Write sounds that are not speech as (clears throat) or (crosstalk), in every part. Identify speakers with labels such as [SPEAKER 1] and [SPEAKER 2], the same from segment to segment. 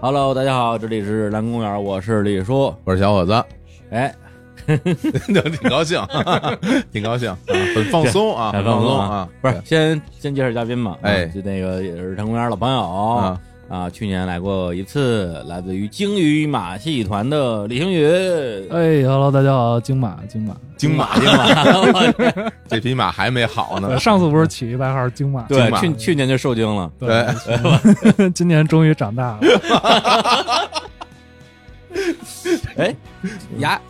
[SPEAKER 1] Hello，大家好，这里是蓝公园，我是李叔。
[SPEAKER 2] 我是小伙子， (laughs)
[SPEAKER 1] 哎，
[SPEAKER 2] 挺高兴， (laughs) 挺高兴，啊很放松啊，
[SPEAKER 1] 太
[SPEAKER 2] 很
[SPEAKER 1] 放
[SPEAKER 2] 松
[SPEAKER 1] 啊
[SPEAKER 2] 啊！，
[SPEAKER 1] 不是，先先介绍嘉宾嘛。
[SPEAKER 2] 哎
[SPEAKER 1] 就那个也是蓝公园老朋友
[SPEAKER 2] 啊，
[SPEAKER 1] 啊，去年来过一次，来自于鲸鱼马戏团的李星宇。
[SPEAKER 3] 哎，Hello，大家好，金马，金马。
[SPEAKER 2] 京马
[SPEAKER 1] 马，马，
[SPEAKER 2] (laughs) 这匹马还没好
[SPEAKER 3] 呃
[SPEAKER 2] 呢，
[SPEAKER 3] 上 (laughs) 次不是起一外号金马？
[SPEAKER 1] 对
[SPEAKER 2] 金，马
[SPEAKER 1] 去去年就受惊了。
[SPEAKER 2] 对，
[SPEAKER 3] 对 (laughs) 今年终于长大了。
[SPEAKER 1] 哎，呀，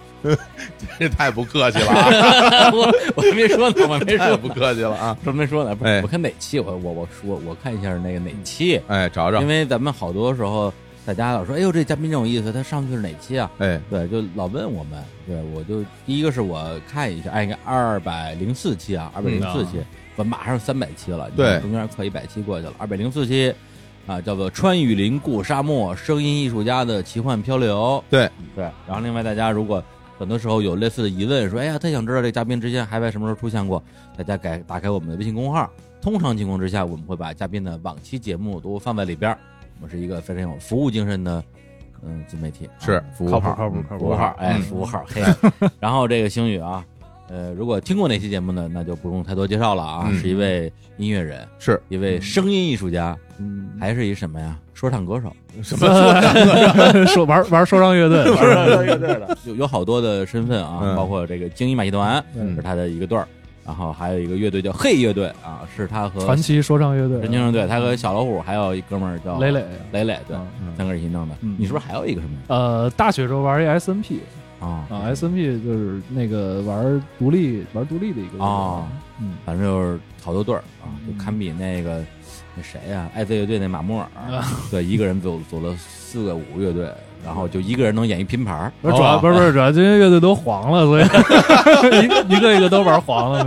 [SPEAKER 2] 这太不客气了啊，
[SPEAKER 1] 我我还没说呢，我还没
[SPEAKER 2] 太
[SPEAKER 1] 说
[SPEAKER 2] 不
[SPEAKER 1] 呢，
[SPEAKER 2] 客气了啊！
[SPEAKER 1] 说没说呢。不
[SPEAKER 2] 哎
[SPEAKER 1] 是，我看哪期我我我说我看一下那个哪期，
[SPEAKER 2] 哎，找找
[SPEAKER 1] 因，为咱们好多时候大家老说，哎呦这嘉宾真有意思，他上去是哪期啊？
[SPEAKER 2] 哎，
[SPEAKER 1] 对，就老问我们，对我就第一个是我看一下，哎，应该二百零四期啊，二百零四期，我马上三百期了，你看
[SPEAKER 2] 嗯对
[SPEAKER 1] 中间快一百期过去了，二百零四期啊，叫做《穿雨林过沙漠：声音艺术家的奇幻漂流》。
[SPEAKER 2] 对
[SPEAKER 1] 对，然后另外大家如果很多时候有类似的疑问，说哎呀，他想知道这嘉宾之前还在什么时候出现过，大家改打开我们的微信公号。通常情况之下，我们会把嘉宾的往期节目都放在里边儿。我们是一个非常有服务精神的，嗯，自媒体啊
[SPEAKER 2] 是服务
[SPEAKER 3] 靠谱
[SPEAKER 2] 号，
[SPEAKER 3] 靠谱
[SPEAKER 2] 嗯
[SPEAKER 3] 靠谱
[SPEAKER 1] 服务号，哎，
[SPEAKER 2] 嗯
[SPEAKER 1] 服务号，嘿。 (laughs) 然后这个星宇啊，呃，如果听过那期节目呢，那就不用太多介绍了啊，
[SPEAKER 2] 嗯
[SPEAKER 1] 是一位音乐人，
[SPEAKER 2] 是
[SPEAKER 1] 一位声音艺术家，
[SPEAKER 3] 嗯，
[SPEAKER 1] 还是一什么呀？说唱
[SPEAKER 3] (laughs)
[SPEAKER 1] 歌手，
[SPEAKER 2] 什么说唱歌手？
[SPEAKER 3] 说玩玩说唱乐队，
[SPEAKER 1] 说唱乐队的，有有好多的身份啊，
[SPEAKER 2] 嗯
[SPEAKER 1] 包括这个精英马戏团
[SPEAKER 3] 嗯
[SPEAKER 1] 是他的一个队儿，然后还有一个乐队叫嘿乐队啊，是他和
[SPEAKER 3] 传奇说唱乐队，嗯
[SPEAKER 1] 神经乐队，他和小老虎还有一哥们儿叫
[SPEAKER 3] 磊磊。
[SPEAKER 1] 磊磊，对，
[SPEAKER 3] 嗯
[SPEAKER 1] 三个人一起弄的。
[SPEAKER 3] 嗯
[SPEAKER 1] 你是不是还有一个什么
[SPEAKER 3] 呃，大学时候玩一 SNP
[SPEAKER 1] 呀？啊
[SPEAKER 3] 啊，SNP 就是那个玩独立玩独立的一个乐队
[SPEAKER 1] 哦，
[SPEAKER 3] 嗯，
[SPEAKER 1] 反正就是好多对儿啊，就
[SPEAKER 3] 嗯
[SPEAKER 1] 堪比那个那谁呀、爱 z 乐队那马穆尔，
[SPEAKER 3] 啊
[SPEAKER 1] 对，一个人组组了四个五个乐队，然后就一个人能演一拼盘儿。
[SPEAKER 3] 不是主要不是
[SPEAKER 1] (laughs)
[SPEAKER 3] 不是主要这些乐队都黄了，所以 (laughs) 一一个一个都玩黄了，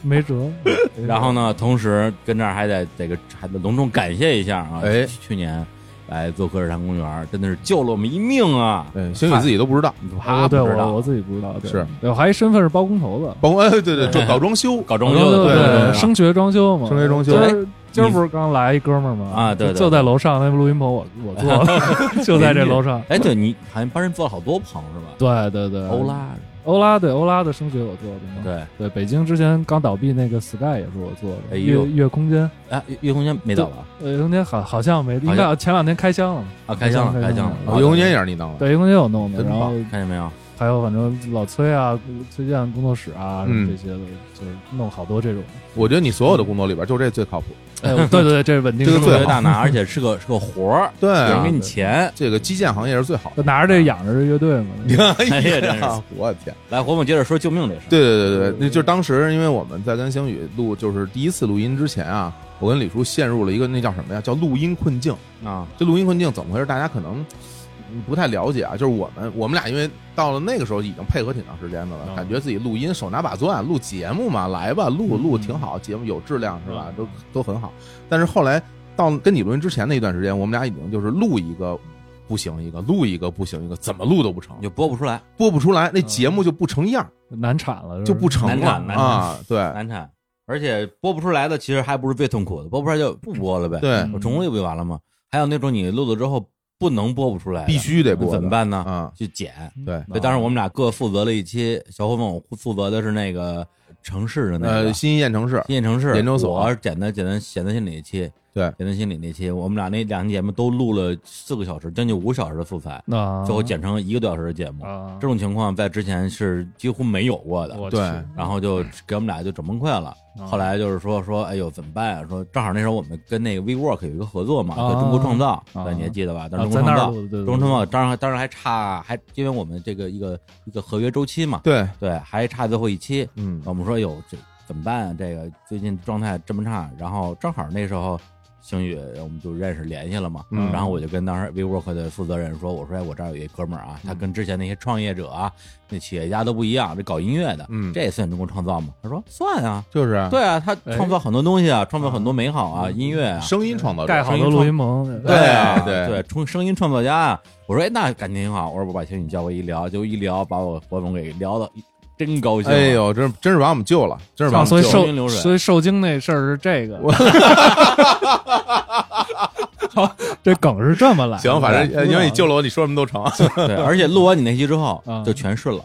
[SPEAKER 3] 没辙。
[SPEAKER 1] (laughs) 然后呢，同时跟这儿还得这个还得隆重感谢一下啊，
[SPEAKER 2] 哎
[SPEAKER 1] 去去年来做客日坛公园，真的是救了我们一命啊！
[SPEAKER 2] 哎，星宇自己都不知道，
[SPEAKER 1] 他
[SPEAKER 3] 哦对
[SPEAKER 1] 不知
[SPEAKER 3] 我
[SPEAKER 1] 道
[SPEAKER 3] 我自己不知道，对
[SPEAKER 2] 是
[SPEAKER 3] 对我还一身份是包工头子，
[SPEAKER 2] 包括哎，对对，就搞装修，
[SPEAKER 1] 搞装修的，
[SPEAKER 3] 哦对
[SPEAKER 2] 对
[SPEAKER 1] 对
[SPEAKER 2] 对
[SPEAKER 3] 升学装修嘛，
[SPEAKER 2] 升学装修
[SPEAKER 3] 今
[SPEAKER 2] 哎
[SPEAKER 3] 儿今儿不是刚来一哥们儿吗？
[SPEAKER 1] 啊对对
[SPEAKER 3] 就在楼上那录音棚，我我做的，就在这楼上。
[SPEAKER 1] 哎，对你好像帮人做了好多棚是吧？
[SPEAKER 3] 对对对，
[SPEAKER 1] 欧拉，
[SPEAKER 3] 欧拉对欧拉的升学我做的嘛。
[SPEAKER 1] 对，
[SPEAKER 3] 对，北京之前刚倒闭那个 Sky 也是我做
[SPEAKER 1] 哎
[SPEAKER 3] 的，
[SPEAKER 1] 呦
[SPEAKER 3] 月月空间，
[SPEAKER 1] 哎，月月空间没到吧？
[SPEAKER 3] 呃，月空间好好像没，
[SPEAKER 1] 好
[SPEAKER 3] 应
[SPEAKER 1] 像
[SPEAKER 3] 该前两天开箱了嘛。
[SPEAKER 1] 啊，开箱了，
[SPEAKER 3] 开
[SPEAKER 1] 开
[SPEAKER 3] 箱
[SPEAKER 1] 箱
[SPEAKER 3] 了
[SPEAKER 1] 了，
[SPEAKER 2] 哦游空间也是你弄的，
[SPEAKER 3] 对，月空间有弄的，
[SPEAKER 2] 真
[SPEAKER 3] 然
[SPEAKER 2] 棒
[SPEAKER 3] 后
[SPEAKER 1] 看见没有？
[SPEAKER 3] 还有反正老崔啊、崔健工作室啊什
[SPEAKER 2] 嗯
[SPEAKER 3] 么这些的，就是弄好多这种。
[SPEAKER 2] 我觉得你所有的工作里边，就这最靠谱，
[SPEAKER 3] 哎，我对对对，这是稳定
[SPEAKER 2] 这个
[SPEAKER 3] 收
[SPEAKER 1] 特
[SPEAKER 2] 最
[SPEAKER 3] 入
[SPEAKER 1] 别大
[SPEAKER 2] 好
[SPEAKER 1] 拿，而且是个是个活儿，
[SPEAKER 2] (laughs) 对
[SPEAKER 1] 有人
[SPEAKER 2] 啊
[SPEAKER 1] 给，你钱。
[SPEAKER 2] 这个基建行业是最好
[SPEAKER 3] (laughs)
[SPEAKER 2] 的
[SPEAKER 3] 就。拿着这养着这乐队
[SPEAKER 1] (laughs)
[SPEAKER 3] 嘛。
[SPEAKER 1] 哎呀真是，
[SPEAKER 2] (laughs) 我天！
[SPEAKER 1] 来，活蹦接着说救命这事儿。
[SPEAKER 2] 对对对对，那就是当时因为我们在跟星宇录，就是第一次录音之前啊，我跟李叔陷入了一个那叫什么呀？叫录音困境。
[SPEAKER 1] 啊，
[SPEAKER 2] 这录音困境怎么回事？大家可能嗯不太了解啊。就是我们我们俩因为到了那个时候已经配合挺长时间的了，
[SPEAKER 3] 嗯
[SPEAKER 2] 感觉自己录音手拿把攥，录节目嘛，来吧，录录挺好，节目有质量是吧？都都很好。但是后来到跟你录音之前那一段时间，我们俩已经就是录一个。不行，一个录一个不行，一个怎么录都不成
[SPEAKER 1] 你，就播不出来，
[SPEAKER 2] 播不出来，那节目就不成样，
[SPEAKER 3] 难产了，是
[SPEAKER 2] 就不成
[SPEAKER 1] 难
[SPEAKER 2] 了
[SPEAKER 1] 产难产
[SPEAKER 2] 啊！对，
[SPEAKER 1] 难产，而且播不出来的其实还不是最痛苦的，播不出来就不播了呗。，
[SPEAKER 2] 对，
[SPEAKER 1] 我重录不就完了吗？还有那种你录了之后不能播不出来的，
[SPEAKER 2] 必须得
[SPEAKER 1] 那
[SPEAKER 2] 播，
[SPEAKER 1] 怎么办嗯呢？
[SPEAKER 2] 啊？
[SPEAKER 1] 去剪。
[SPEAKER 2] 对，
[SPEAKER 1] 所以当时我们俩各负责了一期，小伙伴我负责的是那个城市的那个
[SPEAKER 2] 呃，新一线城市，
[SPEAKER 1] 新建城市
[SPEAKER 2] 研究所
[SPEAKER 1] 我简单简单简单心理那期，
[SPEAKER 2] 对
[SPEAKER 1] 简单心理那期，我们俩那两期节目都录了四个小时，将近五小时的素材，
[SPEAKER 3] 啊，
[SPEAKER 1] 最后剪成一个多小时的节目。
[SPEAKER 3] 啊，
[SPEAKER 1] 这种情况在之前是几乎没有过的，
[SPEAKER 3] 我啊
[SPEAKER 2] 对
[SPEAKER 3] 去
[SPEAKER 1] 然后就给我们俩就整崩溃了。后来就是说说，哎呦怎么办啊？说正好那时候我们跟那个 WeWork 有一个合作嘛，
[SPEAKER 3] 啊
[SPEAKER 1] 叫中国创造，
[SPEAKER 3] 啊
[SPEAKER 1] 对，你还记得吧？当
[SPEAKER 3] 啊
[SPEAKER 1] 时中国
[SPEAKER 3] 在那
[SPEAKER 1] 创
[SPEAKER 3] 儿
[SPEAKER 1] 造，
[SPEAKER 3] 录的，对
[SPEAKER 1] 中
[SPEAKER 3] 对
[SPEAKER 1] 国创造
[SPEAKER 3] 对
[SPEAKER 1] 当然当然还差，还因为我们这个一个一个合约周期嘛，
[SPEAKER 2] 对，
[SPEAKER 1] 对，还差最后一期。
[SPEAKER 2] 嗯，
[SPEAKER 1] 我们说，哎呦这怎么办啊？这个最近状态这么差，然后正好那时候。星宇，我们就认识联系了嘛，
[SPEAKER 2] 嗯
[SPEAKER 1] 然后我就跟当时 WeWork 的负责人说，我说哎，我这儿有一哥们儿
[SPEAKER 2] 嗯
[SPEAKER 1] 啊，他跟之前那些创业者啊、那企业家都不一样，这搞音乐的，
[SPEAKER 2] 嗯
[SPEAKER 1] 这也算中国创造吗？他说算啊，
[SPEAKER 2] 就是啊
[SPEAKER 1] 对啊，他
[SPEAKER 3] 哎
[SPEAKER 1] 创造很多东西啊，创造很多美好啊，音乐啊，
[SPEAKER 2] 声音创造者
[SPEAKER 3] 盖好多录音棚，
[SPEAKER 1] 对啊，
[SPEAKER 2] 嗯对
[SPEAKER 1] 对，冲声音创作家啊。我说，哎，那感情挺好。我说，我把星宇叫过一聊，就一聊，把我火总给聊的真高兴。啊
[SPEAKER 2] 哎，呦，真真是把我们救了，真是把
[SPEAKER 3] 啊，
[SPEAKER 2] 我
[SPEAKER 3] 所以
[SPEAKER 2] 们救了。
[SPEAKER 1] 行云流
[SPEAKER 3] 受 (laughs)
[SPEAKER 1] 水
[SPEAKER 3] 所以受精那事儿是这个，这梗是这么来的。
[SPEAKER 2] 行，反正呃因为你救
[SPEAKER 3] 了
[SPEAKER 2] 了我，你说什么都成。
[SPEAKER 3] (laughs)
[SPEAKER 1] 对，而且录完你那期之后
[SPEAKER 3] 啊
[SPEAKER 1] 就全顺了，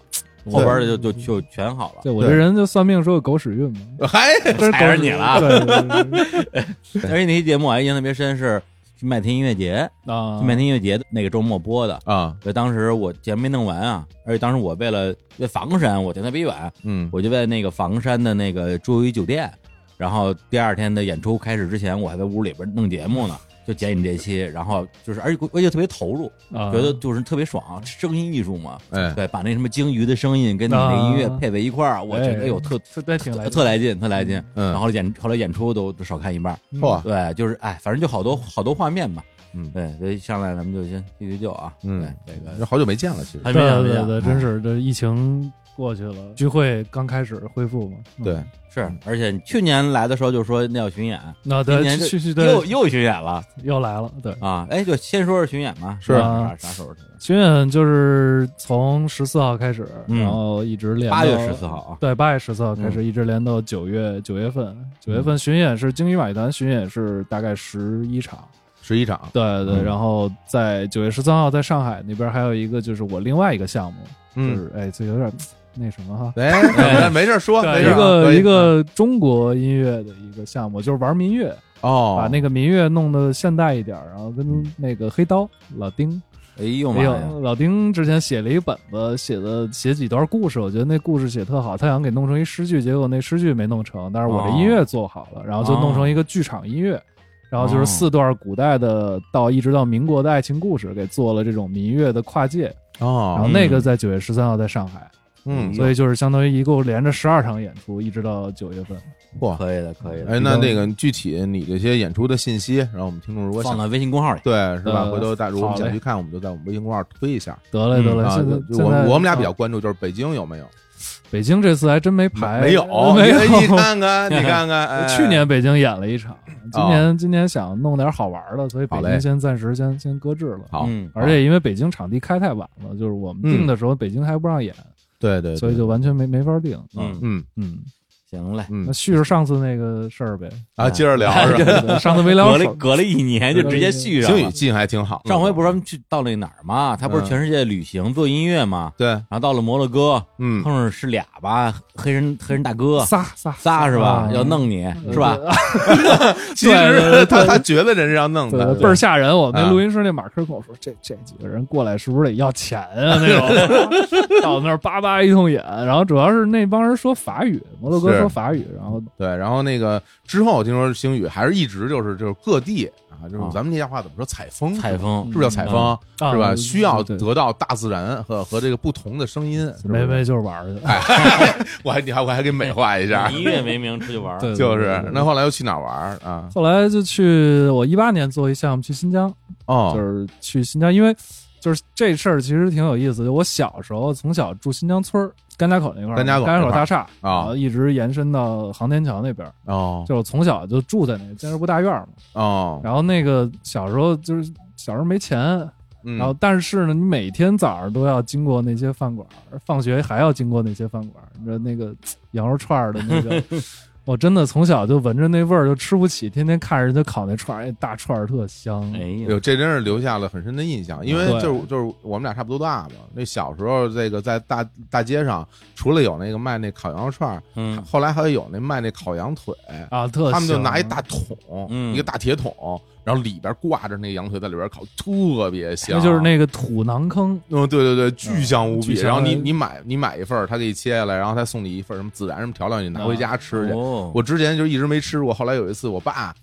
[SPEAKER 1] 后边的就就就全好了。
[SPEAKER 3] 对我这人就算命说有狗屎
[SPEAKER 1] (laughs)
[SPEAKER 3] 运嘛，
[SPEAKER 2] 还
[SPEAKER 3] 这是狗屎
[SPEAKER 1] 踩着你了
[SPEAKER 3] 对对
[SPEAKER 1] (laughs)
[SPEAKER 3] 对对
[SPEAKER 1] 而且那期节目我还印象特别深，是去麦田音乐节，
[SPEAKER 3] 啊，
[SPEAKER 1] 去麦田音乐节那个周末播的。
[SPEAKER 2] 啊，
[SPEAKER 1] 对，当时我节目没弄完啊，而且当时我为了为房山，我停的比较远，
[SPEAKER 2] 嗯
[SPEAKER 1] 我就在那个房山的那个住一酒店，然后第二天的演出开始之前，我还在屋里边弄节目呢，就剪你这期，然后就是而且而且特别投入，
[SPEAKER 3] 啊
[SPEAKER 1] 觉得就是特别爽，声音艺术嘛，
[SPEAKER 2] 哎
[SPEAKER 1] 对，把那什么鲸鱼的声音跟你那
[SPEAKER 3] 啊
[SPEAKER 1] 音乐配在一块儿，我
[SPEAKER 3] 哎
[SPEAKER 1] 觉得有哎特
[SPEAKER 3] 特别挺来
[SPEAKER 1] 特来劲，特来劲。
[SPEAKER 2] 嗯
[SPEAKER 1] 然后演后来演出都都少看一半儿，
[SPEAKER 3] 嗯啊
[SPEAKER 2] 嚯
[SPEAKER 1] 对，就是哎，反正就好多好多画面嘛，
[SPEAKER 2] 嗯
[SPEAKER 1] 对，所以上来咱们就先叙叙旧啊，
[SPEAKER 2] 嗯
[SPEAKER 1] 对，这个
[SPEAKER 2] 这好久没见了，其实
[SPEAKER 1] 还
[SPEAKER 3] 对
[SPEAKER 1] 没想
[SPEAKER 3] 对对
[SPEAKER 1] 没
[SPEAKER 3] 对，
[SPEAKER 1] 想
[SPEAKER 3] 真是这疫情过去了，聚会刚开始恢复嘛，嗯
[SPEAKER 2] 对，
[SPEAKER 1] 啊是，而且去年来的时候就说那要巡演，
[SPEAKER 3] 那
[SPEAKER 1] 今
[SPEAKER 3] 对
[SPEAKER 1] 年
[SPEAKER 3] 去去对
[SPEAKER 1] 又又巡演了
[SPEAKER 3] 又来了，对。
[SPEAKER 1] 啊！哎，就先说说巡演嘛，
[SPEAKER 2] 是
[SPEAKER 1] 啊啥时候？
[SPEAKER 3] 巡演就是从十四号开始，
[SPEAKER 1] 嗯
[SPEAKER 3] 然后一直连到
[SPEAKER 1] 八月十四号啊，
[SPEAKER 3] 对，八月十四号开始，一直连到九月九月份。九月份巡演是京剧马戏团巡演是大概十一场，
[SPEAKER 2] 十一场，
[SPEAKER 3] 对对。
[SPEAKER 2] 嗯
[SPEAKER 3] 然后在九月十三号在上海那边还有一个就是我另外一个项目，就
[SPEAKER 2] 嗯，
[SPEAKER 3] 是哎，这有点嘖那什么哈。
[SPEAKER 2] 哎，没事儿说，没
[SPEAKER 3] 对，
[SPEAKER 2] 事儿
[SPEAKER 3] 一
[SPEAKER 2] 啊
[SPEAKER 3] 个
[SPEAKER 2] 可以
[SPEAKER 3] 一个中国音乐的一个项目，就是玩民乐，
[SPEAKER 2] 哦，
[SPEAKER 3] 把那个民乐弄得现代一点，然后跟那个黑刀老丁
[SPEAKER 1] 哎呦妈
[SPEAKER 3] 哎
[SPEAKER 1] 呀！
[SPEAKER 3] 呦，老丁之前写了一本子，写的写几段故事，我觉得那故事写特好，他想给弄成一诗句，结果那诗句没弄成，但是我这
[SPEAKER 1] 哦
[SPEAKER 3] 音乐做好了，然后就弄成一个剧场音
[SPEAKER 2] 哦
[SPEAKER 3] 乐，然后就是四段古代的到一直到民国的爱情故事，给做了这种民乐的跨界，然
[SPEAKER 2] 哦
[SPEAKER 3] 后，那个在九月十三号在上海，
[SPEAKER 2] 嗯，
[SPEAKER 3] 所以就是相当于一共连着十二场演出，一直到九月份。
[SPEAKER 2] 嚯，
[SPEAKER 1] 可以的，可以的，
[SPEAKER 2] 哎，那那个具体你这些演出的信息，然后我们听众如果
[SPEAKER 1] 放
[SPEAKER 2] 想
[SPEAKER 1] 到微信公号里。
[SPEAKER 2] 对是吧？
[SPEAKER 3] 呃
[SPEAKER 2] 回头大如果我们
[SPEAKER 3] 好
[SPEAKER 2] 想
[SPEAKER 3] 嘞
[SPEAKER 2] 去看，我们就在我们微信公号推一下
[SPEAKER 3] 得嘞
[SPEAKER 1] 嗯
[SPEAKER 3] 得嘞，
[SPEAKER 2] 啊。
[SPEAKER 3] 现在
[SPEAKER 2] 就
[SPEAKER 3] 现
[SPEAKER 2] 我
[SPEAKER 3] 在
[SPEAKER 2] 我们俩比较
[SPEAKER 3] 啊
[SPEAKER 2] 关注就是北京有没有？
[SPEAKER 3] 北京这次还真没排，
[SPEAKER 2] 没有，
[SPEAKER 3] 没有，
[SPEAKER 2] 你看看，你看
[SPEAKER 3] (laughs)
[SPEAKER 2] 看，哎
[SPEAKER 3] 去年北京演了一场，今年、今年想弄点好玩的，所以北
[SPEAKER 2] 好嘞
[SPEAKER 3] 京先暂时先先搁置了。
[SPEAKER 2] 好，
[SPEAKER 1] 嗯
[SPEAKER 3] 而且因为北京场地开太晚了，就是我们定
[SPEAKER 2] 嗯
[SPEAKER 3] 的时候北京还不让演，
[SPEAKER 2] 对对，对
[SPEAKER 3] 所以就完全没没法定。
[SPEAKER 1] 嗯，
[SPEAKER 2] 嗯
[SPEAKER 3] 嗯，
[SPEAKER 1] 行嘞，
[SPEAKER 2] 嗯
[SPEAKER 3] 那续着上次那个事儿呗，
[SPEAKER 2] 啊，接
[SPEAKER 3] (laughs)
[SPEAKER 2] 着聊是吧？
[SPEAKER 3] 对上次没聊
[SPEAKER 1] 隔了
[SPEAKER 3] 手
[SPEAKER 1] 隔了一年就直接续上
[SPEAKER 2] 星宇
[SPEAKER 1] 了。
[SPEAKER 2] 进还挺好，
[SPEAKER 1] 上回不是咱们去到那哪儿嘛？他不是全世界旅行做音乐嘛？
[SPEAKER 2] 对，
[SPEAKER 1] 然后到了摩洛哥，
[SPEAKER 2] 嗯 (laughs)
[SPEAKER 1] 碰，
[SPEAKER 3] (laughs)
[SPEAKER 1] 上是俩吧，黑人黑人大哥
[SPEAKER 3] 仨仨
[SPEAKER 1] 仨是吧？
[SPEAKER 3] 啊
[SPEAKER 1] 要弄你是吧？
[SPEAKER 2] 其实他他觉得人是要弄
[SPEAKER 3] 对
[SPEAKER 2] 的，
[SPEAKER 3] 倍儿吓人！我们
[SPEAKER 2] 啊
[SPEAKER 3] 那录音师那马克跟我说，这这几个人过来是不是得要钱啊？那种到那儿叭叭一通演，然后主要是那帮人说法语，摩洛哥
[SPEAKER 2] 是
[SPEAKER 3] 说法语，然后
[SPEAKER 2] 对，然后那个之后，听说星宇还是一直就是就是各地啊，就是咱们那家话怎么说采风，
[SPEAKER 1] 采风嗯
[SPEAKER 2] 是不是叫采风？
[SPEAKER 3] 啊
[SPEAKER 2] 是吧？需要
[SPEAKER 3] 对
[SPEAKER 2] 得到大自然和和这个不同的声音。是不
[SPEAKER 3] 没
[SPEAKER 2] 是，
[SPEAKER 3] 没就是玩儿去，
[SPEAKER 2] 哎我还你还我还给美化一下，
[SPEAKER 1] 以音乐为名出去玩儿，
[SPEAKER 3] 嗯对，对
[SPEAKER 2] 就是。
[SPEAKER 3] 对
[SPEAKER 2] 那后来又去哪儿玩儿啊？
[SPEAKER 3] 后来就去我一八年做一项目去新疆，就
[SPEAKER 2] 哦，
[SPEAKER 3] 是去新疆，因为就是这事儿其实挺有意思的。我小时候从小住新疆村儿，甘家口那块儿，
[SPEAKER 2] 甘家口
[SPEAKER 3] 甘家口大厦
[SPEAKER 2] 那块儿啊
[SPEAKER 3] 然后一直延伸到航天桥那边儿，
[SPEAKER 2] 哦
[SPEAKER 3] 就是我从小就住在那建设部大院儿嘛。
[SPEAKER 2] 哦，
[SPEAKER 3] 然后那个小时候就是小时候没钱，
[SPEAKER 2] 然
[SPEAKER 3] 然后嗯但是呢，你每天早上都要经过那些饭馆儿，放学还要经过那些饭馆儿，你知道那个羊肉串儿的那
[SPEAKER 2] (laughs)
[SPEAKER 3] 个。我真的从小就闻着那味儿就吃不起，天天看人家烤那串儿，哎，大串儿特香。
[SPEAKER 1] 哎呦，
[SPEAKER 2] 有这真是留下了很深的印象，因为
[SPEAKER 3] 对
[SPEAKER 2] 就是就是我们俩差不多大嘛。那小时候这个在大大街上，除了有那个卖那烤羊肉串儿，
[SPEAKER 1] 嗯
[SPEAKER 2] 后来还有那卖那烤羊腿，
[SPEAKER 3] 啊，特
[SPEAKER 2] 他们就
[SPEAKER 3] 香
[SPEAKER 2] 拿一大桶，
[SPEAKER 1] 嗯
[SPEAKER 2] 一个大铁桶，然后里边挂着那羊腿在里边烤，特别香。
[SPEAKER 3] 那就是那个土囊坑，
[SPEAKER 2] 嗯，对对对，巨香无比。
[SPEAKER 3] 巨香
[SPEAKER 2] 然后你你买你买一份儿，他给你切下来，然后他送你一份儿什么孜然什么调料，你
[SPEAKER 3] 啊
[SPEAKER 2] 拿回家吃去。
[SPEAKER 1] 哦，
[SPEAKER 2] 我之前就一直没吃过，后来有一次我爸。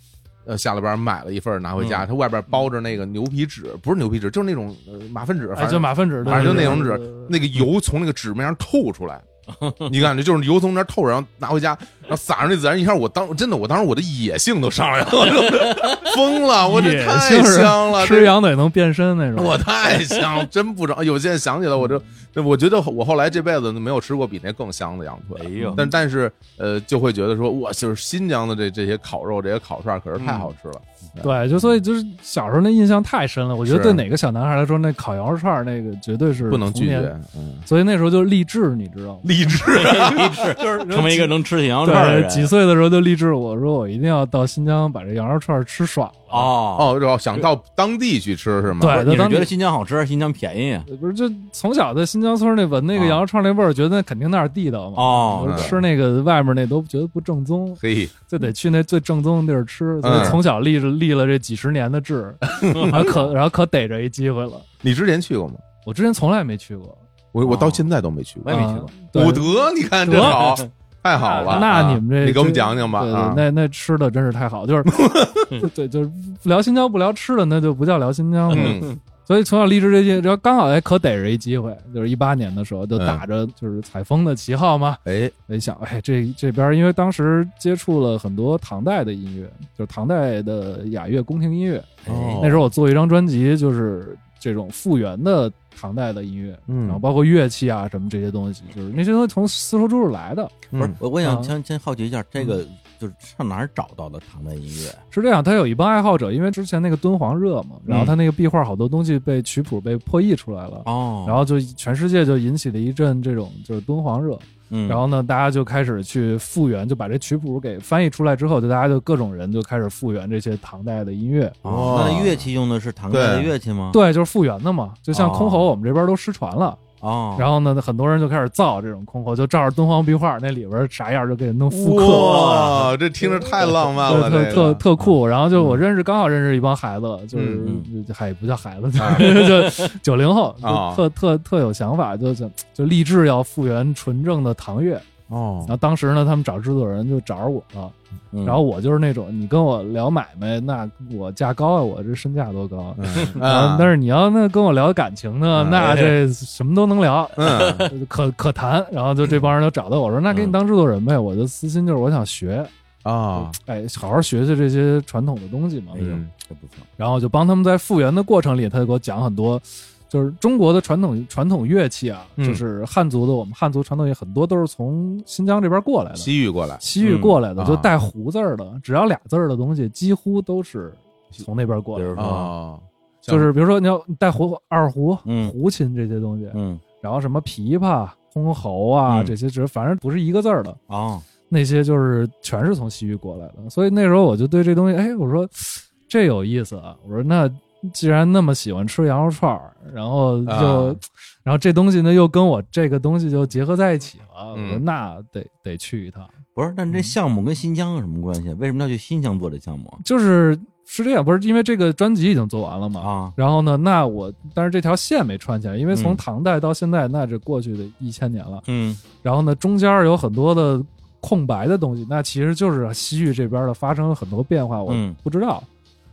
[SPEAKER 2] 呃，下了班买了一份儿拿回
[SPEAKER 3] 嗯
[SPEAKER 2] 家，他外边包着那个牛皮纸，不是牛皮纸，就是那种呃马粪纸，
[SPEAKER 3] 哎，
[SPEAKER 2] 反
[SPEAKER 3] 就
[SPEAKER 2] 正
[SPEAKER 3] 马粪纸，
[SPEAKER 2] 反正就那种
[SPEAKER 3] 对
[SPEAKER 2] 纸，那个油从那个纸面上透出来，你感觉就是油从那儿透，然后拿回家，然后撒上那孜然，一下我当真的，我当时我的野性都上来了， (laughs) 我就疯了，我这
[SPEAKER 3] 野
[SPEAKER 2] 太
[SPEAKER 3] 性是
[SPEAKER 2] 香了，
[SPEAKER 3] 吃羊腿能变身那种。
[SPEAKER 2] 我太香，真不成。有现在想起来，我这这我觉得我后来这辈子没有吃过比那更香的羊
[SPEAKER 1] 哎
[SPEAKER 2] 腿。
[SPEAKER 1] 呦，
[SPEAKER 2] 但但是呃，就会觉得说，哇，就是新疆的这这些烤肉、这些烤串，可是
[SPEAKER 3] 嗯
[SPEAKER 2] 太好吃了。
[SPEAKER 3] 对，就所以就是小时候那印象太深了，我觉得
[SPEAKER 2] 是
[SPEAKER 3] 对哪个小男孩来说，那烤羊肉串儿那个绝对是
[SPEAKER 2] 不能
[SPEAKER 3] 童
[SPEAKER 2] 拒
[SPEAKER 3] 年
[SPEAKER 2] 绝。嗯，
[SPEAKER 3] 所以那时候就励志，你知道吗？
[SPEAKER 2] 励志，
[SPEAKER 1] 励志，
[SPEAKER 3] 就是
[SPEAKER 1] (laughs) 成为一个能吃起羊肉串的
[SPEAKER 3] 对，
[SPEAKER 1] 人
[SPEAKER 3] 几岁的时候就立志，我说我一定要到新疆把这羊肉串吃爽了。
[SPEAKER 1] 哦。
[SPEAKER 2] 哦，就想到当地去吃是吗？
[SPEAKER 3] 对
[SPEAKER 1] 你是
[SPEAKER 3] 当
[SPEAKER 1] 觉得
[SPEAKER 3] 地
[SPEAKER 1] 新疆好吃，新疆便宜啊？
[SPEAKER 3] 不是，就从小在新疆村那闻那个
[SPEAKER 1] 啊
[SPEAKER 3] 羊肉串那味儿，觉得肯定那儿地道嘛。
[SPEAKER 1] 哦
[SPEAKER 3] 我说
[SPEAKER 2] 嗯
[SPEAKER 3] 吃那个外面那都觉得不正宗，
[SPEAKER 2] 嘿，
[SPEAKER 3] 就得去那最正宗的地儿吃。所
[SPEAKER 2] 嗯
[SPEAKER 3] 以从小立着立了这几十年的
[SPEAKER 2] (laughs)
[SPEAKER 3] 志，然后可然后可逮着一机会了。
[SPEAKER 2] 你之前去过吗？
[SPEAKER 3] 我之前从来没去过，
[SPEAKER 2] 我我
[SPEAKER 1] 哦
[SPEAKER 2] 到现在都没去
[SPEAKER 1] 我
[SPEAKER 2] 过
[SPEAKER 1] 也。没去过
[SPEAKER 3] 啊。对
[SPEAKER 2] 武德，你看
[SPEAKER 3] 得
[SPEAKER 2] 真好，太好了。
[SPEAKER 3] 那
[SPEAKER 2] 啊
[SPEAKER 3] 你们这
[SPEAKER 2] 你给我们讲讲吧
[SPEAKER 3] 对对
[SPEAKER 2] 啊！
[SPEAKER 3] 那那吃的真是太好，就是
[SPEAKER 2] (laughs)
[SPEAKER 3] 对对，就是聊新疆不聊吃的，那就不叫聊新疆了。
[SPEAKER 2] 嗯
[SPEAKER 3] 所以从小立志这些，然后刚好哎可逮着一机会，就是一八年的时候，就打着就是采风的旗号嘛，
[SPEAKER 2] 哎，
[SPEAKER 3] 我一想，哎，这这边儿因为当时接触了很多唐代的音乐，就是唐代的雅乐、宫廷音乐。
[SPEAKER 2] 哦
[SPEAKER 3] 嗯
[SPEAKER 1] 哎
[SPEAKER 3] 那时候我做一张专辑，就是这种复原的唐代的音乐，
[SPEAKER 2] 嗯
[SPEAKER 3] 然后包括乐器啊什么这些东西，就是那些东西从丝绸之路来的。
[SPEAKER 1] 不
[SPEAKER 2] 不
[SPEAKER 1] 是
[SPEAKER 2] 是，
[SPEAKER 1] 我我想
[SPEAKER 3] 啊
[SPEAKER 1] 先先好奇一下，这个
[SPEAKER 3] 嗯
[SPEAKER 1] 就是上哪儿找到的唐代音乐？
[SPEAKER 3] 是这样，他有一帮爱好者，因为之前那个敦煌热嘛，然后他那个壁画好多东西被曲谱被破译出来了，
[SPEAKER 1] 哦，
[SPEAKER 3] 然后就全世界就引起了一阵这种就是敦煌热，
[SPEAKER 1] 嗯，
[SPEAKER 3] 然后呢，大家就开始去复原，就把这曲谱给翻译出来之后，就大家就各种人就开始复原这些唐代的音乐。
[SPEAKER 1] 哦，
[SPEAKER 2] 哇
[SPEAKER 1] 那乐器用的是唐代的
[SPEAKER 2] 对
[SPEAKER 1] 乐器吗？，
[SPEAKER 3] 对，就是复原的嘛，就像箜
[SPEAKER 1] 哦
[SPEAKER 3] 篌，我们这边都失传了。
[SPEAKER 1] 哦，
[SPEAKER 3] 然后呢，很多人就开始造这种箜篌，就照着敦煌壁画那里边啥样就给弄复刻，
[SPEAKER 2] 哇，这听着太浪漫
[SPEAKER 3] 特
[SPEAKER 2] 了，
[SPEAKER 3] (laughs) 特
[SPEAKER 2] 这
[SPEAKER 3] 特
[SPEAKER 2] 个
[SPEAKER 3] 特酷。然后就我认识，刚好认识一帮孩子，就是
[SPEAKER 1] 嗯
[SPEAKER 3] 就嗨，不叫孩子
[SPEAKER 2] 啊，
[SPEAKER 3] (laughs) 就九零后，
[SPEAKER 2] 啊
[SPEAKER 3] 就特特特有想法，就想就立志要复原纯正的唐乐。
[SPEAKER 2] 哦
[SPEAKER 3] 然 (laughs) 后当时呢，他们找制作人就找着我了。
[SPEAKER 1] 嗯
[SPEAKER 3] 然后我就是那种，你跟我聊买卖，那我价高啊，我这身价多高啊。然后
[SPEAKER 2] 啊
[SPEAKER 3] 但是你要那跟我聊感情呢，
[SPEAKER 2] 嗯
[SPEAKER 3] 那这什么都能聊，
[SPEAKER 2] 嗯
[SPEAKER 3] 可可谈。然后就这帮人就找到我说，那给你当制作人呗。我就私心就是我想学，
[SPEAKER 2] 啊
[SPEAKER 3] (laughs) 哎，好好学学这些传统的东西嘛。
[SPEAKER 2] 嗯
[SPEAKER 1] 这不错，
[SPEAKER 3] 然后就帮他们在复原的过程里，他就给我讲很多。就是中国的传统传统乐器啊，
[SPEAKER 2] 嗯
[SPEAKER 3] 就是汉族的，我们汉族传统乐器很多都是从新疆这边过来的，
[SPEAKER 2] 西域过来，
[SPEAKER 3] 西域过来
[SPEAKER 2] 嗯
[SPEAKER 3] 的，就带“胡”字儿的，只要俩字儿的东西，几乎都是从那边过
[SPEAKER 1] 比
[SPEAKER 3] 来
[SPEAKER 1] 如
[SPEAKER 3] 的。
[SPEAKER 1] 说，
[SPEAKER 2] 哦，像
[SPEAKER 3] 就是比如说你要带胡二胡、
[SPEAKER 1] 嗯
[SPEAKER 3] 胡琴这些东西，
[SPEAKER 1] 嗯，
[SPEAKER 3] 然后什么琵琶、箜篌啊
[SPEAKER 1] 嗯
[SPEAKER 3] 这些，只是反正不是一个字儿的，
[SPEAKER 1] 哦，
[SPEAKER 3] 那些就是全是从西域过来的。所以那时候我就对这东西，哎，我说这有意思啊！我说那既然那么喜欢吃羊肉串儿，然后就、
[SPEAKER 2] 啊
[SPEAKER 3] 然后这东西呢又跟我这个东西就结合在一起了，我说
[SPEAKER 2] 嗯
[SPEAKER 3] 那得得去一趟。
[SPEAKER 1] 不是，那这项目跟新疆有什么关系？为什么要去新疆做这项目啊？
[SPEAKER 3] 就是是这样，不是因为这个专辑已经做完了嘛？
[SPEAKER 1] 啊
[SPEAKER 3] 然后呢，那我但是这条线没串起来，因为
[SPEAKER 1] 嗯
[SPEAKER 3] 从唐代到现在，那这过去的一千年了。
[SPEAKER 1] 嗯，
[SPEAKER 3] 然后呢，中间有很多的空白的东西，那其实就是西域这边的发生了很多变化，我
[SPEAKER 1] 嗯
[SPEAKER 3] 不知道。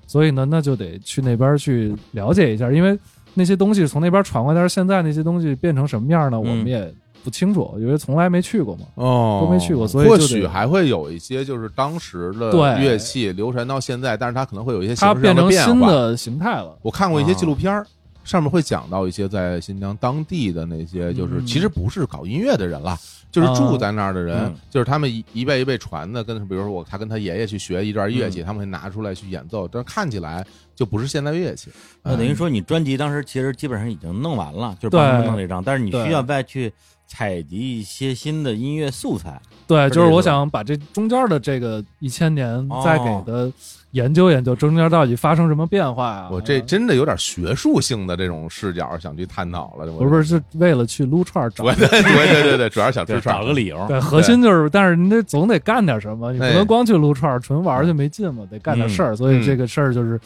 [SPEAKER 3] 所以呢，那就得去那边去了解一下，因为那些东西从那边传过来，但是现在那些东西变成什么样呢？我
[SPEAKER 1] 嗯
[SPEAKER 3] 们也不清楚，因为从来没去过嘛。
[SPEAKER 2] 哦，
[SPEAKER 3] 都没去过所以
[SPEAKER 2] 或
[SPEAKER 3] 就
[SPEAKER 2] 许
[SPEAKER 3] 得
[SPEAKER 2] 还会有一些就是当时的
[SPEAKER 3] 对
[SPEAKER 2] 乐器流传到现在，但是它可能会有一些形
[SPEAKER 3] 它
[SPEAKER 2] 式上
[SPEAKER 3] 变成
[SPEAKER 2] 变
[SPEAKER 3] 新
[SPEAKER 2] 化。
[SPEAKER 3] 的形态了。
[SPEAKER 2] 我看过一些
[SPEAKER 1] 啊
[SPEAKER 2] 纪录片儿。上面会讲到一些在新疆当地的那些，就是
[SPEAKER 3] 嗯
[SPEAKER 2] 其实不是搞音乐的人啦，就是
[SPEAKER 3] 啊
[SPEAKER 2] 住在那儿的人
[SPEAKER 1] 嗯，
[SPEAKER 2] 就是他们一一辈一辈传的，跟比如说我他跟他爷爷去学一段
[SPEAKER 3] 嗯
[SPEAKER 2] 乐器，他们会拿出来去演奏，但是看起来就不是现代乐器。
[SPEAKER 1] 那等于说你专辑当时其实基本上已经弄完了，就是帮他们
[SPEAKER 3] 对
[SPEAKER 1] 弄了一张，但是你
[SPEAKER 3] 对
[SPEAKER 1] 需要再去采集一些新的音乐素材。
[SPEAKER 3] 对，
[SPEAKER 1] 这
[SPEAKER 3] 就是
[SPEAKER 1] 意
[SPEAKER 3] 我
[SPEAKER 1] 思吧
[SPEAKER 3] 想把这中间的这个一千年
[SPEAKER 1] 哦
[SPEAKER 3] 再给的研究研究，中间到底发生什么变化啊？
[SPEAKER 2] 我这真的有点学术性的这种视角想去探讨了。
[SPEAKER 3] 不是不是，是为了去撸串儿找
[SPEAKER 2] 我， (laughs) 对对对对对，主要是想吃串儿。
[SPEAKER 1] 理由
[SPEAKER 3] 对，核心就是，但是你得总得干点什么，你不
[SPEAKER 2] 哎
[SPEAKER 3] 能光去撸串儿，纯玩儿就没劲嘛，得干点事儿。所以这个事儿就是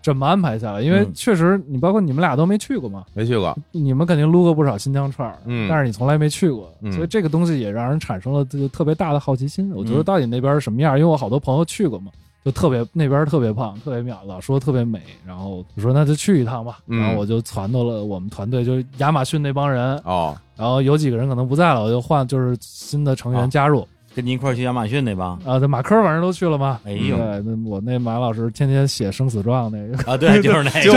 [SPEAKER 3] 这么安排下来，因为
[SPEAKER 1] 嗯
[SPEAKER 3] 确实你包括你们俩都没去过嘛，
[SPEAKER 2] 没去过，
[SPEAKER 3] 你们肯定撸过不少新疆串儿，
[SPEAKER 2] 嗯
[SPEAKER 3] 但是你从来没去过，
[SPEAKER 2] 嗯
[SPEAKER 3] 所以这个东西也让人产生了这个特别大的好奇心。我觉得
[SPEAKER 1] 嗯
[SPEAKER 3] 到底那边是什么样？因为我好多朋友去过嘛，就特别那边特别胖，特别妙，老说特别美。然后我说那就去一趟吧，
[SPEAKER 2] 嗯
[SPEAKER 3] 然后我就撺掇了我们团队，就是亚马逊那帮人，
[SPEAKER 2] 哦，
[SPEAKER 3] 然后有几个人可能不在了，我就换就是新的成
[SPEAKER 1] 啊
[SPEAKER 3] 员加入。
[SPEAKER 1] 跟你一块儿去亚马逊那
[SPEAKER 3] (laughs)
[SPEAKER 1] 帮。
[SPEAKER 3] 啊，这马科反正都去了嘛。
[SPEAKER 1] 哎呦
[SPEAKER 3] 对，那我那马老师天天写生死状那个，
[SPEAKER 1] 啊，对，就是那个，
[SPEAKER 2] 就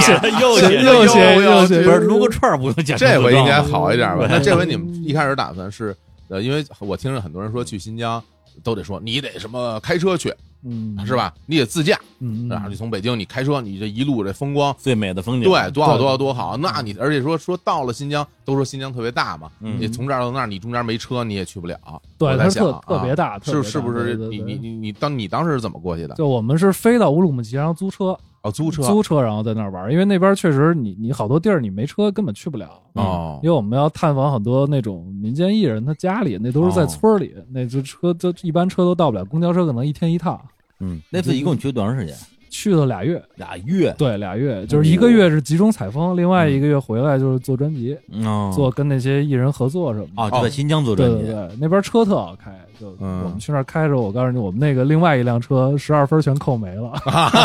[SPEAKER 2] 是啊
[SPEAKER 1] (laughs) 就又
[SPEAKER 3] 写
[SPEAKER 1] 写
[SPEAKER 3] 又
[SPEAKER 2] 又
[SPEAKER 3] 写
[SPEAKER 2] 又
[SPEAKER 3] 又写，
[SPEAKER 1] 不是撸个串儿不用讲究
[SPEAKER 2] 这回
[SPEAKER 1] 装
[SPEAKER 2] 应该
[SPEAKER 1] 吗
[SPEAKER 2] 好一点吧？
[SPEAKER 3] 对
[SPEAKER 2] 那这回你们一开始打算是呃，因为我听着很多人说去新疆都得说你得什么开车去
[SPEAKER 3] 嗯，
[SPEAKER 2] 啊是？吧？你得自驾，
[SPEAKER 3] 嗯，
[SPEAKER 2] 然后你从北京你开车，你这一路这风光，
[SPEAKER 1] 最美的风景，嗯
[SPEAKER 2] 对，多好
[SPEAKER 3] 对
[SPEAKER 2] 多好多好。那你而且说说到了新疆，都说新疆特别大嘛，
[SPEAKER 1] 嗯
[SPEAKER 2] 你从这儿到那儿，你中间没车你也去不了。
[SPEAKER 3] 对，
[SPEAKER 2] 我
[SPEAKER 3] 它
[SPEAKER 2] 在
[SPEAKER 3] 是
[SPEAKER 2] 想
[SPEAKER 3] 特
[SPEAKER 2] 啊
[SPEAKER 3] 特别大，特别
[SPEAKER 2] 是是
[SPEAKER 3] 大
[SPEAKER 2] 不
[SPEAKER 3] 对
[SPEAKER 2] 是
[SPEAKER 3] 对
[SPEAKER 2] 你你
[SPEAKER 3] 对
[SPEAKER 2] 你你当你当时是怎么过去的？
[SPEAKER 3] 就我们是飞到乌鲁木齐，然后租车，
[SPEAKER 2] 哦，租车
[SPEAKER 3] 租车，然后在那儿玩儿，因为那边确实你你好多地儿你没车根本去不了。
[SPEAKER 2] 哦
[SPEAKER 3] 因为我们要探访很多那种民间艺人，他家里那都是在村儿里，那就车就一般车都到不了，公交车可能一天一趟，
[SPEAKER 1] 嗯，那次一共去了多长时间？
[SPEAKER 3] 去了俩月，
[SPEAKER 1] 俩月，
[SPEAKER 3] 对，俩月就是一个月是集中采风，另外一个月回来就是做专辑，
[SPEAKER 1] 嗯，
[SPEAKER 3] 做跟那些艺人合作什么的。
[SPEAKER 1] 哦，就在新疆做
[SPEAKER 3] 对
[SPEAKER 1] 专
[SPEAKER 3] 对
[SPEAKER 1] 辑，
[SPEAKER 3] 对，那边车特好开，就
[SPEAKER 2] 嗯
[SPEAKER 3] 我们去那儿开着，我告诉你，我们那个另外一辆车十二分全扣没了，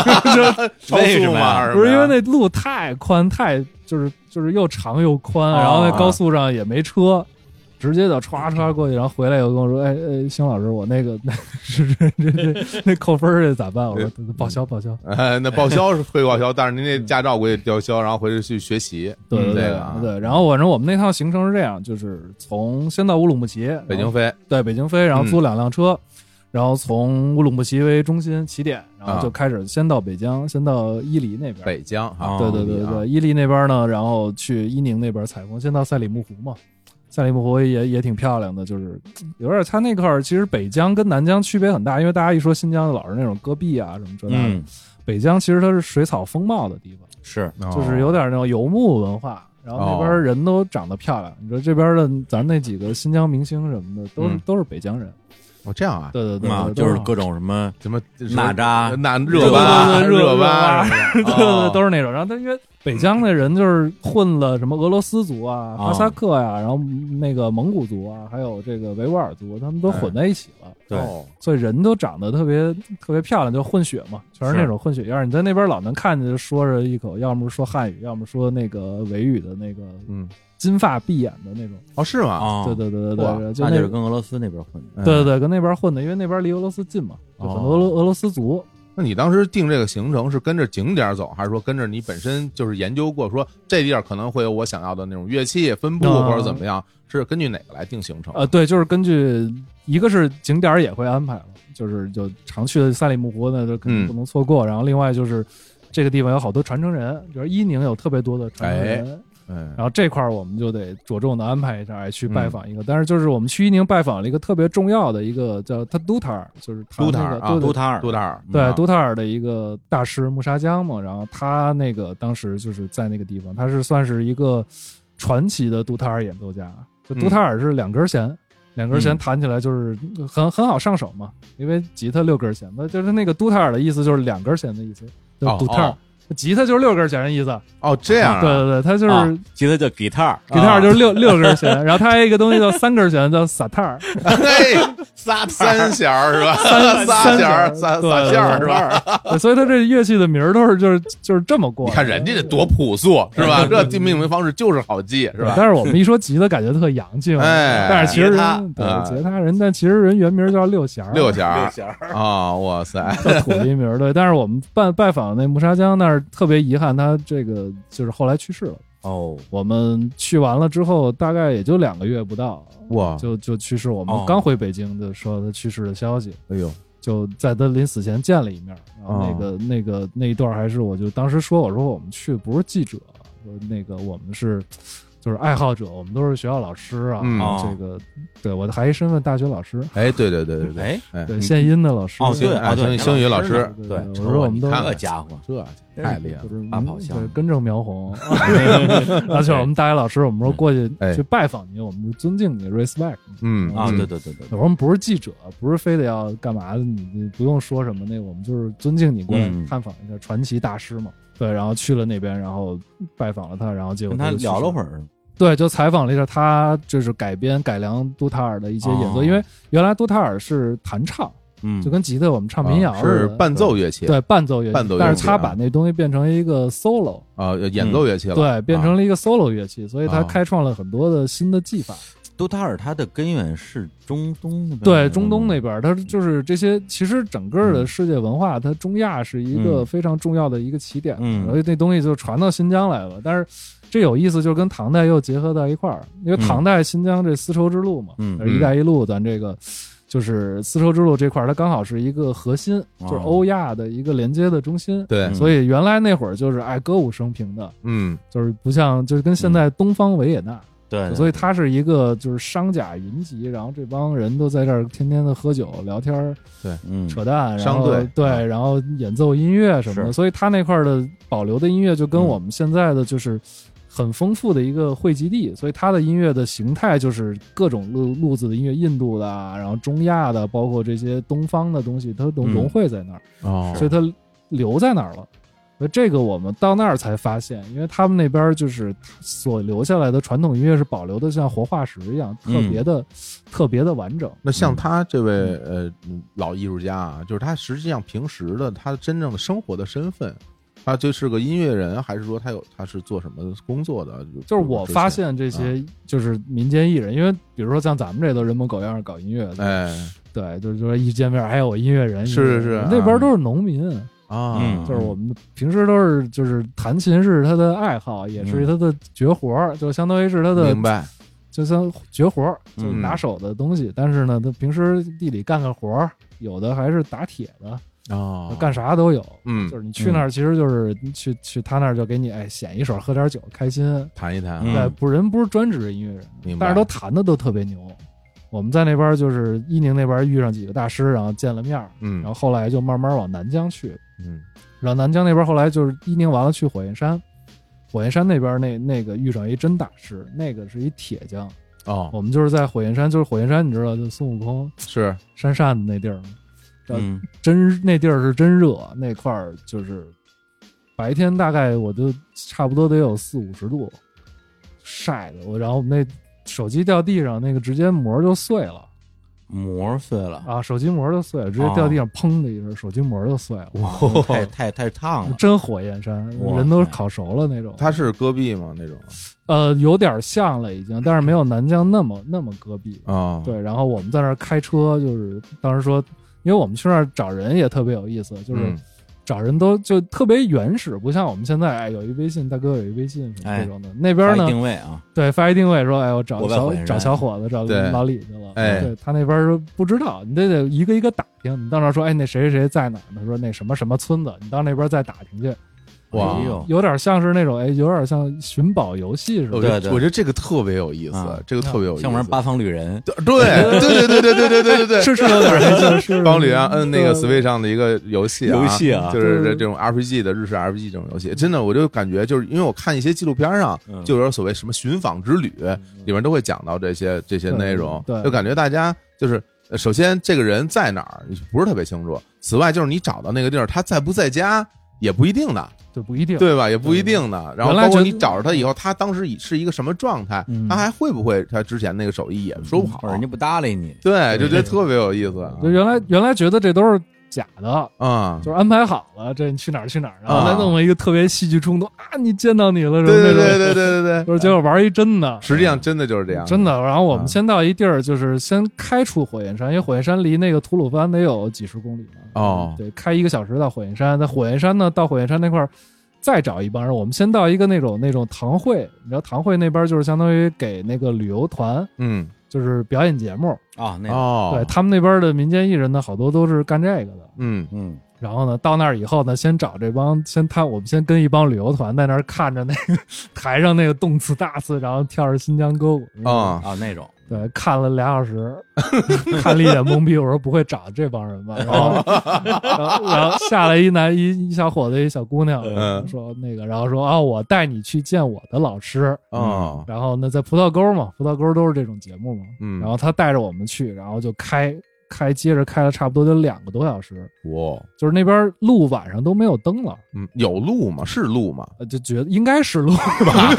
[SPEAKER 2] 超
[SPEAKER 1] 为什
[SPEAKER 2] 速
[SPEAKER 1] 么呀
[SPEAKER 2] 嘛？
[SPEAKER 3] 不是因为
[SPEAKER 2] 那
[SPEAKER 3] 那路太宽，太就是就是又长又宽，
[SPEAKER 1] 哦
[SPEAKER 3] 然后那高速上也没车，直接就歘歘过去，然后回来又跟我说：“哎哎，星老师，我那个 (laughs) 那是是这这那扣分儿这咋办？”我说：“报销报销。
[SPEAKER 2] 呃 (laughs) 那报销是会报销，但是您那驾照估计吊销，然后回去去学习。”
[SPEAKER 3] (laughs) 对对
[SPEAKER 2] 这
[SPEAKER 3] 对
[SPEAKER 2] 个啊
[SPEAKER 3] 对，然后反正我们那趟行程是这样，就是从先到乌鲁木齐，
[SPEAKER 2] 北
[SPEAKER 3] 然
[SPEAKER 2] 京
[SPEAKER 3] 后
[SPEAKER 2] 飞嗯
[SPEAKER 3] 对北京飞，然后租两辆车，然后从乌鲁木齐为中心起点，然后就
[SPEAKER 2] 啊
[SPEAKER 3] 开始先到北疆，先到伊犁那边，
[SPEAKER 2] 北疆啊，
[SPEAKER 1] 哦
[SPEAKER 3] 对对对
[SPEAKER 2] 啊
[SPEAKER 3] 对，伊犁那边呢，然后去伊宁那边采风，先到赛里木湖嘛。赛里木湖也也挺漂亮的，就是有点儿它那块儿其实北疆跟南疆区别很大，因为大家一说新疆老是那种戈壁啊什么这那的，
[SPEAKER 1] 嗯，
[SPEAKER 3] 北疆其实它是水草丰茂的地方，
[SPEAKER 1] 是，
[SPEAKER 2] 哦
[SPEAKER 3] 就是有点那种游牧文化。然后那
[SPEAKER 1] 哦
[SPEAKER 3] 边儿人都长得漂亮，你说这边儿的咱那几个新疆明星什么的，都是、
[SPEAKER 2] 嗯
[SPEAKER 3] 都是北疆人，
[SPEAKER 2] 哦这样啊，
[SPEAKER 3] 对对对，
[SPEAKER 1] 啊，
[SPEAKER 3] 对
[SPEAKER 1] 就是
[SPEAKER 3] 都
[SPEAKER 1] 各种什么
[SPEAKER 2] 什么什么
[SPEAKER 1] 娜扎，
[SPEAKER 2] 那
[SPEAKER 1] 热
[SPEAKER 2] 热巴
[SPEAKER 3] 对对对
[SPEAKER 2] 巴
[SPEAKER 3] 热热巴
[SPEAKER 2] 是吧，
[SPEAKER 3] (laughs) 对对
[SPEAKER 2] 哦
[SPEAKER 3] 对，都是那种。然后他因为北疆的人就是混了什么俄罗斯族啊、
[SPEAKER 1] 哦
[SPEAKER 3] 哈萨克呀、然后那个蒙古族啊，还有这个维吾尔族，他们都混在一起了，
[SPEAKER 1] 对
[SPEAKER 2] 哦
[SPEAKER 3] 所以人都长得特别特别漂亮，就混血嘛，全是
[SPEAKER 1] 是
[SPEAKER 3] 那种混血样儿。你在那边老能看见说着一口，要么说汉语，要么说那个维语的那个
[SPEAKER 2] 嗯
[SPEAKER 3] 金发碧眼的那种。
[SPEAKER 2] 哦是吗？
[SPEAKER 1] 啊，
[SPEAKER 3] 对对对对
[SPEAKER 2] 哇
[SPEAKER 3] 对，就
[SPEAKER 1] 那
[SPEAKER 3] 那
[SPEAKER 1] 就是跟俄罗斯那边混的，
[SPEAKER 2] 嗯
[SPEAKER 3] 对对对，跟那边混的，因为那边离俄罗斯近嘛，就很多俄罗俄罗斯族。
[SPEAKER 2] 那你当时定这个行程是跟着景点走，还是说跟着你本身就是研究过，说这地儿可能会有我想要的那种乐器分布
[SPEAKER 3] 啊
[SPEAKER 2] 或者怎么样？是根据哪个来定行程？
[SPEAKER 3] 呃，对，就是根据一个是景点儿也会安排了，就是就常去的赛里木湖呢，就肯定
[SPEAKER 2] 嗯
[SPEAKER 3] 不能错过。然后另外就是这个地方有好多传承人，比如伊宁有特别多的传承人，
[SPEAKER 2] 嗯
[SPEAKER 3] 然后这块儿我们就得着重的安排一下，哎，去拜访一个。但是就是我们去伊宁拜访了一个特别重要的一个叫他都塔尔，就是他
[SPEAKER 2] 都塔
[SPEAKER 3] 那
[SPEAKER 2] 尔
[SPEAKER 3] 个
[SPEAKER 2] 啊
[SPEAKER 3] 对对
[SPEAKER 1] 都塔尔，
[SPEAKER 2] 杜达尔
[SPEAKER 3] 对
[SPEAKER 2] 嗯
[SPEAKER 3] 都塔尔的一个大师穆沙江嘛，然后他那个当时就是在那个地方，他是算是一个传奇的都塔尔演奏家。就
[SPEAKER 2] 嗯
[SPEAKER 3] 都塔尔是两根弦，两根弦弹起来就是很很好上手嘛，因为吉他六根弦，那就是那个都塔尔的意思就是两根弦的意思，就是
[SPEAKER 2] 哦
[SPEAKER 3] 杜塔尔
[SPEAKER 2] 哦。
[SPEAKER 3] 吉他就是六根弦的意思，
[SPEAKER 2] 哦这样
[SPEAKER 3] 对
[SPEAKER 2] 啊
[SPEAKER 3] 对对，他就是、
[SPEAKER 1] 啊吉他叫吉他尔，
[SPEAKER 3] 吉他就是六 (laughs) 六根弦，然后他还有一个东西叫三根弦，叫萨
[SPEAKER 2] (laughs)
[SPEAKER 3] 塔尔，
[SPEAKER 2] 哎，
[SPEAKER 1] 仨
[SPEAKER 2] 三弦儿
[SPEAKER 3] (laughs)
[SPEAKER 2] 是吧？
[SPEAKER 3] 三
[SPEAKER 2] 仨弦儿，
[SPEAKER 3] 三
[SPEAKER 2] 三
[SPEAKER 3] 对
[SPEAKER 2] 仨
[SPEAKER 3] 对
[SPEAKER 2] 弦儿
[SPEAKER 3] 对
[SPEAKER 2] 是吧？
[SPEAKER 3] 对所以他这乐器的名儿都是就是就是这么过
[SPEAKER 2] 你
[SPEAKER 3] 的。
[SPEAKER 2] 看人家这多朴素是吧？这命名方式就是好记是吧？
[SPEAKER 3] 但是我们一说吉他，感觉特洋气嘛。
[SPEAKER 2] 哎
[SPEAKER 3] 但是其实
[SPEAKER 1] 吉他
[SPEAKER 3] 人
[SPEAKER 2] 哎
[SPEAKER 3] 对吉他人，但其实人原名叫六弦儿，
[SPEAKER 2] 六弦儿
[SPEAKER 1] 弦儿，
[SPEAKER 2] 啊，哇塞，
[SPEAKER 3] 叫土地名儿。对，但是我们拜拜访那木沙江那儿特别遗憾，他这个就是后来去世了。
[SPEAKER 1] 哦，
[SPEAKER 3] 我们去完了之后，大概也就两个月不到，
[SPEAKER 2] 哇，
[SPEAKER 3] 就就去世。我
[SPEAKER 1] 哦
[SPEAKER 3] 们刚回北京就说他去世的消息，
[SPEAKER 2] 哎呦，
[SPEAKER 3] 就在他临死前见了一面儿。然后
[SPEAKER 2] 哦
[SPEAKER 3] 那个、那个那一段还是我就当时说我说我们去不是记者，说那个我们是就是爱好者，我们都是学校老师啊，
[SPEAKER 2] 嗯
[SPEAKER 3] 这个对我还一身份大学老师，
[SPEAKER 2] 哎，对对对对对，
[SPEAKER 1] 哎，
[SPEAKER 2] 哎，
[SPEAKER 3] 对
[SPEAKER 2] 你
[SPEAKER 3] 现音的老师。
[SPEAKER 1] 哦对
[SPEAKER 2] 哎
[SPEAKER 1] 哦对，
[SPEAKER 2] 星星宇老师
[SPEAKER 3] 对
[SPEAKER 1] 对
[SPEAKER 3] 对，
[SPEAKER 1] 对
[SPEAKER 3] 我
[SPEAKER 2] 瞅
[SPEAKER 3] 说我们
[SPEAKER 2] 你
[SPEAKER 3] 都
[SPEAKER 2] 看
[SPEAKER 1] 这
[SPEAKER 2] 看
[SPEAKER 1] 家伙，
[SPEAKER 2] 这太厉害了，
[SPEAKER 3] 就是
[SPEAKER 1] 八宝箱
[SPEAKER 3] 对根正苗
[SPEAKER 1] (laughs)
[SPEAKER 3] 红，然后就是我们大学老师，我们
[SPEAKER 1] 嗯
[SPEAKER 3] 说过去
[SPEAKER 2] 哎
[SPEAKER 3] 去拜访你，我们就尊敬你，respect 你。
[SPEAKER 2] 嗯
[SPEAKER 1] 啊，
[SPEAKER 2] 嗯
[SPEAKER 1] 对对对对
[SPEAKER 3] 我，说我们不是记者，不是非得要干嘛的，你你不用说什么那，我们就是尊敬你过来
[SPEAKER 1] 嗯
[SPEAKER 3] 探访一下传奇大师嘛。对，然后去了那边，然后拜访了他，然后结果
[SPEAKER 1] 跟他
[SPEAKER 3] 就去
[SPEAKER 1] 聊了
[SPEAKER 3] 世
[SPEAKER 1] 会儿，
[SPEAKER 3] 对，就采访了一下他，就是改编改良杜塔尔的一些演奏，
[SPEAKER 1] 哦
[SPEAKER 3] 因为原来杜塔尔是弹唱，
[SPEAKER 1] 嗯，
[SPEAKER 3] 就跟吉他我们唱民谣
[SPEAKER 1] 哦
[SPEAKER 2] 啊
[SPEAKER 3] 似的、
[SPEAKER 2] 是伴奏乐器，
[SPEAKER 3] 对伴奏乐器，
[SPEAKER 2] 伴奏乐器
[SPEAKER 3] 但是他
[SPEAKER 2] 啊
[SPEAKER 3] 把那东西变成一个 solo，、
[SPEAKER 2] 啊，演奏乐器了，
[SPEAKER 3] 嗯对，变成
[SPEAKER 2] 啊
[SPEAKER 3] 了一个 solo 乐器，所以他
[SPEAKER 2] 啊
[SPEAKER 3] 开创了很多的新的技法。
[SPEAKER 1] 都塔尔，它的根源是中东那边，
[SPEAKER 3] 对，中东那边儿，它就是这些，其实整个的
[SPEAKER 1] 嗯
[SPEAKER 3] 世界文化，它中亚是一个
[SPEAKER 1] 嗯
[SPEAKER 3] 非常重要的一个起点，
[SPEAKER 1] 嗯
[SPEAKER 3] 所以那东西就传到新疆来了。但是这有意思，就是跟唐代又结合到一块儿，因为
[SPEAKER 1] 嗯
[SPEAKER 3] 唐代新疆这丝绸之路嘛，
[SPEAKER 1] 嗯
[SPEAKER 3] 呃一带一路，咱这个。就是丝绸之路这块儿，它刚好是一个核心，
[SPEAKER 1] 哦
[SPEAKER 3] 就是欧亚的一个连接的中心。
[SPEAKER 2] 对
[SPEAKER 1] 嗯，
[SPEAKER 3] 所以原来那会儿就是哎歌舞升平的，
[SPEAKER 2] 嗯
[SPEAKER 3] 就是不像就是跟现在东方维也纳，
[SPEAKER 1] 对，对
[SPEAKER 3] 所以它是一个就是商贾云集，然后这帮人都在这儿天天的喝酒聊天儿、
[SPEAKER 1] 嗯，
[SPEAKER 3] 扯淡，然
[SPEAKER 2] 商
[SPEAKER 3] 后
[SPEAKER 2] 队
[SPEAKER 3] 对，然后演奏音乐什么的，
[SPEAKER 1] 是
[SPEAKER 3] 所以它那块儿的保留的音乐就跟
[SPEAKER 1] 嗯
[SPEAKER 3] 我们现在的就是很丰富的一个汇集地，所以它的音乐的形态就是各种路路子的音乐，印度的啊，然后中亚的，包括这些东方的东西，它都
[SPEAKER 1] 嗯
[SPEAKER 3] 融汇在那儿，
[SPEAKER 2] 哦
[SPEAKER 3] 所以它留在那儿了。所以这个我们到那儿才发现，因为他们那边儿就是所留下来的传统音乐是保留的像活化石一样，特
[SPEAKER 1] 嗯
[SPEAKER 3] 别的、特别的完整。
[SPEAKER 2] 那像
[SPEAKER 1] 嗯
[SPEAKER 2] 他这位呃老艺术家啊，就是他实际上平时的他真正的生活的身份，他就是个音乐人，还是说他有他是做什么工作的？
[SPEAKER 3] 就是我发
[SPEAKER 2] 之前，
[SPEAKER 3] 现这些就是民间艺人，因为比如说像咱们这都人模狗样儿搞音乐的，
[SPEAKER 2] 哎
[SPEAKER 3] 对，就是说一见面，哎，我音乐人，
[SPEAKER 2] 是是
[SPEAKER 3] 音乐人
[SPEAKER 2] 是
[SPEAKER 3] 那边都是农民，
[SPEAKER 2] 啊，
[SPEAKER 1] 嗯
[SPEAKER 3] 就是我们平时都是就是弹琴是他的爱好，也是他的绝活儿，就相当于是他的
[SPEAKER 2] 嗯明白，
[SPEAKER 3] 就像绝活儿，就是
[SPEAKER 1] 嗯
[SPEAKER 3] 拿手的东西。但是呢，他平时地里干个活儿，有的还是打铁的，
[SPEAKER 2] 哦，
[SPEAKER 3] 干啥都有。
[SPEAKER 2] 嗯
[SPEAKER 3] 就是你去那儿，其实就是去去他那儿就给你哎显一手，喝点酒，开心，
[SPEAKER 2] 谈一谈啊，
[SPEAKER 1] 嗯
[SPEAKER 3] 对，不人不是专职音乐人，
[SPEAKER 2] 明白
[SPEAKER 3] 但是都弹的都特别牛。我们在那边就是伊宁那边遇上几个大师，然后见了面儿，
[SPEAKER 2] 嗯
[SPEAKER 3] 然后后来就慢慢往南疆去，
[SPEAKER 2] 嗯
[SPEAKER 3] 然后南疆那边后来就是伊宁完了去火焰山，火焰山那边那那个遇上一真大师，那个是一铁匠。
[SPEAKER 2] 哦
[SPEAKER 3] 我们就是在火焰山，就是火焰山，你知道，就孙悟空
[SPEAKER 2] 是
[SPEAKER 3] 扇扇子那地儿吗，
[SPEAKER 1] 嗯
[SPEAKER 3] 真那地儿是真热，那块儿就是白天大概我就差不多得有四五十度，晒的我，然后我们那手机掉地上，那个直接膜就碎了
[SPEAKER 1] 膜碎了，
[SPEAKER 2] (laughs)
[SPEAKER 3] 啊，手机膜就碎了，直接掉地上，砰的一声，手机膜就碎了，
[SPEAKER 1] 哦
[SPEAKER 2] 哦
[SPEAKER 1] 太太太烫了，
[SPEAKER 3] (laughs) 真火焰山，
[SPEAKER 1] 哇
[SPEAKER 3] 人都烤熟了那种。
[SPEAKER 2] 他是戈壁吗那种
[SPEAKER 3] 呃有点像了已经，但是没有南疆那么那么戈壁。
[SPEAKER 2] 啊，
[SPEAKER 3] 对，然后我们在那儿开车，就是当时说，因为我们去那儿找人也特别有意思，就是。
[SPEAKER 2] 嗯
[SPEAKER 3] 找人都就特别原始，不像我们现在，哎，有一微信大哥有一微信什么
[SPEAKER 1] 哎
[SPEAKER 3] 这种的。那边
[SPEAKER 1] 发一
[SPEAKER 3] 呢，
[SPEAKER 1] 定位啊，
[SPEAKER 3] 对，发一定位说，哎，我找
[SPEAKER 1] 我在火
[SPEAKER 3] 小
[SPEAKER 1] 焰山
[SPEAKER 3] 找小伙子，找
[SPEAKER 2] 对
[SPEAKER 3] 老李去了。
[SPEAKER 2] 哎
[SPEAKER 3] 对他那边说不知道，你得得一个一个打听。你到那儿说，哎，那谁谁谁在哪儿呢？说那什么什么村子，你到那边再打听去。
[SPEAKER 2] 哇
[SPEAKER 1] 哎。呦
[SPEAKER 3] 有点像是那种，哎，有点像寻宝游戏似
[SPEAKER 2] 我
[SPEAKER 3] 的。
[SPEAKER 2] 觉
[SPEAKER 1] 对对
[SPEAKER 2] 得我觉得这个特别有意
[SPEAKER 1] 啊
[SPEAKER 2] 思，这个特别有意思，
[SPEAKER 1] 像玩八方旅人，
[SPEAKER 2] 对对对对对对对对对对，
[SPEAKER 3] 是是有点
[SPEAKER 2] (laughs)
[SPEAKER 3] 像是
[SPEAKER 2] 帮吕啊，摁那个
[SPEAKER 3] 对
[SPEAKER 2] Switch 上的一个游戏、啊，
[SPEAKER 1] 游戏啊
[SPEAKER 2] 就是这
[SPEAKER 3] 对
[SPEAKER 2] 这种 RPG 的日式 RPG 这种游戏，真的，我就感觉就是因为我看一些纪录片上，
[SPEAKER 1] 嗯
[SPEAKER 2] 就有所谓什么寻访之旅，里面都会讲到这些这些
[SPEAKER 3] 对
[SPEAKER 2] 内容，
[SPEAKER 3] 对
[SPEAKER 2] 就感觉大家就是。呃首先，这个人在哪儿，你不是特别清楚。此外，就是你找到那个地儿，他在不在家也不一定的，
[SPEAKER 3] 对不一定。
[SPEAKER 2] 对吧？也不一定的。然后
[SPEAKER 3] 原来
[SPEAKER 2] 包括
[SPEAKER 3] 觉
[SPEAKER 2] 你
[SPEAKER 3] 得
[SPEAKER 2] 找着他以后，他当时以是一个什么状态，
[SPEAKER 3] 嗯
[SPEAKER 2] 他还会不会他之前那个手艺也说不
[SPEAKER 1] 嗯
[SPEAKER 2] 好
[SPEAKER 1] 或。者人家不搭理你，
[SPEAKER 2] 对，就觉得特别有意思啊
[SPEAKER 3] 就原来原来觉得这都是假的，
[SPEAKER 2] 啊！
[SPEAKER 3] 就是安排好了，这你去哪儿去哪儿，然后
[SPEAKER 2] 啊
[SPEAKER 3] 再弄了一个特别戏剧冲突啊，你见到你了什么
[SPEAKER 2] 对
[SPEAKER 3] 那
[SPEAKER 2] 对
[SPEAKER 3] 种，
[SPEAKER 2] 对对对对
[SPEAKER 3] 就
[SPEAKER 2] 对，
[SPEAKER 3] 是结果玩一真的，
[SPEAKER 2] (laughs) 实际上真的就是这样，
[SPEAKER 3] 真的。然后我
[SPEAKER 2] 啊
[SPEAKER 3] 们先到一地儿，就是先开出火焰山，因为火焰山离那个吐鲁番得有几十公里嘛。嗯
[SPEAKER 2] 哦
[SPEAKER 3] 对，开一个小时到火焰山，在火焰山呢，到火焰山那块儿。再找一帮人，我们先到一个那种那种堂会，你知道堂会那边就是相当于给那个旅游团，
[SPEAKER 2] 嗯
[SPEAKER 3] 就是表演节目，
[SPEAKER 1] 啊，那个
[SPEAKER 2] 哦，
[SPEAKER 3] 对他们那边的民间艺人呢，好多都是干这个的。
[SPEAKER 2] 嗯
[SPEAKER 1] 嗯，
[SPEAKER 3] 然后呢，到那儿以后呢，先找这帮先他，我们先跟一帮旅游团在那儿看着那个 (laughs) 台上那个动次打次，然后跳着新疆歌舞，
[SPEAKER 2] 啊
[SPEAKER 1] 啊那种，
[SPEAKER 3] 对，看了俩小时， (laughs) 看了一脸懵逼，我说不会找这帮人吧？然
[SPEAKER 2] 哦
[SPEAKER 3] 后，然后， (laughs) 然后下来一男一一小伙子，一小姑娘，
[SPEAKER 2] 嗯
[SPEAKER 3] 说那个，然后说啊，我带你去见我的老师，
[SPEAKER 2] 哦
[SPEAKER 3] 然后呢，在葡萄沟嘛，葡萄沟都是这种节目嘛，
[SPEAKER 2] 嗯，
[SPEAKER 3] 然后他带着我们去，然后就开开，接着开了差不多就两个多小时，
[SPEAKER 2] 我
[SPEAKER 3] 就是那边路晚上都没有灯了，
[SPEAKER 2] 嗯有路吗？是路吗？
[SPEAKER 3] 呃就觉得应该是
[SPEAKER 2] (laughs)
[SPEAKER 3] 路 (laughs) 吧，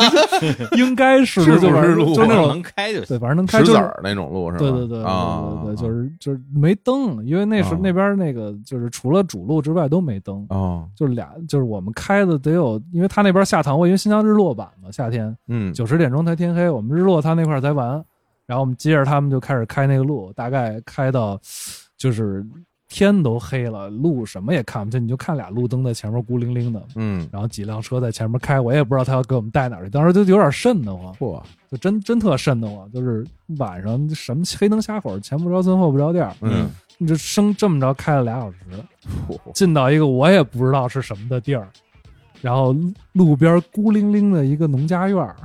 [SPEAKER 3] 应该是
[SPEAKER 2] 是
[SPEAKER 3] 路，就
[SPEAKER 2] 不
[SPEAKER 3] 反
[SPEAKER 2] 是
[SPEAKER 3] 正
[SPEAKER 2] 路啊
[SPEAKER 3] 就那种
[SPEAKER 1] 能开就行，
[SPEAKER 3] 对，反正能开
[SPEAKER 2] 石
[SPEAKER 3] 就
[SPEAKER 2] 子
[SPEAKER 3] 是
[SPEAKER 2] 儿那种路是吧？
[SPEAKER 3] 对对对对
[SPEAKER 2] 啊，
[SPEAKER 3] 对对，就是就是没灯，因为那时
[SPEAKER 2] 啊
[SPEAKER 3] 候那边那个就是除了主路之外都没灯，
[SPEAKER 2] 哦
[SPEAKER 3] 就是俩就是我们开的得有，因为他那边下堂会，因为新疆日落晚嘛，夏天
[SPEAKER 2] 嗯
[SPEAKER 3] 九十点钟才天黑，我们日落他那块儿才完，然后我们接着他们就开始开那个路，大概开到就是。天都黑了，路什么也看不清，你就看俩路灯在前面孤零零的，
[SPEAKER 2] 嗯，
[SPEAKER 3] 然后几辆车在前面开，我也不知道他要给我们带哪儿去，当时就有点瘆得慌，
[SPEAKER 2] 嚯，
[SPEAKER 3] 就真真特瘆得慌，就是晚上什么黑灯瞎火，前不着村后不着店儿，
[SPEAKER 2] 嗯，
[SPEAKER 3] 你这生这么着开了俩小时，嗯
[SPEAKER 2] 嚯，
[SPEAKER 3] 进到一个我也不知道是什么的地儿，然后路边孤零零的一个农家院儿，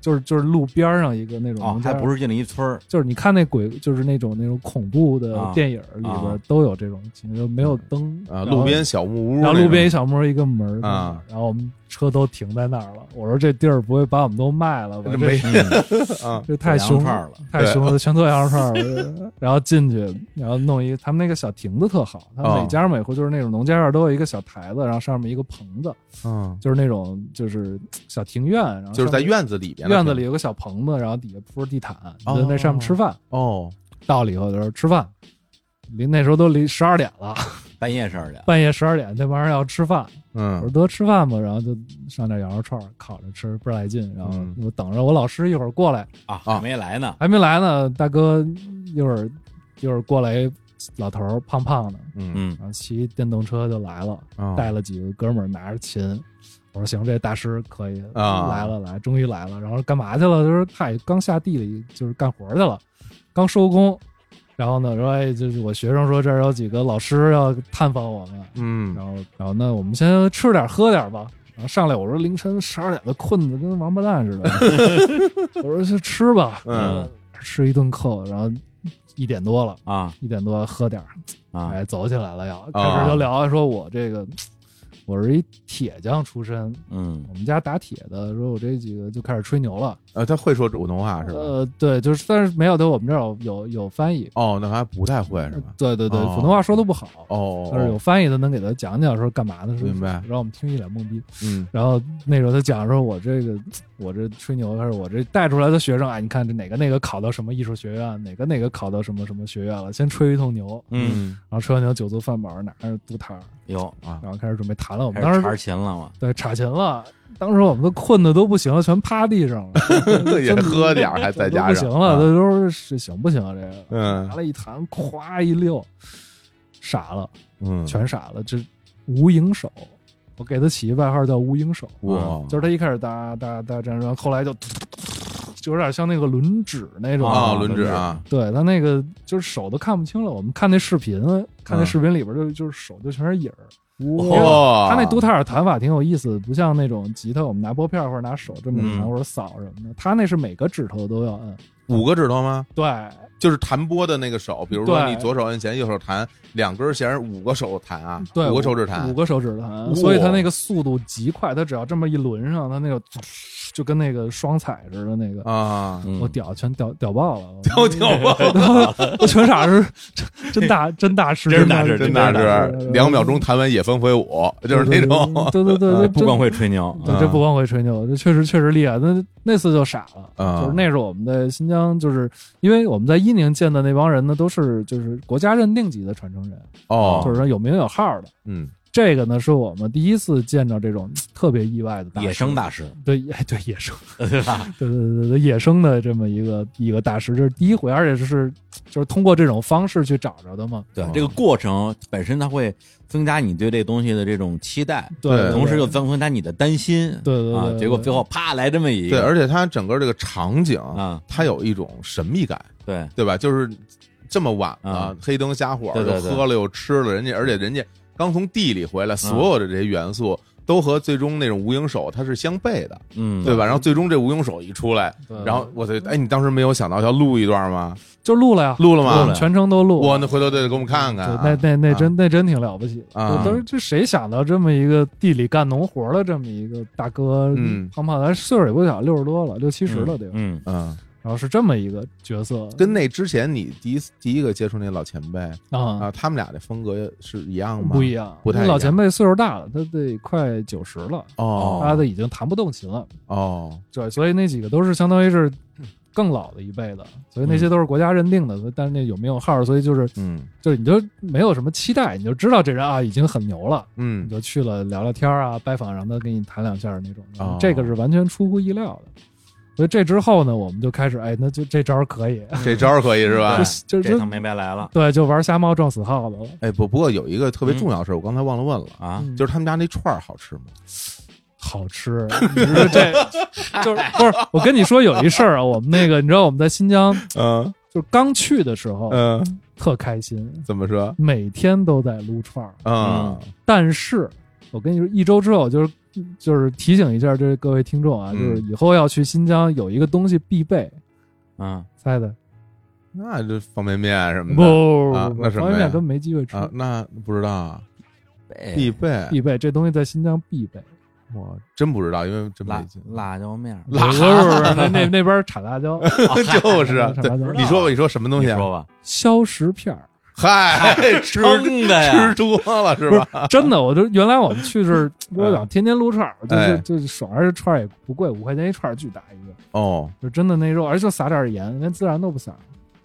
[SPEAKER 3] 就是就是路边上一个那种
[SPEAKER 1] 哦
[SPEAKER 3] 农，家
[SPEAKER 1] 还
[SPEAKER 3] 院儿，
[SPEAKER 1] 不是进了一村儿，
[SPEAKER 3] 就是你看那鬼，就是那种那种恐怖的
[SPEAKER 1] 啊
[SPEAKER 3] 电影里
[SPEAKER 1] 啊嗯
[SPEAKER 3] 边都有这种情况，就没有灯
[SPEAKER 2] 啊，
[SPEAKER 3] 然
[SPEAKER 2] 路
[SPEAKER 3] 后
[SPEAKER 2] 边小木屋那
[SPEAKER 3] 然
[SPEAKER 2] 种，
[SPEAKER 3] 后路边一小摸一个门儿
[SPEAKER 2] 啊，
[SPEAKER 3] 然后我们车都停在那儿了。我说这地儿不会把我们都卖了吧？
[SPEAKER 2] 这
[SPEAKER 3] 这
[SPEAKER 2] 没
[SPEAKER 1] 嗯
[SPEAKER 2] 啊，
[SPEAKER 3] (laughs) 这太
[SPEAKER 1] 做羊肉
[SPEAKER 3] 凶
[SPEAKER 1] 串儿了，
[SPEAKER 3] 太凶了，全做羊肉串
[SPEAKER 2] (laughs)
[SPEAKER 3] 儿了。然后进去，然后弄一个他们那个小亭子特好，他们
[SPEAKER 2] 哦
[SPEAKER 3] 每家每户就是那种农家院都有一个小台子，然后上面一个棚子，
[SPEAKER 2] 嗯，
[SPEAKER 3] 就是那种就是小庭院，然后
[SPEAKER 2] 就是在
[SPEAKER 3] 上面
[SPEAKER 2] 院子里边的，
[SPEAKER 3] 院子里有个小棚子，然后底下铺着地毯，
[SPEAKER 2] 哦
[SPEAKER 3] 你就在那上面吃饭。
[SPEAKER 2] 哦，
[SPEAKER 3] 到了以后就是吃饭，离那时候都离十二点了， (laughs)
[SPEAKER 1] 半夜十二点，
[SPEAKER 3] 半夜十二点那帮人要吃饭。我说
[SPEAKER 2] 嗯，
[SPEAKER 3] 得吃饭吧，然后就上点羊肉串儿烤着吃，倍儿来劲。然后
[SPEAKER 2] 嗯
[SPEAKER 3] 我等着我老师一会儿过来，
[SPEAKER 1] 啊，
[SPEAKER 2] 啊
[SPEAKER 1] 还没来呢，
[SPEAKER 3] 还没来呢，大哥一会儿一会儿过来，老头儿胖胖的，
[SPEAKER 2] 嗯
[SPEAKER 1] 嗯
[SPEAKER 3] 然后骑电动车就来了，
[SPEAKER 2] 嗯，
[SPEAKER 3] 带了几个哥们儿拿着琴。我说行，这大师可以
[SPEAKER 2] 啊
[SPEAKER 3] 来了来，终于来了。然后干嘛去了？他说嗨，刚下地里就是干活去了，刚收工。然后呢，说哎，就是我学生说这儿有几个老师要探访我们，
[SPEAKER 2] 嗯，
[SPEAKER 3] 然后，然后那我们先吃点儿喝点儿吧。然后上来我说凌晨十二点的困得跟王八蛋似的， (laughs) 我说去吃吧，
[SPEAKER 2] 嗯，
[SPEAKER 3] 吃一顿扣，然后一点多了，
[SPEAKER 1] 啊
[SPEAKER 3] 一点多喝点儿，
[SPEAKER 1] 啊，
[SPEAKER 3] 哎，走起来了要开始就聊说我这个。我是一铁匠出身，
[SPEAKER 1] 嗯
[SPEAKER 3] 我们家打铁的。说我这几个就开始吹牛了，
[SPEAKER 2] 呃，他会说普通话是吧？
[SPEAKER 3] 呃，对，就是但是没有，对我们这儿有有有翻译，
[SPEAKER 2] 哦，那还不太会是吧？
[SPEAKER 3] 对对对，
[SPEAKER 2] 哦
[SPEAKER 3] 普通话说的不好，
[SPEAKER 2] 哦，
[SPEAKER 3] 但是有翻译的能给他讲讲说干嘛的，是不是
[SPEAKER 2] 明白
[SPEAKER 3] 让我们听一脸懵逼。
[SPEAKER 2] 嗯
[SPEAKER 3] 然后那时候他讲说，我这个我这吹牛，还是我这带出来的学生啊，你看这哪个哪个考到什么艺术学院，哪个哪个考到什么什么学院了，先吹一通牛，
[SPEAKER 1] 嗯，
[SPEAKER 3] 然后吹完牛酒足饭饱，拿着独摊儿，
[SPEAKER 1] 哟，
[SPEAKER 2] 啊，
[SPEAKER 3] 然后开始准备弹了。我们
[SPEAKER 1] 开
[SPEAKER 3] 当
[SPEAKER 1] 始
[SPEAKER 3] 时
[SPEAKER 1] 查
[SPEAKER 3] 就
[SPEAKER 1] 琴了嘛，
[SPEAKER 3] 对查琴了，当时我们都困的都不行了，全趴地上了，
[SPEAKER 2] 也喝点儿还 (laughs) 在
[SPEAKER 3] 都
[SPEAKER 2] 家
[SPEAKER 3] 不
[SPEAKER 2] 上
[SPEAKER 3] 行了，
[SPEAKER 2] 啊
[SPEAKER 3] 都说是行不行啊？这个拿
[SPEAKER 2] 嗯
[SPEAKER 3] 了一弹，咵一溜，傻了，
[SPEAKER 2] 嗯，
[SPEAKER 3] 全傻了，这无影手，我给他起一外号叫无影手。
[SPEAKER 2] 哇，
[SPEAKER 3] 嗯就是他一开始哒哒哒这样，然后后来就就有点像那个轮指那种。
[SPEAKER 2] 啊，
[SPEAKER 1] 哦
[SPEAKER 2] 轮指啊，
[SPEAKER 3] 对他那个就是手都看不清了，我们看那视频，看
[SPEAKER 2] 嗯
[SPEAKER 3] 那视频里边就、就是手就全是影儿。
[SPEAKER 2] 哦哇，
[SPEAKER 3] 他那独塔尔弹法挺有意思，不像那种吉他，我们拿拨片或者拿手这么
[SPEAKER 1] 嗯
[SPEAKER 3] 弹、或者扫什么的，他那是每个指头都要摁。
[SPEAKER 2] 五个指头吗？
[SPEAKER 3] 对
[SPEAKER 2] 就是弹拨的那个手，比如说
[SPEAKER 3] 对
[SPEAKER 2] 你左手摁弦，右手弹，两根弦，五个手弹啊，
[SPEAKER 3] 对，
[SPEAKER 2] 五个手指弹，哦
[SPEAKER 3] 五个手指弹，
[SPEAKER 2] 哇
[SPEAKER 3] 所以他那个速度极快，他只要这么一轮上，他那个就跟那个双踩似的那个，
[SPEAKER 2] 啊，
[SPEAKER 1] 嗯
[SPEAKER 3] 我
[SPEAKER 1] (laughs)
[SPEAKER 3] 屌全屌屌爆了，
[SPEAKER 2] (laughs) 跳跳吧，
[SPEAKER 3] (laughs) 我全傻是真真大真大师，
[SPEAKER 1] 真是大师
[SPEAKER 2] 真
[SPEAKER 1] 大
[SPEAKER 2] 的是两秒钟弹完野蜂挥舞，就是那种，
[SPEAKER 3] 对对对，
[SPEAKER 1] 啊
[SPEAKER 3] 对
[SPEAKER 1] 不光，会吹牛，
[SPEAKER 3] 对这不光会吹牛，这确实确实厉害。那那次就傻了，
[SPEAKER 2] (laughs) 啊
[SPEAKER 3] 嗯就是那是我们在新疆，就是因为我们在伊宁见的那帮人呢，都是就是国家认定级的传承人，
[SPEAKER 2] 哦，
[SPEAKER 3] 就是说有名有号的。
[SPEAKER 2] 嗯，
[SPEAKER 3] 这个呢，是我们第一次见着这种特别意外的大师
[SPEAKER 1] 野生大师，
[SPEAKER 3] (laughs) 对，哎对野生，
[SPEAKER 1] 对吧？
[SPEAKER 3] 对对对对对野生的这么一个一个大师，这是第一回，而且是就是通过这种方式去找着的嘛。
[SPEAKER 1] 对
[SPEAKER 2] 哦，
[SPEAKER 1] 这个过程本身它会增加你对这东西的这种期待，
[SPEAKER 3] 对
[SPEAKER 2] 对
[SPEAKER 1] 同时又增加你的担心，
[SPEAKER 3] 对对对
[SPEAKER 1] 啊，
[SPEAKER 3] 对
[SPEAKER 1] 结果最后啪来这么一
[SPEAKER 2] 对，
[SPEAKER 1] 个，
[SPEAKER 2] 而且它整个这个场景，
[SPEAKER 1] 啊，
[SPEAKER 2] 它有一种神秘感，
[SPEAKER 1] 对，
[SPEAKER 2] 对吧？就是这么晚了
[SPEAKER 1] 啊，
[SPEAKER 2] 黑灯瞎火，
[SPEAKER 1] 对对
[SPEAKER 2] 又
[SPEAKER 1] 对嗯
[SPEAKER 2] 喝了又吃了，人家而且人家刚从地里回来，所有的这些元素都和最终那种无影手它是相悖的，
[SPEAKER 1] 嗯，
[SPEAKER 2] 对吧？然后最终这无影手一出来，
[SPEAKER 3] 对
[SPEAKER 2] 然后我
[SPEAKER 3] 嗯
[SPEAKER 2] 操，哎，你当时没有想到要录一段吗？
[SPEAKER 3] 就录了呀，
[SPEAKER 2] 录了
[SPEAKER 3] 我
[SPEAKER 2] 吗
[SPEAKER 3] 们？全程都录了。
[SPEAKER 2] 我那回头得给我们看看
[SPEAKER 3] 对
[SPEAKER 2] 啊，
[SPEAKER 3] 那那那真那真挺了不起的。
[SPEAKER 2] 啊
[SPEAKER 3] 我当时这谁想到这么一个地里干农活的这么一个大哥，
[SPEAKER 2] 嗯
[SPEAKER 3] 胖胖的，岁数也不小，六十多了，六七
[SPEAKER 1] 七
[SPEAKER 3] 十了得有。
[SPEAKER 1] 嗯，
[SPEAKER 2] 嗯，
[SPEAKER 3] 然后是这么一个角色，
[SPEAKER 2] 跟那之前你第一次第一个接触那老前辈
[SPEAKER 3] 啊
[SPEAKER 1] 嗯
[SPEAKER 2] 啊，他们俩的风格是一样吗？
[SPEAKER 3] 不一样，
[SPEAKER 2] 不太
[SPEAKER 3] 那
[SPEAKER 2] 一样
[SPEAKER 3] 老前辈岁数大了，他得快九十了，他
[SPEAKER 2] 哦
[SPEAKER 3] 都已经弹不动琴了。
[SPEAKER 2] 哦，
[SPEAKER 3] 对，所以那几个都是相当于是更老的一辈的，所以那些都是国家认定的。所以但是那有没有号儿，所以就是
[SPEAKER 2] 嗯
[SPEAKER 3] 就是你就没有什么期待，你就知道这人啊已经很牛了，你
[SPEAKER 2] 嗯
[SPEAKER 3] 就去了聊聊天儿啊，拜访，让他给你谈两下儿那种的。
[SPEAKER 2] 哦
[SPEAKER 3] 这个是完全出乎意料的。所以这之后呢，我们就开始，哎，那就这招儿可以，
[SPEAKER 2] 这招儿可以是吧
[SPEAKER 1] 对？
[SPEAKER 3] 就
[SPEAKER 1] 这
[SPEAKER 3] 就
[SPEAKER 1] 趟没白来了
[SPEAKER 3] 对，就玩瞎猫撞死耗子了。
[SPEAKER 2] 哎，不不过有一个特别重要的事儿，我刚才忘了问了，
[SPEAKER 1] 啊！
[SPEAKER 3] 嗯
[SPEAKER 2] 就是他们家那串儿好吃吗？
[SPEAKER 3] 好吃，你说这就是不是？我跟你说有一事儿啊，我们那个你知道我们在新疆
[SPEAKER 2] 嗯
[SPEAKER 3] 就是刚去的时候、
[SPEAKER 2] 嗯，
[SPEAKER 3] 特开心，
[SPEAKER 2] 怎么说？
[SPEAKER 3] 每天都在撸串儿，
[SPEAKER 2] 嗯
[SPEAKER 3] 但是我跟你说一周之后就是。就是提醒一下这各位听众啊，
[SPEAKER 2] 嗯
[SPEAKER 3] 就是以后要去新疆有一个东西必备，
[SPEAKER 1] 嗯，
[SPEAKER 3] 猜的
[SPEAKER 2] 那这方便面什
[SPEAKER 3] 不
[SPEAKER 2] 么的
[SPEAKER 3] 不
[SPEAKER 2] 啊
[SPEAKER 3] 不不
[SPEAKER 2] 那
[SPEAKER 3] 不，
[SPEAKER 2] 什么
[SPEAKER 3] 方便面
[SPEAKER 2] 呀
[SPEAKER 3] 根本没机会吃，
[SPEAKER 2] 啊，那不知道啊，
[SPEAKER 1] 哎
[SPEAKER 2] 必备，
[SPEAKER 3] 必备这东西在新疆必备。
[SPEAKER 2] 我真不知道，因为真没
[SPEAKER 1] 辣
[SPEAKER 2] 劲。
[SPEAKER 1] 辣椒面儿，
[SPEAKER 3] 不是不是不是，那那那边产辣
[SPEAKER 2] (laughs)
[SPEAKER 3] 椒，
[SPEAKER 2] 就是啊，
[SPEAKER 3] 产
[SPEAKER 2] 对
[SPEAKER 3] 辣椒
[SPEAKER 1] 不知，道
[SPEAKER 2] 你说吧，你说什么东
[SPEAKER 1] 你
[SPEAKER 2] 西啊？
[SPEAKER 1] 说吧，
[SPEAKER 3] 消食片儿，
[SPEAKER 2] 嗨， (laughs) 吃
[SPEAKER 1] 撑的
[SPEAKER 2] 吃
[SPEAKER 1] 呀，
[SPEAKER 2] 多了是
[SPEAKER 3] 不是
[SPEAKER 2] 吧？
[SPEAKER 3] 真的。我就原来我们去
[SPEAKER 2] (laughs)
[SPEAKER 3] 这儿，我想天天撸串儿，就
[SPEAKER 2] 哎
[SPEAKER 3] 是就是爽，而且串儿也不贵，五块钱一串儿，巨大一个，
[SPEAKER 2] 哦
[SPEAKER 3] 就真的那肉，而且就撒点儿盐，连孜然都不撒，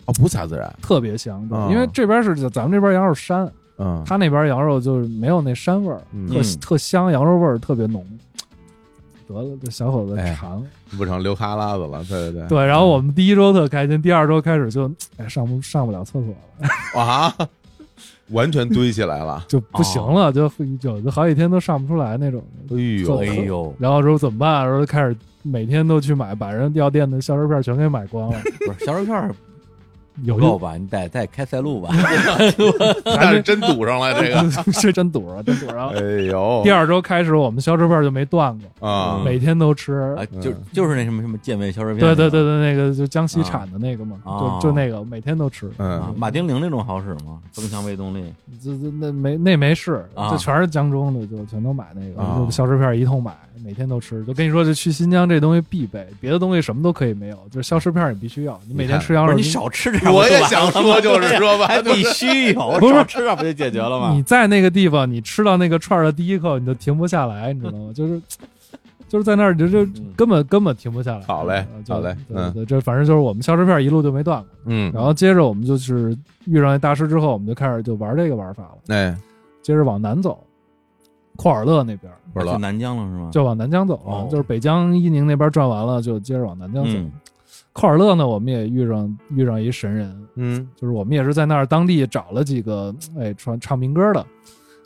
[SPEAKER 2] 哦，不撒孜然，
[SPEAKER 3] 特别香
[SPEAKER 2] 哦。
[SPEAKER 3] 因为这边是咱们这边羊肉膻，
[SPEAKER 2] 嗯
[SPEAKER 3] 他那边羊肉就是没有那膻味儿，
[SPEAKER 2] 嗯
[SPEAKER 3] 特
[SPEAKER 1] 嗯
[SPEAKER 3] 特香，羊肉味儿特别浓。得了，这小伙子
[SPEAKER 2] 哎
[SPEAKER 3] 尝。
[SPEAKER 2] 不成流哈喇子了，对对对
[SPEAKER 3] 对，然后我们第一周特开心，第二周开始就哎上不上不了厕所了，
[SPEAKER 2] 啊，完全堆起来
[SPEAKER 3] (laughs)
[SPEAKER 2] 了，
[SPEAKER 3] 就不行了，就有的好几天都上不出来那种。
[SPEAKER 2] 哎呦
[SPEAKER 3] 做
[SPEAKER 1] 哎呦，
[SPEAKER 3] 然后说怎么办？然后就开始每天都去买，把人药店的消食片全给买光了。
[SPEAKER 1] 不是小肉片儿
[SPEAKER 3] 有
[SPEAKER 1] 不
[SPEAKER 3] 一
[SPEAKER 1] 够吧？你得再开塞露吧？
[SPEAKER 2] 嗯但是真堵上了这
[SPEAKER 3] (laughs)
[SPEAKER 2] 个，
[SPEAKER 3] (laughs) 是真堵着，真堵着。
[SPEAKER 2] 哎呦
[SPEAKER 3] 第，二周开始，我们消食片就没断过，
[SPEAKER 2] 啊
[SPEAKER 3] 每天都吃。
[SPEAKER 1] 啊，就就是那什么什么健胃消食片，
[SPEAKER 3] 对对对对，那个就江西产的那个嘛，
[SPEAKER 1] 啊
[SPEAKER 3] 就就那个每天都吃。
[SPEAKER 1] 啊
[SPEAKER 2] 嗯，
[SPEAKER 1] 马丁啉那种好使吗？增强胃动力
[SPEAKER 3] 这这那没那没事，
[SPEAKER 1] 啊
[SPEAKER 3] 就全是江中的，就全都买那个，
[SPEAKER 2] 啊
[SPEAKER 3] 就消食片一通买，每天都吃。就跟你说，这去新疆这东西必备，别的东西什么都可以没有，就是消食片你必须要，你每天吃羊
[SPEAKER 1] 不
[SPEAKER 3] 肉，
[SPEAKER 1] 是你少吃点，
[SPEAKER 2] 我也想说，就是说吧，
[SPEAKER 1] 还
[SPEAKER 2] 就 (laughs)
[SPEAKER 1] 必须有，
[SPEAKER 3] 不是
[SPEAKER 1] 少吃点不就解决了
[SPEAKER 3] 你
[SPEAKER 1] 吗？
[SPEAKER 3] 在那个地方，你吃到那个串儿的第一口，你就停不下来，你知道吗？就是。就是在那儿，就就
[SPEAKER 1] 嗯
[SPEAKER 3] 根本根本停不下来。
[SPEAKER 2] 好嘞
[SPEAKER 3] 呃就
[SPEAKER 2] 好嘞
[SPEAKER 3] 对
[SPEAKER 2] 嗯
[SPEAKER 3] 对对，这反正就是我们消食片一路就没断过。
[SPEAKER 2] 嗯，
[SPEAKER 3] 然后接着我们就是遇上那大师之后，我们就开始就玩这个玩法了。
[SPEAKER 2] 哎，
[SPEAKER 3] 接着往南走，库尔勒那边儿
[SPEAKER 2] (laughs) 不知
[SPEAKER 1] 啊去
[SPEAKER 2] 道，
[SPEAKER 1] 南疆了
[SPEAKER 2] 啊
[SPEAKER 1] 是吗？
[SPEAKER 3] 就往南疆走了，
[SPEAKER 1] 哦
[SPEAKER 3] 就是北疆伊宁那边转完了，就接着往南疆走。
[SPEAKER 1] 嗯
[SPEAKER 3] 库尔勒呢，我们也遇上遇上一神人，
[SPEAKER 2] 嗯
[SPEAKER 3] 就是我们也是在那儿当地找了几个哎传唱民歌的，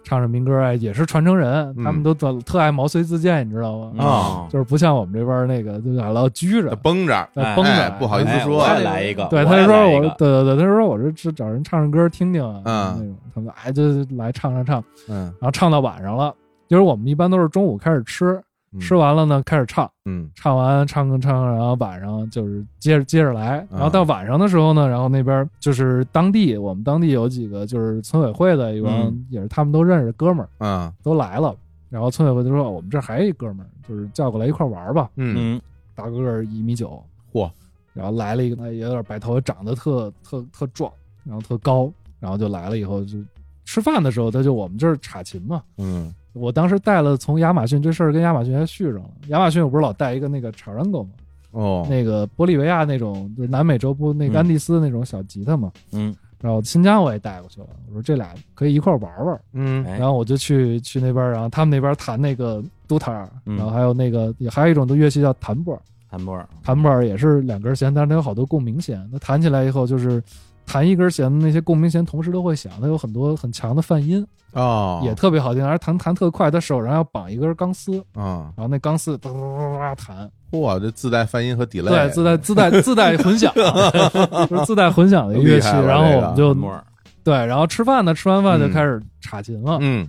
[SPEAKER 3] 唱唱民歌哎也是传承人，
[SPEAKER 2] 嗯
[SPEAKER 3] 他们都特特爱毛遂自荐，你知道吗？
[SPEAKER 1] 哦
[SPEAKER 2] 啊
[SPEAKER 3] 就是不像我们这边那个就老拘着。
[SPEAKER 2] 绷着，
[SPEAKER 3] 在绷着
[SPEAKER 2] 哎不好意思
[SPEAKER 1] 哎
[SPEAKER 2] 说
[SPEAKER 1] 我也来一个，
[SPEAKER 3] 对，
[SPEAKER 1] 我
[SPEAKER 3] 他
[SPEAKER 1] 也
[SPEAKER 3] 就
[SPEAKER 1] 来
[SPEAKER 3] 说
[SPEAKER 1] 一
[SPEAKER 3] 我
[SPEAKER 1] 个，
[SPEAKER 3] 对对对，他就说我这是找人唱唱歌听听啊，
[SPEAKER 2] 嗯
[SPEAKER 3] 那种，他们哎就就来唱唱唱，
[SPEAKER 2] 嗯，
[SPEAKER 3] 然后唱到晚上了，就是我们一般都是中午开始吃，
[SPEAKER 2] 嗯
[SPEAKER 3] 吃，完了呢开始唱，
[SPEAKER 2] 嗯
[SPEAKER 3] 唱完唱唱唱，然后晚上就是接着接着来，
[SPEAKER 2] 嗯
[SPEAKER 3] 然后到晚上的时候呢，然后那边就是当地我们当地有几个就是村委会的一帮，
[SPEAKER 1] 嗯
[SPEAKER 3] 也是他们都认识的哥们儿
[SPEAKER 2] 嗯
[SPEAKER 3] 都来了，然后村委会就说哦我们这儿还有一哥们儿，就是叫过来一块儿玩儿吧，
[SPEAKER 2] 嗯，
[SPEAKER 1] 嗯
[SPEAKER 3] 大个儿一米九，
[SPEAKER 2] 嚯，
[SPEAKER 3] 然后来了一个哎有点白头，长得特特特壮，然后特高，然后就来了以后就吃饭的时候他就我们这儿查琴嘛。
[SPEAKER 2] 嗯
[SPEAKER 3] 我当时带了从亚马逊这事儿跟亚马逊还续上了。亚马逊我不是老带一个那个 charango 吗？
[SPEAKER 2] 哦，
[SPEAKER 3] 那个玻利维亚那种就是南美洲不那个安第斯那种小吉他嘛。
[SPEAKER 1] 嗯，
[SPEAKER 3] 然后新疆我也带过去了，我说这俩可以一块儿玩玩。
[SPEAKER 2] 嗯
[SPEAKER 1] 哎
[SPEAKER 3] 然后我就去去那边，然后他们那边弹那个嘟塔尔，
[SPEAKER 1] 嗯
[SPEAKER 3] 然后还有那个也还有一种的乐器叫弹拨儿，
[SPEAKER 1] 韩波尔，
[SPEAKER 3] 弹拨儿也是两根弦，但是它有好多共鸣弦，它弹起来以后就是。弹一根弦，那些共鸣弦同时都会响，它有很多很强的泛音，
[SPEAKER 2] 哦，
[SPEAKER 3] 也特别好听，而且弹弹特快，他手上要绑一根钢丝，
[SPEAKER 2] 啊，
[SPEAKER 3] 然后那钢丝哒哒哒哒弹，
[SPEAKER 2] 嚯，这自带泛音和 delay，
[SPEAKER 3] 对，自带自带自带混响，就是自带混响的一个乐器。
[SPEAKER 2] 厉害了
[SPEAKER 3] 然后我们就
[SPEAKER 1] 韩波尔，
[SPEAKER 3] 对，然后吃饭呢，吃完饭就开始查琴了。
[SPEAKER 2] 嗯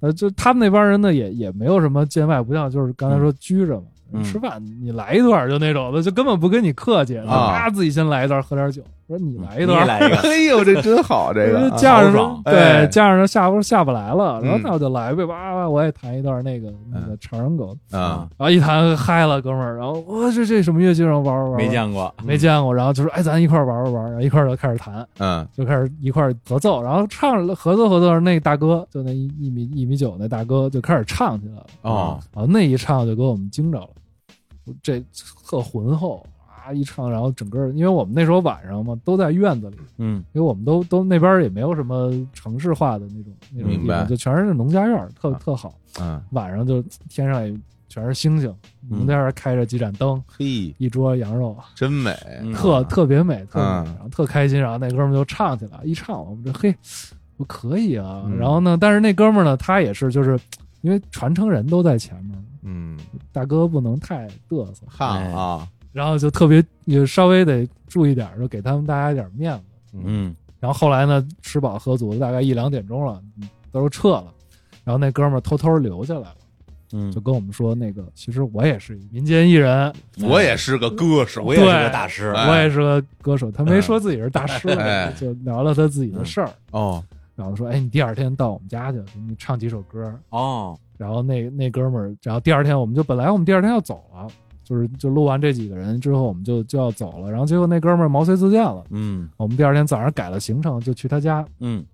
[SPEAKER 3] 呃，就他们那帮人呢，也也没有什么见外不像，就是刚才说拘着嘛。
[SPEAKER 1] 嗯
[SPEAKER 3] 吃饭你来一段就那种的，就根本不跟你客气，
[SPEAKER 2] 啊
[SPEAKER 3] 啊，自己先来一段，喝点酒，说你来一
[SPEAKER 1] 嗯你也
[SPEAKER 3] 段，呃
[SPEAKER 1] 来一个，
[SPEAKER 2] 哎呦，这真好，这个
[SPEAKER 3] 架
[SPEAKER 1] 好
[SPEAKER 3] 上
[SPEAKER 1] 爽
[SPEAKER 2] 哎
[SPEAKER 3] 对架上下不下不来了，然后
[SPEAKER 2] 嗯
[SPEAKER 3] 那我就来呗，哇哇，我也弹一段那个那个长人狗，
[SPEAKER 2] (laughs) 啊，
[SPEAKER 3] 然后一弹嗨了，哥们儿，然后我这这什么乐器，然后玩玩玩，
[SPEAKER 1] 没见过，
[SPEAKER 3] 没见过，然后就说哎，咱一块儿玩玩玩，然后一块儿就开始弹，
[SPEAKER 2] 嗯
[SPEAKER 3] 就开始一块儿合奏，然后唱了合奏合奏，那大哥就那一一米一米九那大哥就开始唱起来了，
[SPEAKER 2] 哦，
[SPEAKER 3] 啊，那一唱就给我们惊着了，这特浑厚啊，一唱，然后整个因为我们那时候晚上嘛都在院子里，
[SPEAKER 1] 嗯
[SPEAKER 3] 因为我们都都那边儿也没有什么城市化的那种那种地
[SPEAKER 2] 明白
[SPEAKER 3] 方，就全是农家院儿，特
[SPEAKER 2] 啊
[SPEAKER 3] 特好。
[SPEAKER 2] 嗯
[SPEAKER 3] 晚上就天上也全是星星，我们在那儿开着几盏灯，
[SPEAKER 2] 嘿，
[SPEAKER 3] 一桌羊肉，
[SPEAKER 2] 真美，啊
[SPEAKER 1] 嗯
[SPEAKER 3] 特特别美，特别
[SPEAKER 2] 嗯
[SPEAKER 3] 美，然后特开心，然后那哥们儿就唱起来，一唱我们这嘿，我可以啊
[SPEAKER 2] 嗯。
[SPEAKER 3] 然后呢，但是那哥们儿呢，他也是就是因为传承人都在前面，
[SPEAKER 2] 嗯，
[SPEAKER 3] 大哥不能太嘚瑟，
[SPEAKER 2] 看
[SPEAKER 1] 哎
[SPEAKER 2] 啊，
[SPEAKER 3] 然后就特别也稍微得注意点儿，就给他们大家一点儿面子。
[SPEAKER 1] 嗯
[SPEAKER 3] 然后后来呢，吃饱喝足，大概一两点钟了，都撤了。然后那哥们儿偷偷留下来了，
[SPEAKER 1] 嗯
[SPEAKER 3] 就，跟我们说，那个其实我也是一民间艺人，
[SPEAKER 2] 我也是个歌手，
[SPEAKER 1] 我也是个
[SPEAKER 3] 对
[SPEAKER 1] 大师，
[SPEAKER 2] 哎
[SPEAKER 3] 我也是个歌手。他没说自己是大师，
[SPEAKER 2] 哎
[SPEAKER 3] 就聊了他自己的事儿。
[SPEAKER 2] 哦，
[SPEAKER 3] 然后说，哎，你第二天到我们家去，给你唱几首歌。
[SPEAKER 1] 哦，
[SPEAKER 3] 然后那那哥们儿，然后第二天我们就本来我们第二天要走了，就是就录完这几个人之后，我们就就要走了。然后结果那哥们儿毛遂自荐了，
[SPEAKER 1] 嗯
[SPEAKER 3] 我们第二天早上改了行程，就去他家
[SPEAKER 1] 嗯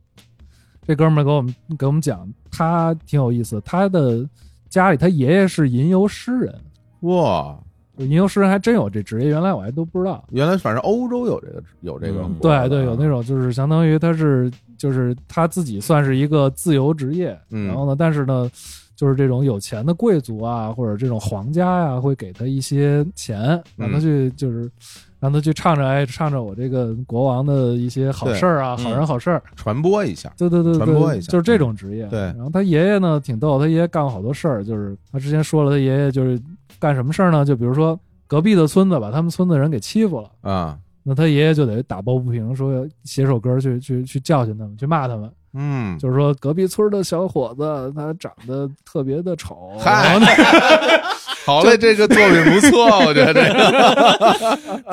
[SPEAKER 3] 这哥们儿给我们给我们讲，他挺有意思。他的家里，他爷爷是吟游诗人，
[SPEAKER 2] 哇，
[SPEAKER 3] 就吟游诗人还真有这职业，原来我还都不知道。
[SPEAKER 2] 原来反正欧洲有这个有这个
[SPEAKER 1] 嗯
[SPEAKER 2] 活的啊，
[SPEAKER 3] 对对，有那种就是相当于他是就是他自己算是一个自由职业，
[SPEAKER 2] 嗯
[SPEAKER 3] 然后呢，但是呢，就是这种有钱的贵族啊，或者这种皇家呀、会给他一些钱，让
[SPEAKER 2] 嗯
[SPEAKER 3] 他去就是让他去唱着哎唱着我这个国王的一些好事儿啊，
[SPEAKER 1] 对嗯
[SPEAKER 3] 好人好事儿，
[SPEAKER 2] 传播一下，
[SPEAKER 3] 对对对，对
[SPEAKER 2] 传播一下嗯
[SPEAKER 3] 就是这种职业。
[SPEAKER 2] 对
[SPEAKER 3] 然后他爷爷呢挺逗，他爷爷干过好多事儿，就是他之前说了，他爷爷就是干什么事儿呢？就比如说隔壁的村子把他们村子人给欺负了，
[SPEAKER 2] 啊，
[SPEAKER 3] 那他爷爷就得打抱不平，说写首歌去去去教训他们，去骂他们，
[SPEAKER 2] 嗯，
[SPEAKER 3] 就是说隔壁村的小伙子他长得特别的丑，
[SPEAKER 2] 嗨
[SPEAKER 3] 然后呢
[SPEAKER 2] 好嘞，这个作品不错，我觉得这
[SPEAKER 3] (laughs)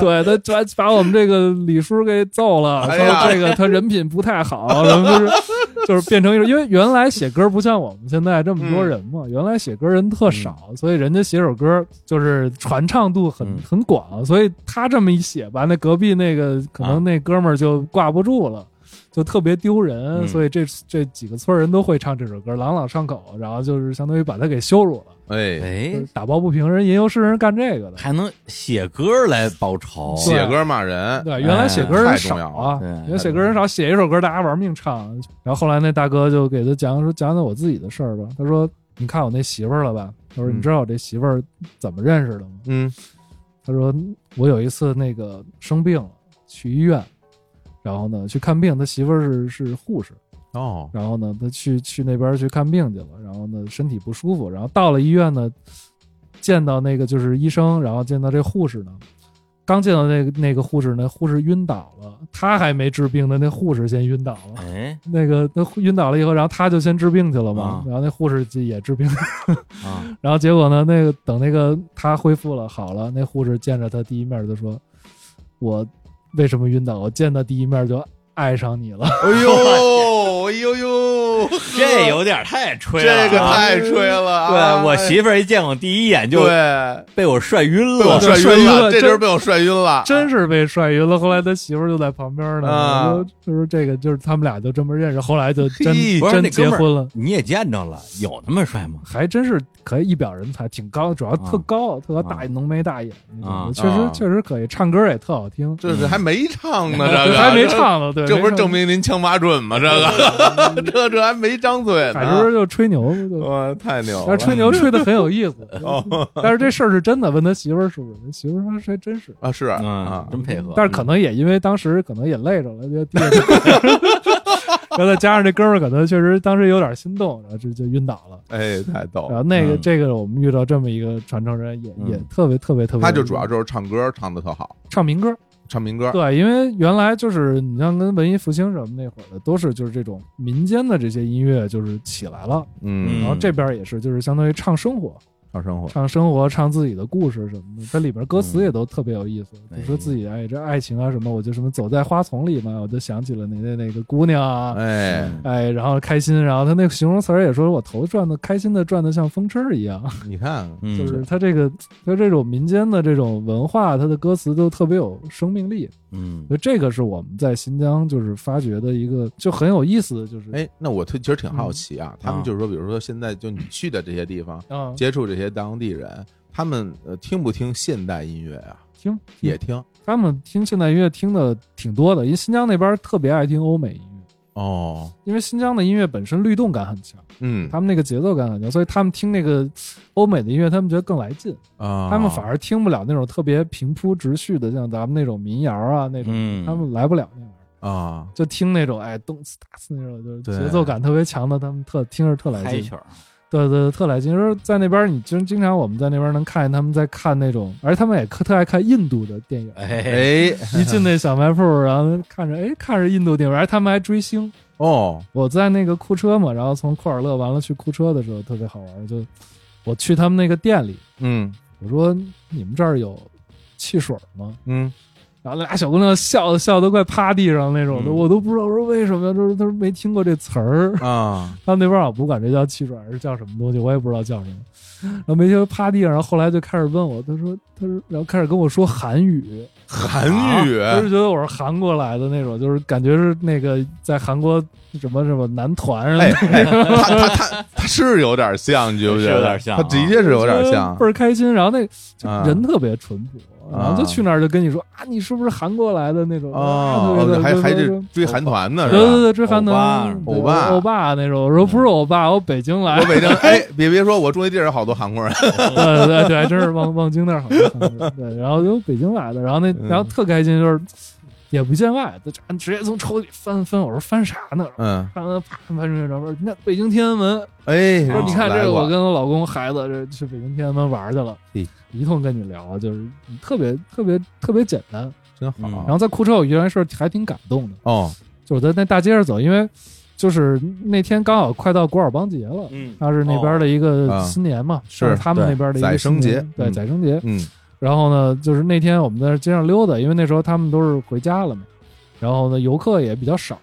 [SPEAKER 2] 个，
[SPEAKER 3] 对他把把我们这个李叔给揍了，
[SPEAKER 2] 哎呀
[SPEAKER 3] 说这个他人品不太好，然后就是就是变成一种，因为原来写歌不像我们现在这么
[SPEAKER 1] 嗯
[SPEAKER 3] 多人嘛，原来写歌人特少，所以人家写首歌就是传唱度很、
[SPEAKER 1] 嗯
[SPEAKER 3] 很广，所以他这么一写吧，那隔壁那个可
[SPEAKER 1] 啊
[SPEAKER 3] 能那哥们儿就挂不住了。就特别丢人，
[SPEAKER 1] 嗯
[SPEAKER 3] 所以这这几个村儿人都会唱这首歌，朗朗上口，然后就是相当于把他给羞辱了，
[SPEAKER 2] 哎，
[SPEAKER 1] 哎
[SPEAKER 3] 就是，打抱不平，人吟游诗人干这个的，
[SPEAKER 1] 还能写歌来报仇，
[SPEAKER 3] 对
[SPEAKER 2] 写歌骂
[SPEAKER 1] (laughs)
[SPEAKER 2] 人，
[SPEAKER 3] 对，原来写歌
[SPEAKER 1] 哎
[SPEAKER 3] 人少啊，
[SPEAKER 1] 太重要了对
[SPEAKER 3] 原来写歌人少，写一首歌大家玩命唱。然后后来那大哥就给他讲说讲讲我自己的事儿吧。他说：“你看我那媳妇儿了吧？”他说：“
[SPEAKER 2] 嗯
[SPEAKER 3] 你知道我这媳妇儿怎么认识的吗
[SPEAKER 2] 嗯，？”
[SPEAKER 3] 他说：“我有一次那个生病了，去医院，然后呢去看病，他媳妇儿是是护士，
[SPEAKER 2] 哦，
[SPEAKER 3] 然后呢他去去那边去看病去了，然后呢身体不舒服，然后到了医院呢，见到那个就是医生，然后见到这护士呢，刚见到那个那个护士呢，护士晕倒了，他还没治病呢，那护士先晕倒了。
[SPEAKER 1] 哎
[SPEAKER 3] 那个那晕倒了以后，然后他就先治病去了嘛
[SPEAKER 1] 啊，
[SPEAKER 3] 然后那护士就也治病，
[SPEAKER 1] 啊，
[SPEAKER 3] (laughs) 然后结果呢，那个等那个他恢复了好了，那护士见着他第一面就说：“我为什么晕倒？我见到第一面就爱上你了。
[SPEAKER 2] 哎呦，哎呦
[SPEAKER 3] (laughs)
[SPEAKER 2] 呦，
[SPEAKER 1] 这有点太吹了啊，
[SPEAKER 2] 这个太吹了，
[SPEAKER 1] 对我
[SPEAKER 2] 哎
[SPEAKER 1] 媳妇儿一见我第一眼就
[SPEAKER 2] 对。
[SPEAKER 1] 被我帅晕
[SPEAKER 2] 被我
[SPEAKER 1] 了，
[SPEAKER 2] 帅
[SPEAKER 3] 帅
[SPEAKER 2] 晕
[SPEAKER 3] 晕
[SPEAKER 2] 了，
[SPEAKER 3] 了
[SPEAKER 2] 这
[SPEAKER 3] 真
[SPEAKER 2] 阵被我帅晕了，”
[SPEAKER 3] 真是被帅晕了。后来他媳妇儿就在旁边呢，
[SPEAKER 2] 啊
[SPEAKER 3] 我就就是这个，就是他们俩就这么认识，后来就真
[SPEAKER 2] 嘿
[SPEAKER 1] 不是
[SPEAKER 3] 真
[SPEAKER 1] 那哥
[SPEAKER 3] 结
[SPEAKER 1] 们儿
[SPEAKER 3] 婚了。
[SPEAKER 1] 你也见着了，有那么帅吗？
[SPEAKER 3] 还真是可以一表人才，挺高，主要特高，特大眼浓眉大眼那种
[SPEAKER 1] 啊
[SPEAKER 3] 的，确实
[SPEAKER 2] 啊
[SPEAKER 3] 确实可以，唱歌也特好听，
[SPEAKER 2] 这是还没唱呢，
[SPEAKER 3] (laughs)
[SPEAKER 2] 这
[SPEAKER 3] 对
[SPEAKER 2] 个
[SPEAKER 3] 还没，唱呢，
[SPEAKER 2] 这
[SPEAKER 3] 对，
[SPEAKER 2] 这不是
[SPEAKER 3] 没唱
[SPEAKER 2] 证明您枪法准吗？这个，这这还没张嘴
[SPEAKER 3] 海之
[SPEAKER 2] 呢，
[SPEAKER 3] 就吹牛，就
[SPEAKER 2] 哇，太牛
[SPEAKER 3] 但
[SPEAKER 2] 了！，
[SPEAKER 3] 是吹牛吹的很有意思
[SPEAKER 2] 哦
[SPEAKER 3] 但是这事儿是真的，问他媳妇儿是不是，他媳妇儿说还真是。
[SPEAKER 2] 啊是
[SPEAKER 1] 嗯
[SPEAKER 2] 啊，，
[SPEAKER 1] 真配合。
[SPEAKER 3] 但是可能也因为当时可能也累着
[SPEAKER 2] (laughs)
[SPEAKER 3] 了，就地上，然后再加上这哥们儿可能确实当时有点心动，然后就就晕倒了。
[SPEAKER 2] 哎，太逗
[SPEAKER 3] 然
[SPEAKER 2] 了。
[SPEAKER 3] 后那个
[SPEAKER 1] 嗯
[SPEAKER 3] 这个我们遇到这么一个传承人，也
[SPEAKER 1] 嗯
[SPEAKER 3] 也特别特别特别有
[SPEAKER 2] 他
[SPEAKER 3] 意思，
[SPEAKER 2] 就主要就是啊唱歌唱的特好，
[SPEAKER 3] 唱民歌，
[SPEAKER 2] 唱民歌，
[SPEAKER 3] 对，因为原来就是你像跟文艺复兴什么那会儿的，都是就是这种民间的这些音乐就是起来了，
[SPEAKER 2] 嗯，
[SPEAKER 3] 然后这边也是就是相当于唱生活，
[SPEAKER 2] 唱生活，
[SPEAKER 3] 唱生活，唱自己的故事什么的，它里边歌词也都特别有意思，
[SPEAKER 1] 嗯
[SPEAKER 3] 比如说自己哎这爱情啊什么，我就什么走在花丛里嘛，我就想起了你的那个姑娘啊，
[SPEAKER 2] 哎，
[SPEAKER 1] 嗯
[SPEAKER 3] 哎，然后开心，然后他那个形容词儿也说我头转的开心的转的像风车一样，
[SPEAKER 2] 你看，
[SPEAKER 1] 嗯
[SPEAKER 3] (laughs) 就是他这个他这种民间的这种文化，它的歌词都特别有生命力，
[SPEAKER 1] 嗯
[SPEAKER 3] 所以这个是我们在新疆就是发掘的一个就很有意思的，就是
[SPEAKER 2] 哎，那我特其实挺好奇啊，他们
[SPEAKER 1] 啊
[SPEAKER 2] 就是说，比如说现在就你去的这些地方，
[SPEAKER 3] 啊
[SPEAKER 2] 接触这些当地人，他们呃听不听现代音乐啊？
[SPEAKER 3] 听
[SPEAKER 2] 也听
[SPEAKER 3] 他们听现代音乐听的挺多的，因为新疆那边特别爱听欧美音乐。
[SPEAKER 2] 哦，
[SPEAKER 3] 因为新疆的音乐本身律动感很强，
[SPEAKER 2] 嗯
[SPEAKER 3] 他们那个节奏感很强，所以他们听那个欧美的音乐，他们觉得更来劲，
[SPEAKER 2] 啊，
[SPEAKER 3] 他们反而听不了那种特别平铺直叙的，像咱们那种民谣啊那种，
[SPEAKER 1] 嗯，
[SPEAKER 3] 他们来不了那玩意儿，
[SPEAKER 2] 啊，
[SPEAKER 3] 就听那种哎动次打次那种，就是
[SPEAKER 2] 对
[SPEAKER 3] 节奏感特别强的，他们特听着特来
[SPEAKER 1] 嗨
[SPEAKER 3] 劲
[SPEAKER 1] 嗯曲。儿，
[SPEAKER 3] 对对，对特来劲。就是在那边，你经经常我们在那边能看见他们在看那种，而且他们也特特爱看印度的电影。
[SPEAKER 1] 哎，
[SPEAKER 2] 哎，
[SPEAKER 3] 一进那小卖铺，然后看着哎，看着印度电影，而且他们还追星。
[SPEAKER 2] 哦，
[SPEAKER 3] 我在那个库车嘛，然后从库尔勒完了去库车的时候特别好玩，就我去他们那个店里，
[SPEAKER 2] 嗯
[SPEAKER 3] 我说你们这儿有汽水吗？
[SPEAKER 2] 嗯，
[SPEAKER 3] 然后那俩小姑娘笑笑都快趴地上那种的，
[SPEAKER 1] 嗯
[SPEAKER 3] 我都不知道我说为什么呀，就是她说没听过这词儿。
[SPEAKER 2] 啊，
[SPEAKER 3] 他们那边儿我不管这叫汽水还是叫什么东西，我也不知道叫什么。然后没听说趴地上，然后后来就开始问我，他说他说，然后开始跟我说韩语，
[SPEAKER 2] 韩语，
[SPEAKER 3] 就是觉得我是韩国来的那种，就是感觉是那个在韩国什么什么男团上
[SPEAKER 2] 哎，哎他他他他是有点像，你觉不觉
[SPEAKER 1] 是
[SPEAKER 2] 得？
[SPEAKER 1] 有点像啊
[SPEAKER 2] 他的确是有点像
[SPEAKER 3] 倍。儿开心。然后那就
[SPEAKER 2] 啊
[SPEAKER 3] 人特别淳朴，
[SPEAKER 2] 啊
[SPEAKER 3] 然后就去那儿就跟你说啊，你是不是韩国来的那种？啊
[SPEAKER 2] 哦，
[SPEAKER 3] 特别
[SPEAKER 2] 哦
[SPEAKER 3] 的
[SPEAKER 2] 还还
[SPEAKER 3] 就
[SPEAKER 2] 这
[SPEAKER 3] 就
[SPEAKER 2] 追韩团呢，
[SPEAKER 3] 对
[SPEAKER 2] 是
[SPEAKER 3] 对对
[SPEAKER 2] 吧？
[SPEAKER 3] 对，追韩团
[SPEAKER 2] 欧巴
[SPEAKER 3] 欧巴那种。我说不是欧巴，我北京来
[SPEAKER 2] 我
[SPEAKER 3] 的。
[SPEAKER 2] 北京，哎，别别说，我住那地儿有好多韩国人。
[SPEAKER 3] 对对对，真是望望京那儿好像对，然后就北京来的，然后那
[SPEAKER 2] 嗯
[SPEAKER 3] 然后特开心，就是也不见外，就直接从抽屉里翻翻，我说翻啥呢？
[SPEAKER 2] 嗯，
[SPEAKER 3] 翻翻啪翻出去照片，你看北京天安门，
[SPEAKER 2] 哎，
[SPEAKER 3] 我说你看这
[SPEAKER 2] 来
[SPEAKER 3] 个，
[SPEAKER 2] 过
[SPEAKER 3] 我跟我老公孩子这去北京天安门玩去了
[SPEAKER 2] 嘿，
[SPEAKER 3] 一通跟你聊，就是特别特别特别简单。
[SPEAKER 2] 真
[SPEAKER 1] 嗯
[SPEAKER 2] 好。
[SPEAKER 3] 然后在库车有一件事还挺感动的，
[SPEAKER 2] 哦，
[SPEAKER 3] 就是我在那大街上走，因为就是那天刚好快到古尔邦节了。
[SPEAKER 1] 嗯，
[SPEAKER 3] 它是那边的一
[SPEAKER 2] 哦
[SPEAKER 3] 个
[SPEAKER 2] 啊
[SPEAKER 3] 新年嘛，
[SPEAKER 2] 是
[SPEAKER 3] 他们那边的一个
[SPEAKER 2] 宰牲
[SPEAKER 3] 新年
[SPEAKER 2] 节
[SPEAKER 3] 对
[SPEAKER 2] 嗯
[SPEAKER 3] 宰
[SPEAKER 2] (laughs)
[SPEAKER 3] 牲节。
[SPEAKER 2] 嗯
[SPEAKER 3] 然后呢，就是那天我们在街上溜达，因为那时候他们都是回家了嘛，然后呢游客也比较少，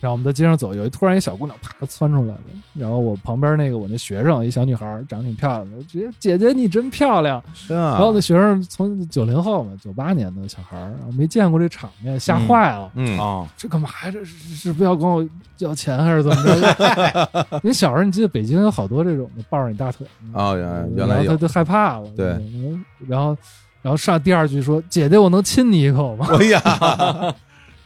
[SPEAKER 3] 然后我们在街上走，有一突然一小姑娘啪窜出来了，然后我旁边那个我那学生一小女孩长得挺漂亮的，直接姐姐你真漂亮，
[SPEAKER 2] 是啊
[SPEAKER 3] 然后那学生从九零后嘛，九八年的小孩儿，然后没见过这场面，吓坏了。
[SPEAKER 2] 嗯
[SPEAKER 1] 哦，
[SPEAKER 3] 这干嘛呀？这是是不要管我要钱还是怎么着？
[SPEAKER 2] (laughs)
[SPEAKER 3] 你小时候你记得北京有好多这种的抱着你大腿嗯的
[SPEAKER 2] 哦，原来原来
[SPEAKER 3] 然后他
[SPEAKER 2] 有，
[SPEAKER 3] 就害怕了，
[SPEAKER 2] 对
[SPEAKER 3] 嗯，然后然后上第二句说：“姐姐，我能亲你一口吗
[SPEAKER 2] 哎呀，？”
[SPEAKER 3] (laughs)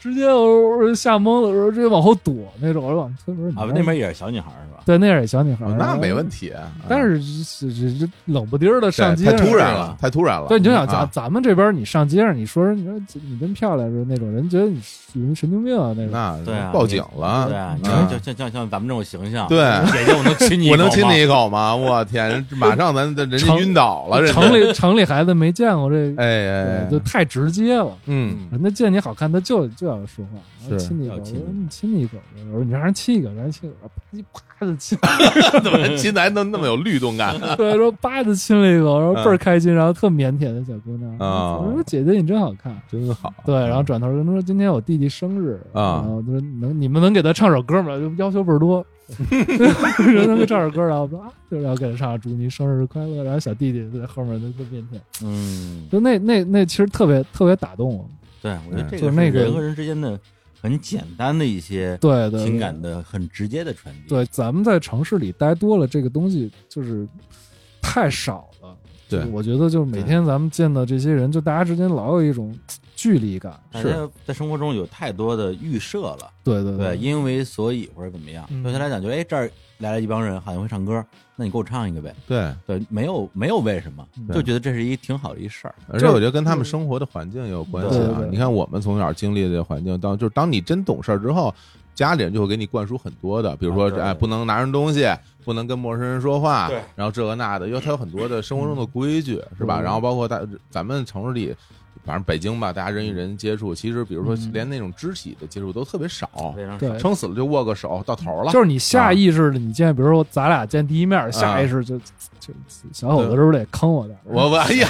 [SPEAKER 3] 直接我我吓懵了，我说直接往后躲那种，我说往推门
[SPEAKER 1] 啊，那边也是小女孩儿是吧？
[SPEAKER 3] 对那也是小女孩，
[SPEAKER 2] 哦那没问
[SPEAKER 3] 题，
[SPEAKER 2] 题。啊嗯
[SPEAKER 3] 但是这这这冷不丁儿的
[SPEAKER 2] 对
[SPEAKER 3] 上街
[SPEAKER 2] 太
[SPEAKER 3] 上，
[SPEAKER 2] 突然了，太突然了。
[SPEAKER 3] 对，你就想咱
[SPEAKER 2] 啊，
[SPEAKER 3] 咱们这边你上街上，你说你说你真漂亮，说那种人觉得你是人神经病啊那种，
[SPEAKER 1] 对啊
[SPEAKER 2] 那报警了。
[SPEAKER 1] 对啊，你
[SPEAKER 2] 啊
[SPEAKER 1] 看，就像像像咱们这种形象，
[SPEAKER 2] 对，
[SPEAKER 1] 姐姐，我能亲你，
[SPEAKER 2] 我能亲你，一口吗？我天，人马上咱人家
[SPEAKER 3] 城
[SPEAKER 2] 晕倒了，人家
[SPEAKER 3] 城里城里孩子没见过这，
[SPEAKER 2] 哎哎，哎
[SPEAKER 3] 就太直接了。
[SPEAKER 2] 嗯，
[SPEAKER 1] 嗯，
[SPEAKER 3] 人家见你好看，他就就要说话，然后
[SPEAKER 2] 是
[SPEAKER 3] 亲你一口，
[SPEAKER 1] 要
[SPEAKER 3] 我
[SPEAKER 1] 亲
[SPEAKER 3] 说
[SPEAKER 1] 你
[SPEAKER 3] 你亲你一口，我说你让人亲一口，让人亲一口，啪叽啪
[SPEAKER 1] (laughs)
[SPEAKER 3] 就亲，
[SPEAKER 2] (laughs) 怎么亲的还能那么有律动感？
[SPEAKER 3] 对，说啪就亲了一口，然后
[SPEAKER 1] 嗯
[SPEAKER 3] 倍儿开心，然后特腼腆的小姑娘，
[SPEAKER 2] 啊
[SPEAKER 3] 我说姐姐你真好看，
[SPEAKER 2] (laughs) 真好。
[SPEAKER 3] 对，然后
[SPEAKER 1] 嗯
[SPEAKER 3] 转头跟她说今天我弟弟生日
[SPEAKER 2] 啊
[SPEAKER 3] 然后她说能你们能给他唱首歌吗？就要求倍
[SPEAKER 1] (laughs)
[SPEAKER 3] 儿多，人能给唱首歌，然后我说啊，就是要给他唱祝你生日快乐，然后小弟弟在后面就特腼腆，
[SPEAKER 1] 嗯，
[SPEAKER 3] 就那那那其实特别特别打动我，
[SPEAKER 1] 对，我觉得这
[SPEAKER 3] 嗯就是
[SPEAKER 1] 个
[SPEAKER 3] 那
[SPEAKER 1] 是
[SPEAKER 3] 个
[SPEAKER 1] 人和人之间的很简单的一些
[SPEAKER 3] 对对，
[SPEAKER 1] 情
[SPEAKER 3] 对
[SPEAKER 1] 感的很直接的传递，，
[SPEAKER 3] 对，咱们在城市里待多了，这个东西就是太少了。
[SPEAKER 2] 对
[SPEAKER 3] 就是我觉得就是每天咱们见到这些人，就大家之间老有一种距离感。
[SPEAKER 1] 大
[SPEAKER 2] 是
[SPEAKER 1] 家在生活中有太多的预设了。
[SPEAKER 3] 对对
[SPEAKER 1] 对，因为所以或者怎么样，
[SPEAKER 3] 嗯
[SPEAKER 1] 对他来讲，就哎这儿来了一帮人，好像会唱歌，那你给我唱一个呗。
[SPEAKER 2] 对，
[SPEAKER 1] 对，没有没有为什么，
[SPEAKER 3] 对
[SPEAKER 1] 就觉得这是一挺好的一事儿。
[SPEAKER 2] 而且我觉得跟他们生活的环境也有关系
[SPEAKER 3] 对
[SPEAKER 2] 啊
[SPEAKER 3] 对。对
[SPEAKER 2] 你看，我们从小经历的这个环境，当就是当你真懂事儿之后，家里人就会给你灌输很多的，比如说
[SPEAKER 1] 啊，对
[SPEAKER 2] 哎，不能拿人东西，不能跟陌生人说话
[SPEAKER 1] 对，
[SPEAKER 2] 然后这个那的，因为他有很多的生活中的规矩，是吧？
[SPEAKER 3] 嗯
[SPEAKER 2] 然后包括大咱们城市里。反正北京吧，大家人与人接触，其实比如说
[SPEAKER 3] 嗯
[SPEAKER 2] 连那种肢体的接触都特别少，
[SPEAKER 1] 非常
[SPEAKER 3] 对，
[SPEAKER 2] 撑死了就啊握个手到头了。
[SPEAKER 3] 就是你下意识的，你见，比如说咱俩见第一面，下意识就就小伙子是不是得坑我点儿？
[SPEAKER 2] 啊我我哎呀，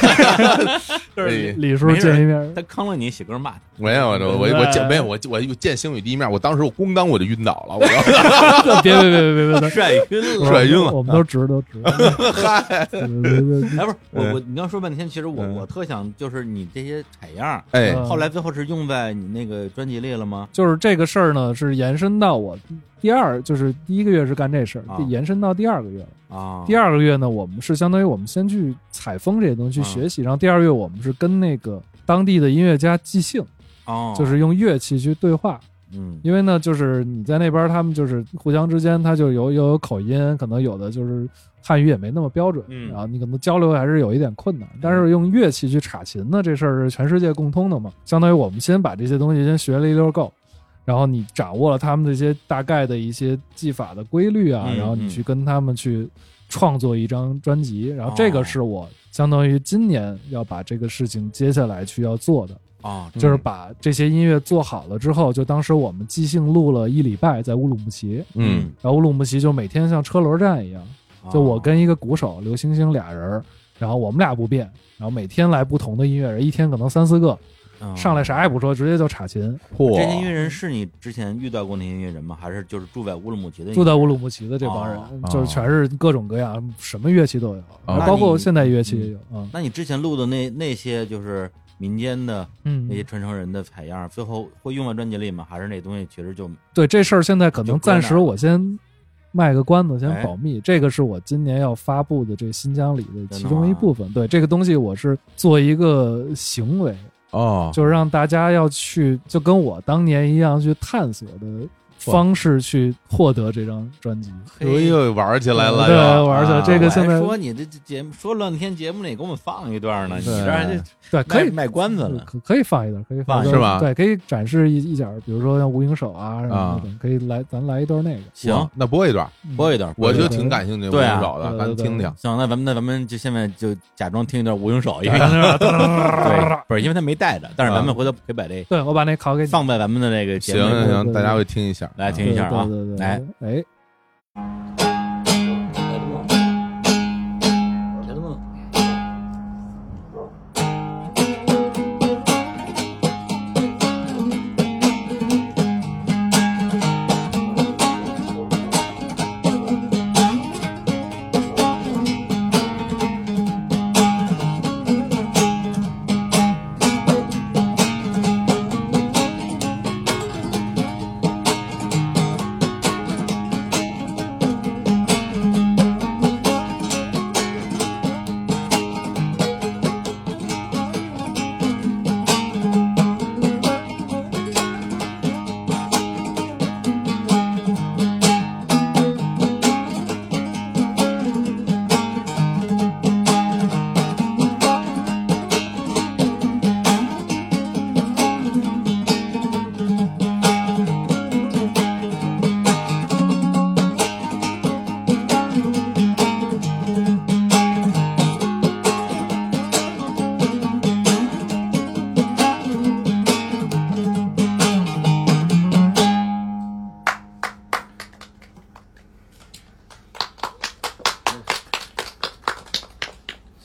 [SPEAKER 3] 就是
[SPEAKER 2] 哎
[SPEAKER 3] 李叔见一面
[SPEAKER 1] 他，坑了你，写歌骂他，
[SPEAKER 2] 没有，我我我见没有我我见星宇第一面，我当时我咣当我就晕倒
[SPEAKER 3] (laughs)
[SPEAKER 2] 了，我 (laughs)
[SPEAKER 3] 别别别别别 (laughs) 别，
[SPEAKER 1] 帅晕了。
[SPEAKER 2] 甩晕了
[SPEAKER 3] 我们都直
[SPEAKER 2] (laughs)
[SPEAKER 3] 都直。对对对对
[SPEAKER 1] 哎，不是我
[SPEAKER 2] 嗯
[SPEAKER 1] 我，你刚说半天，其实我
[SPEAKER 2] 嗯
[SPEAKER 1] 我特想就是你这些采样儿，
[SPEAKER 2] 哎
[SPEAKER 3] 嗯
[SPEAKER 1] 后来最后是用在你那个专辑里了吗？
[SPEAKER 3] 就是这个事儿呢，是延伸到我第二，就是第一个月是干这事儿
[SPEAKER 1] 啊，
[SPEAKER 3] 延伸到第二个月了。
[SPEAKER 1] 啊，
[SPEAKER 3] 第二个月呢，我们是相当于我们先去采风这些东西去
[SPEAKER 1] 嗯
[SPEAKER 3] 学习，然后第二个月我们是跟那个当地的音乐家即兴，
[SPEAKER 1] 哦，
[SPEAKER 3] 就是用乐器去对话。
[SPEAKER 1] 嗯
[SPEAKER 3] 因为呢，就是你在那边，他们就是互相之间，他就有有有口音，可能有的就是汉语也没那么标准，
[SPEAKER 1] 嗯
[SPEAKER 3] 然后你可能交流还是有一点困难。但是用乐器去查琴呢，这事儿是全世界共通的嘛，相当于我们先把这些东西先学了一溜够，然后你掌握了他们这些大概的一些技法的规律啊，
[SPEAKER 1] 嗯
[SPEAKER 3] 然后你
[SPEAKER 1] 嗯
[SPEAKER 3] 去跟他们去创作一张专辑，然后这
[SPEAKER 1] 哦
[SPEAKER 3] 个是我相当于今年要把这个事情接下来去要做的。
[SPEAKER 1] 啊，这
[SPEAKER 3] 就是把这些音乐做好了之后，就当时我们即兴录了一礼拜，在乌鲁木齐，
[SPEAKER 2] 嗯，
[SPEAKER 3] 然后乌鲁木齐就每天像车轮战一样，
[SPEAKER 1] 啊
[SPEAKER 3] 就
[SPEAKER 1] 哦
[SPEAKER 3] 我跟一个鼓手刘星星俩人儿，然后我们俩不变，然后每天来不同的音乐人，一天可能三四个，
[SPEAKER 1] 啊
[SPEAKER 3] 上来啥也不说，直接就插琴，
[SPEAKER 1] 这
[SPEAKER 2] 嚯
[SPEAKER 1] 些音乐人是你之前遇到过那些音乐人吗？还是就是住在乌鲁木齐的？
[SPEAKER 3] 住在乌鲁木齐的这帮人，
[SPEAKER 1] 哎哦
[SPEAKER 3] 就是全是各种各样，什么乐器都有，然后包括现代乐器也有啊，
[SPEAKER 1] 嗯那你之前录的那那些就是民间的
[SPEAKER 3] 嗯
[SPEAKER 1] 那些传承人的采样，最后会用在专辑里吗？还是那东西其实就
[SPEAKER 3] 对这事儿，现在可能暂时我先卖个关子，
[SPEAKER 1] 哎
[SPEAKER 3] 先保密。这个是我今年要发布的这新疆里的其中一部分。对这个东西，我是做一个行为，
[SPEAKER 2] 哦，
[SPEAKER 3] 就是让大家要去，就跟我当年一样去探索的方式去获得这张专辑。
[SPEAKER 2] 哎呦，玩起来
[SPEAKER 1] 嗯
[SPEAKER 2] 了
[SPEAKER 3] 对
[SPEAKER 2] 又，
[SPEAKER 3] 玩起来
[SPEAKER 2] 啊
[SPEAKER 3] 这个现在
[SPEAKER 1] 我还说你这这节目说了半天，节目里给我们放一段呢，你
[SPEAKER 2] 对
[SPEAKER 1] 这还这
[SPEAKER 3] 对，可以嗯
[SPEAKER 1] 卖卖关子了。
[SPEAKER 3] 可可以放一段，可以放
[SPEAKER 1] 放
[SPEAKER 3] 一段
[SPEAKER 2] 是吧
[SPEAKER 3] 对，可以展示一一点儿，比如说像无影手啊什么的，可以来，咱来一段那个。
[SPEAKER 1] 行
[SPEAKER 2] 哇，那播一段，
[SPEAKER 3] 嗯
[SPEAKER 1] 播一段，
[SPEAKER 2] 我
[SPEAKER 1] 播一
[SPEAKER 2] 就
[SPEAKER 1] 段
[SPEAKER 2] 挺感兴趣
[SPEAKER 1] 对啊
[SPEAKER 2] 无手的，
[SPEAKER 3] 对
[SPEAKER 2] 咱
[SPEAKER 3] 对对
[SPEAKER 2] 听听。
[SPEAKER 1] 行，那咱们那咱们就现在就假装听一段《无影手》，因为 (laughs) 对，不是因为他没带着，但是咱们回头可以把这
[SPEAKER 3] 对，我把那拷给你。
[SPEAKER 1] 放在咱们的那个节
[SPEAKER 2] 行
[SPEAKER 1] 目里。
[SPEAKER 2] 行
[SPEAKER 3] 对
[SPEAKER 2] 行，
[SPEAKER 3] 对
[SPEAKER 2] 大家
[SPEAKER 3] 对
[SPEAKER 2] 会听一下，
[SPEAKER 1] 来
[SPEAKER 2] 啊
[SPEAKER 1] 听一下啊
[SPEAKER 3] 对对对，
[SPEAKER 1] 来
[SPEAKER 3] 哎，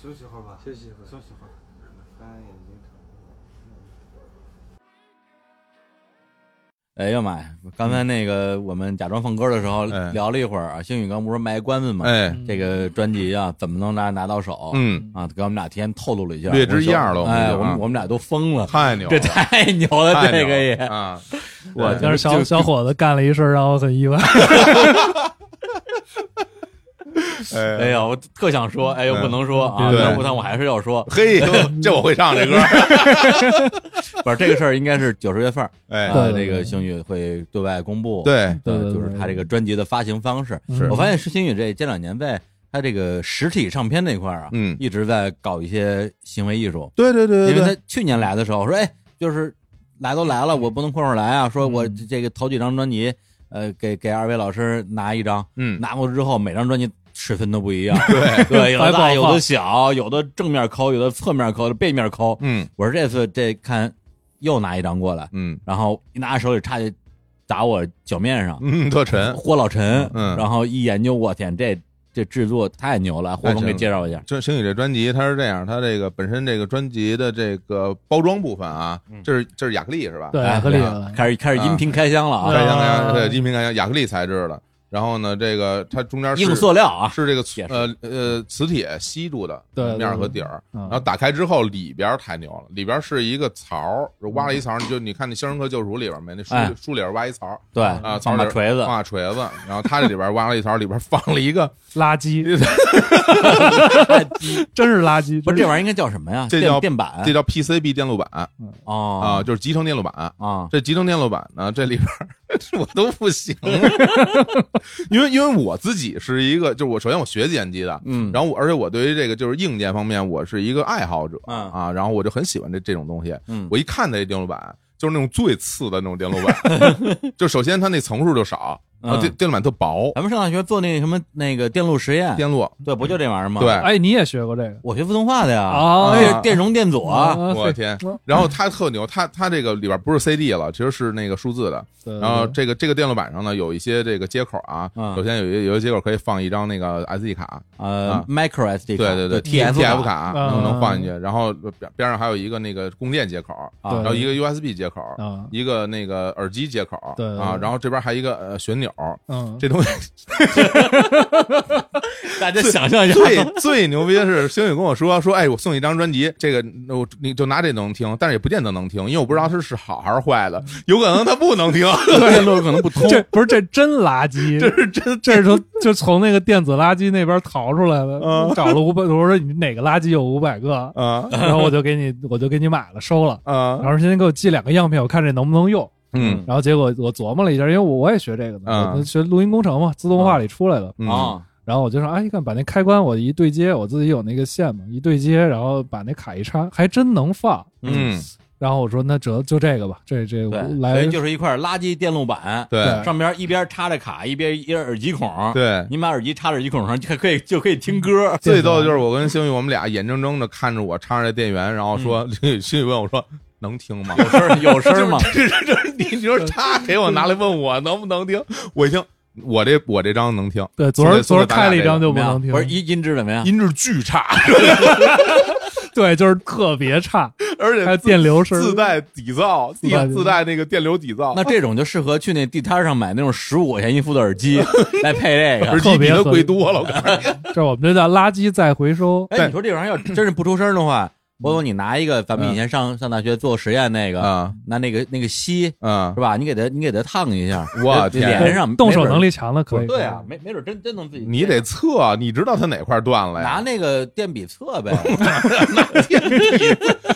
[SPEAKER 4] 休息会儿吧，休息一会儿，休息会儿，干眼睛疼。
[SPEAKER 1] 哎呀妈呀！刚才那个我们假装放歌的时候
[SPEAKER 2] 哎
[SPEAKER 1] 聊了一会儿啊，星宇刚不是卖关子嘛？
[SPEAKER 2] 哎，
[SPEAKER 1] 这个专辑啊，怎么能拿拿到手？
[SPEAKER 2] 嗯，
[SPEAKER 1] 啊，给我们俩提前透露了一下，
[SPEAKER 2] 略知一二了
[SPEAKER 1] 我说哎，
[SPEAKER 2] 我们就
[SPEAKER 1] 我
[SPEAKER 2] 啊
[SPEAKER 1] 们我们俩都疯了，
[SPEAKER 2] 太牛了，
[SPEAKER 1] 这太牛了，
[SPEAKER 2] 太
[SPEAKER 1] 这
[SPEAKER 2] 牛
[SPEAKER 1] 个也哎
[SPEAKER 2] 了，啊，
[SPEAKER 1] 我
[SPEAKER 3] 但是小
[SPEAKER 1] 就
[SPEAKER 3] 小伙子干了一事儿让我很意外。
[SPEAKER 1] 哎
[SPEAKER 2] 哎，
[SPEAKER 1] 呀，我特想说，哎又不能说啊，
[SPEAKER 2] 嗯对
[SPEAKER 1] 要不然我还是要说，
[SPEAKER 2] 嘿， (laughs) 这我会唱这歌，
[SPEAKER 1] (laughs) 不是这个事儿，应该是九十月份儿，
[SPEAKER 2] 哎，
[SPEAKER 1] 啊，
[SPEAKER 3] 对
[SPEAKER 1] 这个星宇会对外公布，
[SPEAKER 2] 对，
[SPEAKER 1] 呃，
[SPEAKER 3] 对对
[SPEAKER 1] 就是
[SPEAKER 3] 对
[SPEAKER 1] 他这个专辑的发行方式。
[SPEAKER 3] 是
[SPEAKER 1] 我发现是星宇这这两年在他这个实体唱片那块儿啊，
[SPEAKER 2] 嗯
[SPEAKER 1] 一直在搞一些行为艺术，
[SPEAKER 2] 对对对
[SPEAKER 1] 因为
[SPEAKER 2] 对对，
[SPEAKER 1] 他去年来的时候说，哎，就是来都来了，我不能空手来啊，说
[SPEAKER 2] 嗯
[SPEAKER 1] 我这这个头几张专辑，呃，给给二位老师拿一张，
[SPEAKER 2] 嗯，
[SPEAKER 1] 拿过之后每张专辑尺寸都不
[SPEAKER 2] (laughs)
[SPEAKER 1] 一样，对对，有的
[SPEAKER 3] 还不好
[SPEAKER 1] 大，有的
[SPEAKER 3] 放
[SPEAKER 1] 小，有的正面抠，有的侧面抠，有的背面抠。
[SPEAKER 2] 嗯
[SPEAKER 1] 我说这次这看又拿一张过来，
[SPEAKER 2] 嗯
[SPEAKER 1] 然后一拿手里差点打我脚面上，
[SPEAKER 2] 嗯，特沉，
[SPEAKER 1] 霍老陈，
[SPEAKER 2] 嗯
[SPEAKER 1] 然后一研究，我天，这这制作太牛了，霍总给介绍一下，
[SPEAKER 2] 这星宇这专辑，它是这样，它这个本身这个专辑的这个包装部分啊，
[SPEAKER 1] 嗯
[SPEAKER 2] 这是这是亚克力是吧？
[SPEAKER 3] 对，
[SPEAKER 1] 哎
[SPEAKER 3] 亚克力
[SPEAKER 2] 对啊
[SPEAKER 3] 了。
[SPEAKER 1] 开始开始音频开箱了啊，
[SPEAKER 2] 开箱开箱，
[SPEAKER 3] 啊
[SPEAKER 2] 对，音频开箱，亚克力材质的。然后呢，这个它中间是
[SPEAKER 1] 硬塑料啊，
[SPEAKER 2] 是这个
[SPEAKER 1] 也是
[SPEAKER 2] 呃呃磁铁吸住的
[SPEAKER 3] 对对嗯
[SPEAKER 2] 面儿和底儿，
[SPEAKER 3] 然
[SPEAKER 2] 然后打开之后里边儿太牛了，里边儿是一个槽儿，就挖了一槽儿，你就你
[SPEAKER 3] 嗯
[SPEAKER 2] 看那《肖申克救赎》里边儿没那书
[SPEAKER 1] 哎
[SPEAKER 2] 书里边儿挖一槽儿
[SPEAKER 1] 对
[SPEAKER 2] 啊，槽
[SPEAKER 1] 放
[SPEAKER 2] 儿
[SPEAKER 1] 把
[SPEAKER 2] 里边
[SPEAKER 1] 锤
[SPEAKER 2] 儿
[SPEAKER 1] 子
[SPEAKER 2] 放，把锤子，然后它这里边儿挖了一槽儿，里边儿放了一
[SPEAKER 1] (laughs)
[SPEAKER 2] 个，
[SPEAKER 3] 垃圾，真是垃圾，
[SPEAKER 1] 不是
[SPEAKER 3] 真
[SPEAKER 1] 这玩意儿应该叫什么呀？
[SPEAKER 2] 这
[SPEAKER 1] 电
[SPEAKER 2] 叫
[SPEAKER 1] 电板
[SPEAKER 2] 这叫 PCB 电路板啊，
[SPEAKER 1] 哎哦
[SPEAKER 2] 就是集成电路板。
[SPEAKER 1] 啊
[SPEAKER 2] 这集成电路板呢，这里边儿 (laughs) 我都
[SPEAKER 1] (laughs)
[SPEAKER 2] 不行，因为因为我自己是一个，就是我首先我学计算机的，
[SPEAKER 1] 嗯，
[SPEAKER 2] 然后我而且我对于这个就是硬件方面我是一个爱好者
[SPEAKER 1] 嗯
[SPEAKER 2] 啊，然后我就很喜欢这这种东西，
[SPEAKER 1] 嗯
[SPEAKER 2] 我一看那电路板，就是那种最次的那种电路板，
[SPEAKER 1] (laughs)
[SPEAKER 2] 就首先它那层数就少，然后
[SPEAKER 1] 嗯
[SPEAKER 2] 电电路板特薄，
[SPEAKER 1] 咱们上大学做那个什么那个电路实验，
[SPEAKER 2] 电路
[SPEAKER 1] 对，不就这玩意儿吗？
[SPEAKER 2] 对，，
[SPEAKER 3] 哎，你也学过这个
[SPEAKER 1] 我学自动化的呀，
[SPEAKER 3] 哦
[SPEAKER 1] 而且电容电阻啊，
[SPEAKER 3] 啊
[SPEAKER 2] 我
[SPEAKER 3] 嘿
[SPEAKER 2] 的天
[SPEAKER 3] 嗯！
[SPEAKER 2] 然后它特牛，它它这个里边不是 CD 了，其实是那个数字的。
[SPEAKER 3] 对
[SPEAKER 1] 啊
[SPEAKER 2] 然后这个这个电路板上呢，有一些这个接口啊
[SPEAKER 1] 嗯，
[SPEAKER 2] 首先有一有一接口可以放一张那个 SD 卡，
[SPEAKER 1] 呃
[SPEAKER 2] 啊
[SPEAKER 1] ，micro SD
[SPEAKER 2] 对
[SPEAKER 1] 卡
[SPEAKER 2] 对对
[SPEAKER 1] TF
[SPEAKER 2] TF
[SPEAKER 1] 卡
[SPEAKER 2] 卡
[SPEAKER 3] 嗯
[SPEAKER 2] 能能放进去。然后边边上还有一个那个供电接口，
[SPEAKER 1] 啊
[SPEAKER 3] 对
[SPEAKER 2] 然后一个 USB 接口，
[SPEAKER 3] 啊，
[SPEAKER 2] 一个那个耳机接口
[SPEAKER 3] 对对
[SPEAKER 2] 啊，
[SPEAKER 3] 对
[SPEAKER 2] 然后这边还一个呃旋钮，
[SPEAKER 3] 嗯，
[SPEAKER 2] 这
[SPEAKER 3] (laughs)
[SPEAKER 2] 东西
[SPEAKER 1] 大家想象一下，
[SPEAKER 2] 最最牛逼的是，星宇跟我说说，哎，我送你一张专辑，这个我你就拿这能听，但是也不见得能听，因为我不知道它是好还是坏
[SPEAKER 3] (laughs)
[SPEAKER 2] 的，有可能它不能听，
[SPEAKER 1] 电路可能不通
[SPEAKER 3] 这不是这真垃
[SPEAKER 1] (laughs)
[SPEAKER 3] 圾，
[SPEAKER 2] 这是真
[SPEAKER 3] 这是从就从那个电子垃圾那边逃出来的，
[SPEAKER 1] 啊
[SPEAKER 2] 嗯
[SPEAKER 3] 找了五百，我说你哪个垃圾有五百
[SPEAKER 1] (laughs)
[SPEAKER 3] 个，
[SPEAKER 2] 啊
[SPEAKER 3] 然后我就给你，我就给你买了，收了。
[SPEAKER 2] 啊
[SPEAKER 3] 然后今天给我寄两个样品，我看这能不能用。
[SPEAKER 2] 嗯
[SPEAKER 3] 然后结果我琢磨了一下，因为我我也学这个的，
[SPEAKER 2] 嗯
[SPEAKER 3] 我学录音工程嘛，自动化里出来的。
[SPEAKER 2] 嗯
[SPEAKER 1] 啊，
[SPEAKER 3] 然后我就说，哎，你看把那开关我一对接，我自己有那个线嘛，一对接，然后把那卡一插，还真能放。
[SPEAKER 2] 嗯，
[SPEAKER 3] 然后我说那折就这个吧，这这
[SPEAKER 1] 对，所
[SPEAKER 3] 来
[SPEAKER 1] 以就是一块垃圾电路板，
[SPEAKER 2] 对
[SPEAKER 3] 对啊
[SPEAKER 1] 上边一边插着卡，一边一个耳机孔，，
[SPEAKER 2] 对。
[SPEAKER 1] 你把耳机插耳机孔上，就可以就可以听歌，
[SPEAKER 2] 最逗的就是我跟星宇，我们俩眼睁睁的看着我插着电源，然
[SPEAKER 3] 嗯
[SPEAKER 2] 后说， (laughs) 星宇问我说能听
[SPEAKER 3] (laughs)
[SPEAKER 2] 吗？
[SPEAKER 1] 有声有声嘛，
[SPEAKER 2] 这这这， (laughs) 你说插给我拿来问我能不能听？我一听，我这我这张能听，
[SPEAKER 3] 对，呃昨儿
[SPEAKER 2] 送给
[SPEAKER 3] 昨儿
[SPEAKER 2] 大家
[SPEAKER 3] 开了一张
[SPEAKER 2] 这啊
[SPEAKER 3] 就
[SPEAKER 1] 怎么
[SPEAKER 3] 不能
[SPEAKER 1] 样？
[SPEAKER 3] 听，
[SPEAKER 1] 不是音音质怎么样？
[SPEAKER 2] 音质巨差，
[SPEAKER 3] 对，就是特别差，
[SPEAKER 2] 而且
[SPEAKER 3] 还有电流声，
[SPEAKER 2] 自带底噪，
[SPEAKER 3] 自带
[SPEAKER 2] 地自带那个电流底噪，
[SPEAKER 1] 那这种就适合去那地摊上买那种十五块钱一副的耳
[SPEAKER 3] (laughs)
[SPEAKER 1] 机来配这
[SPEAKER 2] 耳
[SPEAKER 1] 个。
[SPEAKER 2] 机比它
[SPEAKER 3] 特别合
[SPEAKER 2] 贵
[SPEAKER 3] 理
[SPEAKER 2] 多了。我告诉你
[SPEAKER 3] (laughs) 这我们这叫垃圾再回收。
[SPEAKER 1] 哎，你说这玩意儿要真是不出声的话，
[SPEAKER 3] 嗯
[SPEAKER 1] 包括你拿一个咱们以前上上大学做实验那个，
[SPEAKER 2] 啊
[SPEAKER 1] 拿那个那个吸
[SPEAKER 2] 啊
[SPEAKER 1] 是！吧？你给它你给它烫一下，
[SPEAKER 2] 我
[SPEAKER 1] 这
[SPEAKER 2] 天
[SPEAKER 1] 脸上
[SPEAKER 3] 动手能
[SPEAKER 1] 力
[SPEAKER 3] 力强的可以。
[SPEAKER 1] 对啊，，没没准真真能自己
[SPEAKER 2] 你得测，你知道它哪块断了
[SPEAKER 3] 啊
[SPEAKER 1] 拿
[SPEAKER 2] 呀？
[SPEAKER 1] 那个电笔测呗，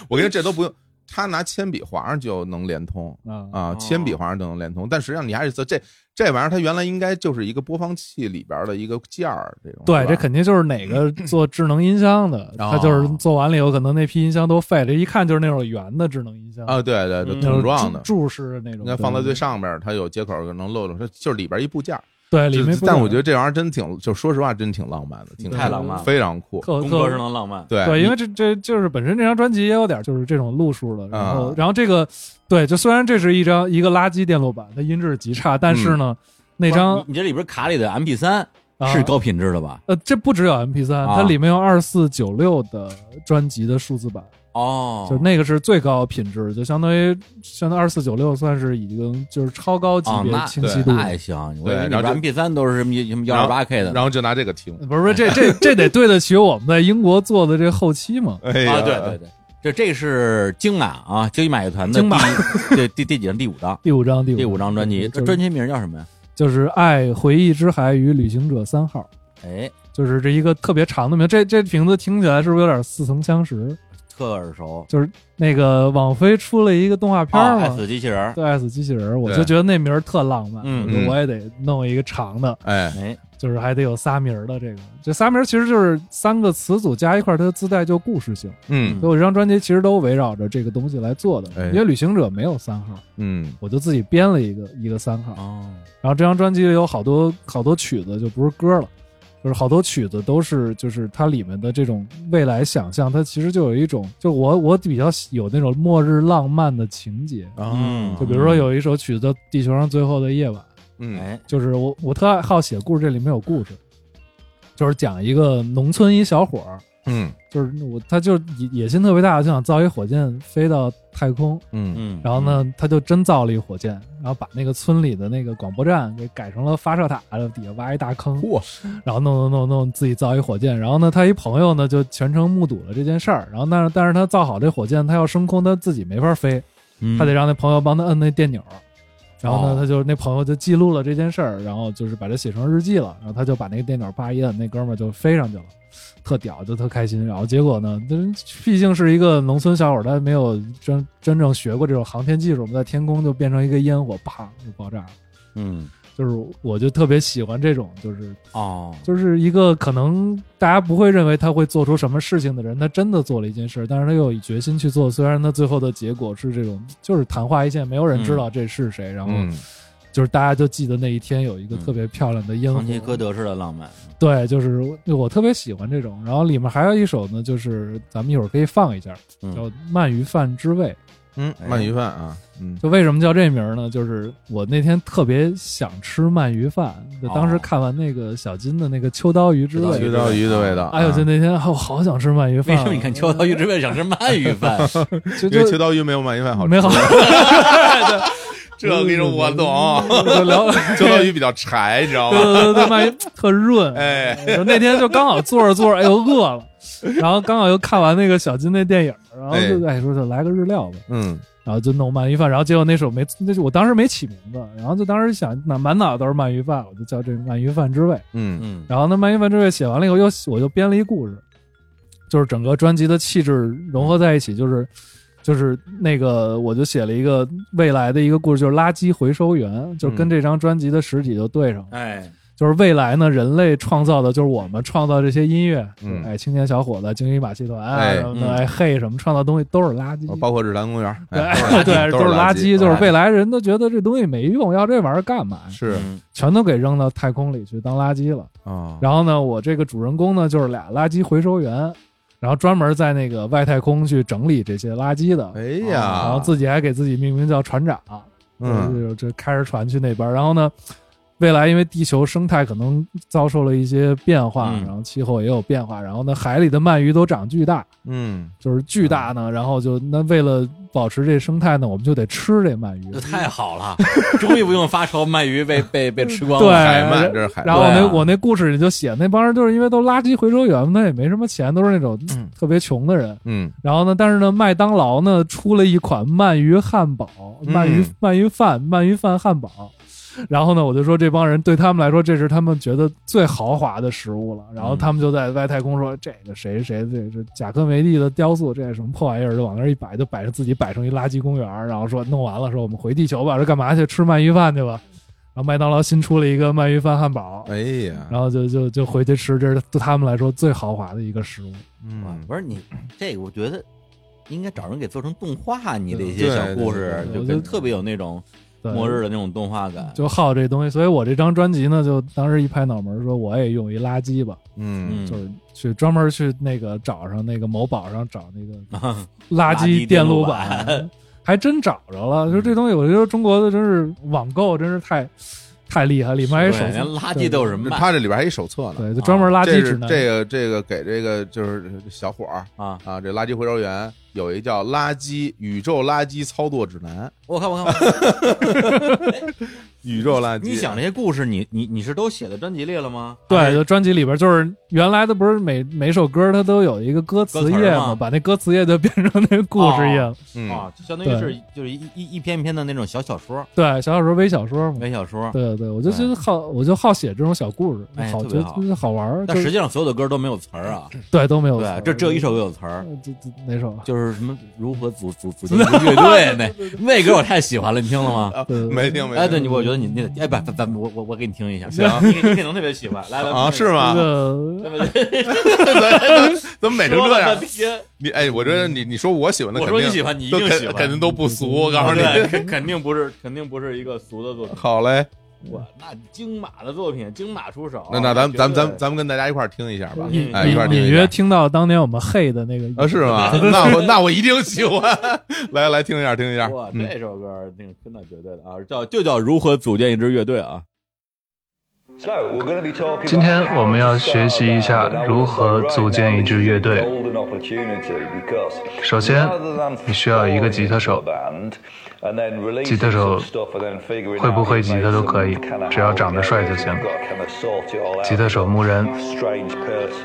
[SPEAKER 2] 我跟你说，这都不用，他拿铅笔划上就能连通
[SPEAKER 3] 啊
[SPEAKER 2] 啊
[SPEAKER 1] 哦，
[SPEAKER 2] 铅笔划上就能连通。但实际上你还是测这这玩意儿，它原来应该就是一个播放器里边的一个件儿，这种
[SPEAKER 3] 对，
[SPEAKER 2] 是吧
[SPEAKER 3] 这肯定就是哪个做智能音箱的，
[SPEAKER 1] 哦
[SPEAKER 3] 他就是做完了以后，可能那批音箱都废了，一看就是那种圆的智能音箱，
[SPEAKER 2] 啊，对对对，
[SPEAKER 1] 嗯
[SPEAKER 3] 就是
[SPEAKER 2] 桶状的。
[SPEAKER 3] 注注视那种
[SPEAKER 2] 应，该放在最
[SPEAKER 3] 对
[SPEAKER 2] 上边儿，它有接口能露露，它就是里边一部件儿。
[SPEAKER 3] 对里
[SPEAKER 2] 就
[SPEAKER 3] 面不一样。啊
[SPEAKER 2] 但我觉得这玩意儿真挺，就说实话，真挺浪漫的，挺
[SPEAKER 1] 太浪漫了
[SPEAKER 2] 非常酷。
[SPEAKER 3] 特
[SPEAKER 1] 工作
[SPEAKER 3] 特
[SPEAKER 1] 是能浪漫。
[SPEAKER 2] 对，
[SPEAKER 3] 对，
[SPEAKER 2] 你
[SPEAKER 3] 因为这这就是本身这张专辑也有点就是这种路数了，然后、
[SPEAKER 2] 啊
[SPEAKER 3] 然后这个对，就虽然这是一张一个垃圾电路板，它音质极差，但是呢，那张
[SPEAKER 1] 你你这里边卡里的 MP 三嗯
[SPEAKER 3] 啊
[SPEAKER 1] 是高品质的吧？
[SPEAKER 3] 呃，这不只有 MP 三、
[SPEAKER 1] 啊
[SPEAKER 3] 它里面有二四九六的专辑的数字版，
[SPEAKER 1] 哦，
[SPEAKER 3] 就那个是最高品质，就相当于相当于二四九六算是已经就是超高级
[SPEAKER 1] 哦，
[SPEAKER 3] 别
[SPEAKER 1] 那
[SPEAKER 3] 清晰度。
[SPEAKER 1] 那也行。我以为
[SPEAKER 2] 对
[SPEAKER 1] 你
[SPEAKER 2] 然后就
[SPEAKER 1] MP 三都是什么什么幺二八 K 的呢，
[SPEAKER 2] 然后就拿这个听，
[SPEAKER 3] 不是不是，这这这得对得起我们在英国做的这后期嘛？
[SPEAKER 2] 哎呀，
[SPEAKER 1] 啊，对对对，这这是京马啊，京马乐团的
[SPEAKER 3] 京马
[SPEAKER 1] 第一对第第几张？第五张，
[SPEAKER 3] 第五张，第五
[SPEAKER 1] 第五张专辑，
[SPEAKER 3] 就
[SPEAKER 1] 这
[SPEAKER 3] 是
[SPEAKER 1] 专辑名叫什么呀？
[SPEAKER 3] 就是《爱回忆之海与旅行者三号》，
[SPEAKER 1] 哎，
[SPEAKER 3] 就是这一个特别长的名。这这名字听起来是不是有点似曾相识？
[SPEAKER 1] 特耳熟。
[SPEAKER 3] 就是那个网飞出了一个动画片
[SPEAKER 1] 啊
[SPEAKER 3] 儿嘛，
[SPEAKER 1] 爱死机器人儿，
[SPEAKER 3] 对 S 机器人儿，我
[SPEAKER 2] 对
[SPEAKER 3] 就觉得那名儿特浪漫，
[SPEAKER 1] 嗯
[SPEAKER 3] 我说
[SPEAKER 2] 嗯
[SPEAKER 3] 我也得弄一个长的，
[SPEAKER 2] 哎，
[SPEAKER 1] 哎，
[SPEAKER 3] 就是还得有仨名儿的这个。这仨名儿其实就是三个词组加一块儿，它自带就故事性。
[SPEAKER 2] 嗯
[SPEAKER 3] 所以我这张专辑其实都围绕着这个东西来做的。
[SPEAKER 2] 哎
[SPEAKER 3] 因为旅行者没有三号，
[SPEAKER 2] 嗯
[SPEAKER 3] 我就自己编了一个一个三号。
[SPEAKER 1] 哦，
[SPEAKER 3] 然后这张专辑里有好多好多曲子，就不是歌了。就是好多曲子都是，就是它里面的这种未来想象，它其实就有一种，就我我比较喜有那种末日浪漫的情节，
[SPEAKER 1] 嗯
[SPEAKER 3] 就比如说有一首曲子叫《地球上最后的夜晚》，
[SPEAKER 2] 嗯
[SPEAKER 1] 哎，
[SPEAKER 3] 就是我我特爱好写故事，这里面有故事，就是讲一个农村一小伙儿，
[SPEAKER 2] 嗯
[SPEAKER 3] 就是我他就野野心特别大，就想造一火箭飞到太空。
[SPEAKER 2] 嗯
[SPEAKER 1] 嗯，
[SPEAKER 3] 然后呢，他就真造了一火箭，然后把那个村里的那个广播站给改成了发射塔，然后底下挖一大
[SPEAKER 1] 嗯
[SPEAKER 3] 坑，
[SPEAKER 2] 嚯
[SPEAKER 3] 然后弄弄弄弄自己造一火箭。然后呢，他一朋友呢就全程目睹了这件事儿。然后但是但是他造好这火箭，他要升空，他自己没法飞，
[SPEAKER 1] 嗯
[SPEAKER 3] 他得让那朋友帮他摁那电钮。然后
[SPEAKER 1] 哦
[SPEAKER 3] 呢，他就那朋友就记录了这件事儿，然后就是把这写成日记了。然后他就把那个电钮叭一摁，那哥们儿就飞上去了，特屌，就特开心。然后结果呢，但是毕竟是一个农村小伙儿，他没有真真正学过这种航天技术，我们在天空就变成一个烟火，啪就爆炸了。
[SPEAKER 1] 嗯
[SPEAKER 3] 就是我就特别喜欢这种，就是
[SPEAKER 1] 哦，
[SPEAKER 3] 就是一个可能大家不会认为他会做出什么事情的人，他真的做了一件事，但是他又有决心去做。虽然他最后的结果是这种， (laughs) 就是昙花一现，没有人
[SPEAKER 1] 嗯
[SPEAKER 3] 知道这是谁，然后
[SPEAKER 2] 嗯
[SPEAKER 3] 就是大家就记得那一天有一个特别漂亮的烟火。
[SPEAKER 1] 长期歌德式的浪漫，
[SPEAKER 3] 对，就是我我特别喜欢这种。然后里面还有一首呢，就是咱们一会儿可以放一下，
[SPEAKER 1] 嗯
[SPEAKER 3] 叫《鳗鱼饭之味》。
[SPEAKER 2] 嗯，
[SPEAKER 1] 哎
[SPEAKER 2] 鳗鱼饭啊，嗯
[SPEAKER 3] 就为什么叫这名儿呢？就是我那天特别想吃鳗鱼饭，就当时
[SPEAKER 1] 哦
[SPEAKER 3] 看完那个小金的那个秋刀鱼之
[SPEAKER 1] 秋刀
[SPEAKER 3] 味
[SPEAKER 1] 鱼
[SPEAKER 2] 秋，刀鱼的味道，
[SPEAKER 3] 哎呦，
[SPEAKER 2] 啊
[SPEAKER 3] 就那天啊我好想吃鳗鱼
[SPEAKER 1] 为
[SPEAKER 3] 饭啊。
[SPEAKER 1] 什么你看秋刀鱼之味
[SPEAKER 3] (laughs)
[SPEAKER 1] 想吃鳗鱼饭？
[SPEAKER 3] 就
[SPEAKER 2] 因为秋
[SPEAKER 3] 就
[SPEAKER 2] 刀鱼没有鳗鱼饭好吃， (laughs)
[SPEAKER 3] 没好？
[SPEAKER 2] 这个跟你说我懂，
[SPEAKER 3] 就聊
[SPEAKER 2] 秋刀鱼比较柴，你知道
[SPEAKER 3] 对
[SPEAKER 2] 吗？
[SPEAKER 3] 对对对，鳗鱼特润。
[SPEAKER 2] 哎，
[SPEAKER 3] (laughs) 就那天就刚好坐着坐着，哎呦饿
[SPEAKER 2] (laughs)
[SPEAKER 3] 了，然后刚好又看完那个小金那电影，然后就哎说就来个日料吧，
[SPEAKER 2] 嗯
[SPEAKER 3] 然后就弄鳗鱼饭，然后结果那首没，那就我当时没起名字，然后就当时想满满脑子都是鳗鱼饭，我就叫这鳗鱼饭之味。
[SPEAKER 2] 嗯
[SPEAKER 1] 嗯
[SPEAKER 3] 然后呢，《鳗鱼饭之味》写完了以后，又我就编了一故事，就是整个专辑的气质融合在一起，就是就是那个我就写了一个未来的一个故事，就是垃圾回收员，就跟这张专辑的实体就对上了。
[SPEAKER 1] 哎
[SPEAKER 3] 就是未来呢，人类创造的，就是我们创造这些音乐，
[SPEAKER 2] 嗯
[SPEAKER 3] 哎，青年小伙子、京一马戏团啊
[SPEAKER 2] 哎哦
[SPEAKER 3] 什么的，
[SPEAKER 1] 嗯
[SPEAKER 3] 哎嘿什么创造东西都是垃圾。
[SPEAKER 2] 包括日坛公园，
[SPEAKER 3] (laughs)
[SPEAKER 2] 哎
[SPEAKER 3] 对对，
[SPEAKER 2] 都
[SPEAKER 3] 是垃圾，就是未
[SPEAKER 2] 了
[SPEAKER 3] 来人都觉得这东西没用，要这玩意儿干嘛？ (laughs)
[SPEAKER 2] 是
[SPEAKER 1] 嗯
[SPEAKER 3] 全都给扔到太空里去当垃圾了。
[SPEAKER 2] 啊，
[SPEAKER 3] 然后呢，我这个主人公呢就是俩垃圾回收员，然后专门在那个外太空去整理这些垃圾的，
[SPEAKER 2] 哎
[SPEAKER 3] 然
[SPEAKER 2] 呀
[SPEAKER 3] 后，自己还给自己命名叫船长，
[SPEAKER 2] 嗯
[SPEAKER 3] 就是这开着船去那边。然后呢，未来因为地球生态可能遭受了一些变化，
[SPEAKER 1] 嗯
[SPEAKER 3] 然后气候也有变化，然后呢，海里的鳗鱼都长巨大，
[SPEAKER 2] 嗯
[SPEAKER 3] 就是巨大呢，然后就那为了保持这生态呢，我们就得吃这鳗鱼
[SPEAKER 1] 这。太好
[SPEAKER 3] (laughs)
[SPEAKER 1] 了，终于不用发愁鳗鱼被被被吃光
[SPEAKER 3] 对
[SPEAKER 1] 了。
[SPEAKER 2] 海鳗这是海鳗，
[SPEAKER 3] 哎然后我那、
[SPEAKER 1] 对啊
[SPEAKER 3] 我那故事里就写那帮人就是因为都垃圾回收员嘛，那也没什么钱，都是那种
[SPEAKER 2] 嗯
[SPEAKER 3] 特别穷的人。
[SPEAKER 2] 嗯
[SPEAKER 3] 然后呢，但是呢，麦当劳呢出了一款鳗鱼汉堡、
[SPEAKER 2] 嗯
[SPEAKER 3] 鳗鱼鳗鱼饭、鳗鱼饭汉堡。然后呢，我就说这帮人对他们来说，这是他们觉得最豪华的食物
[SPEAKER 2] 嗯
[SPEAKER 3] 了。然后他们就在外太空说：“这个谁谁这是贾科梅蒂的雕塑，这是什么破玩意儿？”就往那儿一摆，就摆着自己摆成一垃圾公园儿。然后说弄完了，说我们回地球吧，说干嘛去吃鳗鱼饭去吧。然后麦当劳新出了一个鳗鱼饭汉堡，
[SPEAKER 2] 哎呀，
[SPEAKER 3] 然后就就就回去吃，这是对他们来说最豪华的一个食物。
[SPEAKER 2] 嗯
[SPEAKER 1] 不是你这个，我觉得应该找人给做成动画，你
[SPEAKER 3] 对
[SPEAKER 1] 这些小故
[SPEAKER 2] 对
[SPEAKER 1] 事
[SPEAKER 3] 对对
[SPEAKER 1] 就
[SPEAKER 3] 对
[SPEAKER 1] 跟特别有那种
[SPEAKER 3] 对
[SPEAKER 1] 末日的那种动画感。
[SPEAKER 3] 就好这东西，所以我这张专辑呢，就当时一拍脑门儿说，我也用一垃圾吧，
[SPEAKER 2] 嗯
[SPEAKER 1] 嗯
[SPEAKER 3] 就是去专门去那个找上那个某宝上找那个 (laughs)
[SPEAKER 1] 啊
[SPEAKER 3] 垃
[SPEAKER 1] 垃圾
[SPEAKER 3] 圾
[SPEAKER 1] 电
[SPEAKER 3] 电
[SPEAKER 1] 路
[SPEAKER 3] 路
[SPEAKER 1] 板
[SPEAKER 3] 板，还真找着了。就这东西，我觉得中国的真是网购真是太太厉害，里面还有
[SPEAKER 1] 对
[SPEAKER 3] 手机
[SPEAKER 1] 连垃圾都有
[SPEAKER 3] 哎对
[SPEAKER 1] 什么
[SPEAKER 2] 他这里边还一手册呢，
[SPEAKER 3] 对，就专门垃圾
[SPEAKER 2] 这
[SPEAKER 3] 指
[SPEAKER 2] 是
[SPEAKER 3] 南，
[SPEAKER 2] 这个这个给这个就是小伙儿
[SPEAKER 1] 啊！
[SPEAKER 2] 啊，这垃圾回收员有一叫《垃圾宇宙垃圾操作指南》，
[SPEAKER 1] 我看我看，
[SPEAKER 2] 宇宙垃圾，
[SPEAKER 1] 你想这些故事，你你你是都写在专辑里了吗？还
[SPEAKER 3] 对，
[SPEAKER 1] 是
[SPEAKER 3] 就专辑里边就是原来的不是每每首歌它都有一个歌词
[SPEAKER 1] 歌词
[SPEAKER 3] 页
[SPEAKER 1] 儿吗
[SPEAKER 3] 嘛，把那歌词页就变成那个故事页了。
[SPEAKER 2] 嗯
[SPEAKER 1] 啊，就相当于是就是一一一篇篇的那种小小说、
[SPEAKER 3] 对，小小说微小说嘛。
[SPEAKER 1] 微小说。
[SPEAKER 3] 嗯对对，我就觉得好，我就好写这种小故事，
[SPEAKER 1] 哎
[SPEAKER 3] 好
[SPEAKER 1] 特
[SPEAKER 3] 觉
[SPEAKER 1] 别
[SPEAKER 3] 得
[SPEAKER 1] 好
[SPEAKER 3] 就是好玩儿，就
[SPEAKER 1] 但实际上所有的歌都没有词儿啊，
[SPEAKER 3] 对都没有词
[SPEAKER 1] 对
[SPEAKER 3] 儿，，
[SPEAKER 1] 这只有一首有词儿，
[SPEAKER 3] 呃，这这哪首啊？
[SPEAKER 1] 就是什么如何组组组建一个乐队那那歌我太喜欢了，你听了吗？
[SPEAKER 2] 啊
[SPEAKER 3] 对对对
[SPEAKER 2] 没听没
[SPEAKER 1] 哎，
[SPEAKER 2] 听
[SPEAKER 1] 对你，我觉得你那个哎不，咱咱我我我给你听一下，
[SPEAKER 2] 行
[SPEAKER 1] 你你可能特别喜欢，来来 (laughs)
[SPEAKER 2] 啊，是？
[SPEAKER 3] 这
[SPEAKER 2] 吗？
[SPEAKER 3] 个
[SPEAKER 1] 来来来
[SPEAKER 2] (laughs) 怎么美成
[SPEAKER 1] 说
[SPEAKER 2] 这
[SPEAKER 1] 了
[SPEAKER 2] 样
[SPEAKER 1] 半？天，
[SPEAKER 2] 你哎，我觉得你你说我喜欢的，
[SPEAKER 1] 我说你喜欢，你一
[SPEAKER 2] 都
[SPEAKER 1] 定
[SPEAKER 2] 肯
[SPEAKER 1] 喜欢，
[SPEAKER 2] 肯定都不俗。我告诉
[SPEAKER 1] 对，
[SPEAKER 2] 你，
[SPEAKER 1] 肯肯定不是，肯定不是一个俗的作品。
[SPEAKER 2] 好嘞，
[SPEAKER 1] 哇，那京马的作品，京马出手，
[SPEAKER 2] 那那咱们咱们咱们
[SPEAKER 1] 咱
[SPEAKER 2] 咱们跟大家一块儿听一下吧，
[SPEAKER 3] 隐
[SPEAKER 1] 啊
[SPEAKER 2] 哎，一块儿
[SPEAKER 3] 隐
[SPEAKER 2] 听
[SPEAKER 3] 隐
[SPEAKER 2] 一
[SPEAKER 3] 约
[SPEAKER 2] 下。
[SPEAKER 3] 听到当年我们黑的那个
[SPEAKER 2] 啊，是吗？那我那我一定喜欢。来来，听一下，听一下。
[SPEAKER 1] 哇，
[SPEAKER 2] 嗯
[SPEAKER 1] 这首歌那个真的绝对的啊，叫就叫如何组建一支乐队啊。
[SPEAKER 4] 嗯
[SPEAKER 5] 今天我们要学习一下如何组建一支乐队。
[SPEAKER 6] 首先，你需要一个吉他手，
[SPEAKER 5] 吉
[SPEAKER 6] 吉
[SPEAKER 5] 他
[SPEAKER 6] 他
[SPEAKER 5] 手
[SPEAKER 6] 手
[SPEAKER 5] 会
[SPEAKER 6] 会
[SPEAKER 5] 不
[SPEAKER 6] 不
[SPEAKER 5] 会
[SPEAKER 6] 会
[SPEAKER 5] 吉
[SPEAKER 6] 吉
[SPEAKER 5] 他
[SPEAKER 6] 他
[SPEAKER 5] 都
[SPEAKER 6] 都
[SPEAKER 5] 可
[SPEAKER 6] 可
[SPEAKER 5] 以
[SPEAKER 6] 以，
[SPEAKER 5] 只
[SPEAKER 6] 只
[SPEAKER 5] 要
[SPEAKER 6] 要
[SPEAKER 5] 长
[SPEAKER 6] 长
[SPEAKER 5] 得
[SPEAKER 6] 得
[SPEAKER 5] 帅
[SPEAKER 6] 帅
[SPEAKER 5] 就
[SPEAKER 6] 就
[SPEAKER 5] 行
[SPEAKER 6] 行。
[SPEAKER 5] 吉
[SPEAKER 6] 吉他
[SPEAKER 5] 他手
[SPEAKER 6] 手
[SPEAKER 5] 牧
[SPEAKER 6] 牧
[SPEAKER 5] 人
[SPEAKER 6] 人。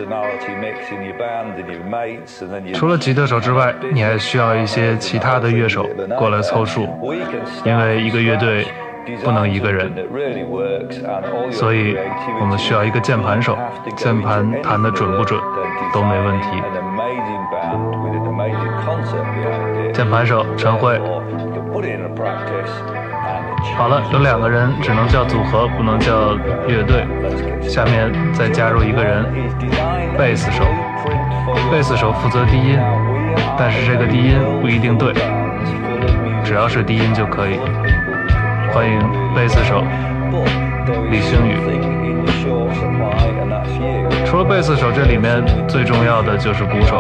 [SPEAKER 6] 除了吉他手之外，你还需要一些其他的乐手过来凑数，因为一个乐队不能一个人，所以我们需要一个键盘手，键盘弹得准不准都没问题。键盘手陈慧。
[SPEAKER 5] 好
[SPEAKER 6] 好
[SPEAKER 5] 了
[SPEAKER 6] 了，，
[SPEAKER 5] 有
[SPEAKER 6] 有
[SPEAKER 5] 两
[SPEAKER 6] 两
[SPEAKER 5] 个
[SPEAKER 6] 个
[SPEAKER 5] 人
[SPEAKER 6] 人只
[SPEAKER 5] 只能
[SPEAKER 6] 能
[SPEAKER 5] 叫
[SPEAKER 6] 叫
[SPEAKER 5] 组
[SPEAKER 6] 组
[SPEAKER 5] 合
[SPEAKER 6] 合，，
[SPEAKER 5] 不
[SPEAKER 6] 不
[SPEAKER 5] 能
[SPEAKER 6] 能
[SPEAKER 5] 叫
[SPEAKER 6] 叫
[SPEAKER 5] 乐
[SPEAKER 6] 乐
[SPEAKER 5] 队
[SPEAKER 6] 队。。下
[SPEAKER 5] 下面
[SPEAKER 6] 面
[SPEAKER 5] 再
[SPEAKER 6] 再
[SPEAKER 5] 加
[SPEAKER 6] 加
[SPEAKER 5] 入
[SPEAKER 6] 入
[SPEAKER 5] 一
[SPEAKER 6] 一
[SPEAKER 5] 个
[SPEAKER 6] 个
[SPEAKER 5] 人
[SPEAKER 6] 人，，
[SPEAKER 5] 贝
[SPEAKER 6] 贝
[SPEAKER 5] 斯
[SPEAKER 6] 斯
[SPEAKER 5] 手
[SPEAKER 6] 手。
[SPEAKER 5] 贝
[SPEAKER 6] 贝
[SPEAKER 5] 斯
[SPEAKER 6] 斯
[SPEAKER 5] 手
[SPEAKER 6] 手
[SPEAKER 5] 负
[SPEAKER 6] 负
[SPEAKER 5] 责
[SPEAKER 6] 责
[SPEAKER 5] 低
[SPEAKER 6] 低
[SPEAKER 5] 音
[SPEAKER 6] 音，
[SPEAKER 5] 但
[SPEAKER 6] 但
[SPEAKER 5] 是
[SPEAKER 6] 是这
[SPEAKER 5] 这个
[SPEAKER 6] 个
[SPEAKER 5] 低
[SPEAKER 6] 低
[SPEAKER 5] 音
[SPEAKER 6] 音
[SPEAKER 5] 不
[SPEAKER 6] 不
[SPEAKER 5] 一
[SPEAKER 6] 一
[SPEAKER 5] 定
[SPEAKER 6] 定
[SPEAKER 5] 对
[SPEAKER 6] 对，
[SPEAKER 5] 只
[SPEAKER 6] 只
[SPEAKER 5] 要
[SPEAKER 6] 要
[SPEAKER 5] 是
[SPEAKER 6] 是
[SPEAKER 5] 低
[SPEAKER 6] 低
[SPEAKER 5] 音
[SPEAKER 6] 音
[SPEAKER 5] 就
[SPEAKER 6] 就
[SPEAKER 5] 可
[SPEAKER 6] 可
[SPEAKER 5] 以
[SPEAKER 6] 以。
[SPEAKER 5] 欢
[SPEAKER 6] 欢
[SPEAKER 5] 迎
[SPEAKER 6] 迎
[SPEAKER 5] 贝
[SPEAKER 6] 贝
[SPEAKER 5] 斯
[SPEAKER 6] 斯
[SPEAKER 5] 手手
[SPEAKER 6] 李
[SPEAKER 5] 李
[SPEAKER 6] 星
[SPEAKER 5] 星
[SPEAKER 6] 宇
[SPEAKER 5] 宇。
[SPEAKER 6] 除
[SPEAKER 5] 除
[SPEAKER 6] 了
[SPEAKER 5] 了
[SPEAKER 6] 贝
[SPEAKER 5] 贝
[SPEAKER 6] 斯
[SPEAKER 5] 斯
[SPEAKER 6] 手，
[SPEAKER 5] 手，
[SPEAKER 6] 这里
[SPEAKER 5] 这里
[SPEAKER 6] 面
[SPEAKER 5] 面
[SPEAKER 6] 最
[SPEAKER 5] 最
[SPEAKER 6] 重
[SPEAKER 5] 重
[SPEAKER 6] 要
[SPEAKER 5] 要
[SPEAKER 6] 的
[SPEAKER 5] 的
[SPEAKER 6] 就
[SPEAKER 5] 就是是
[SPEAKER 6] 鼓
[SPEAKER 5] 鼓
[SPEAKER 6] 手
[SPEAKER 5] 手，，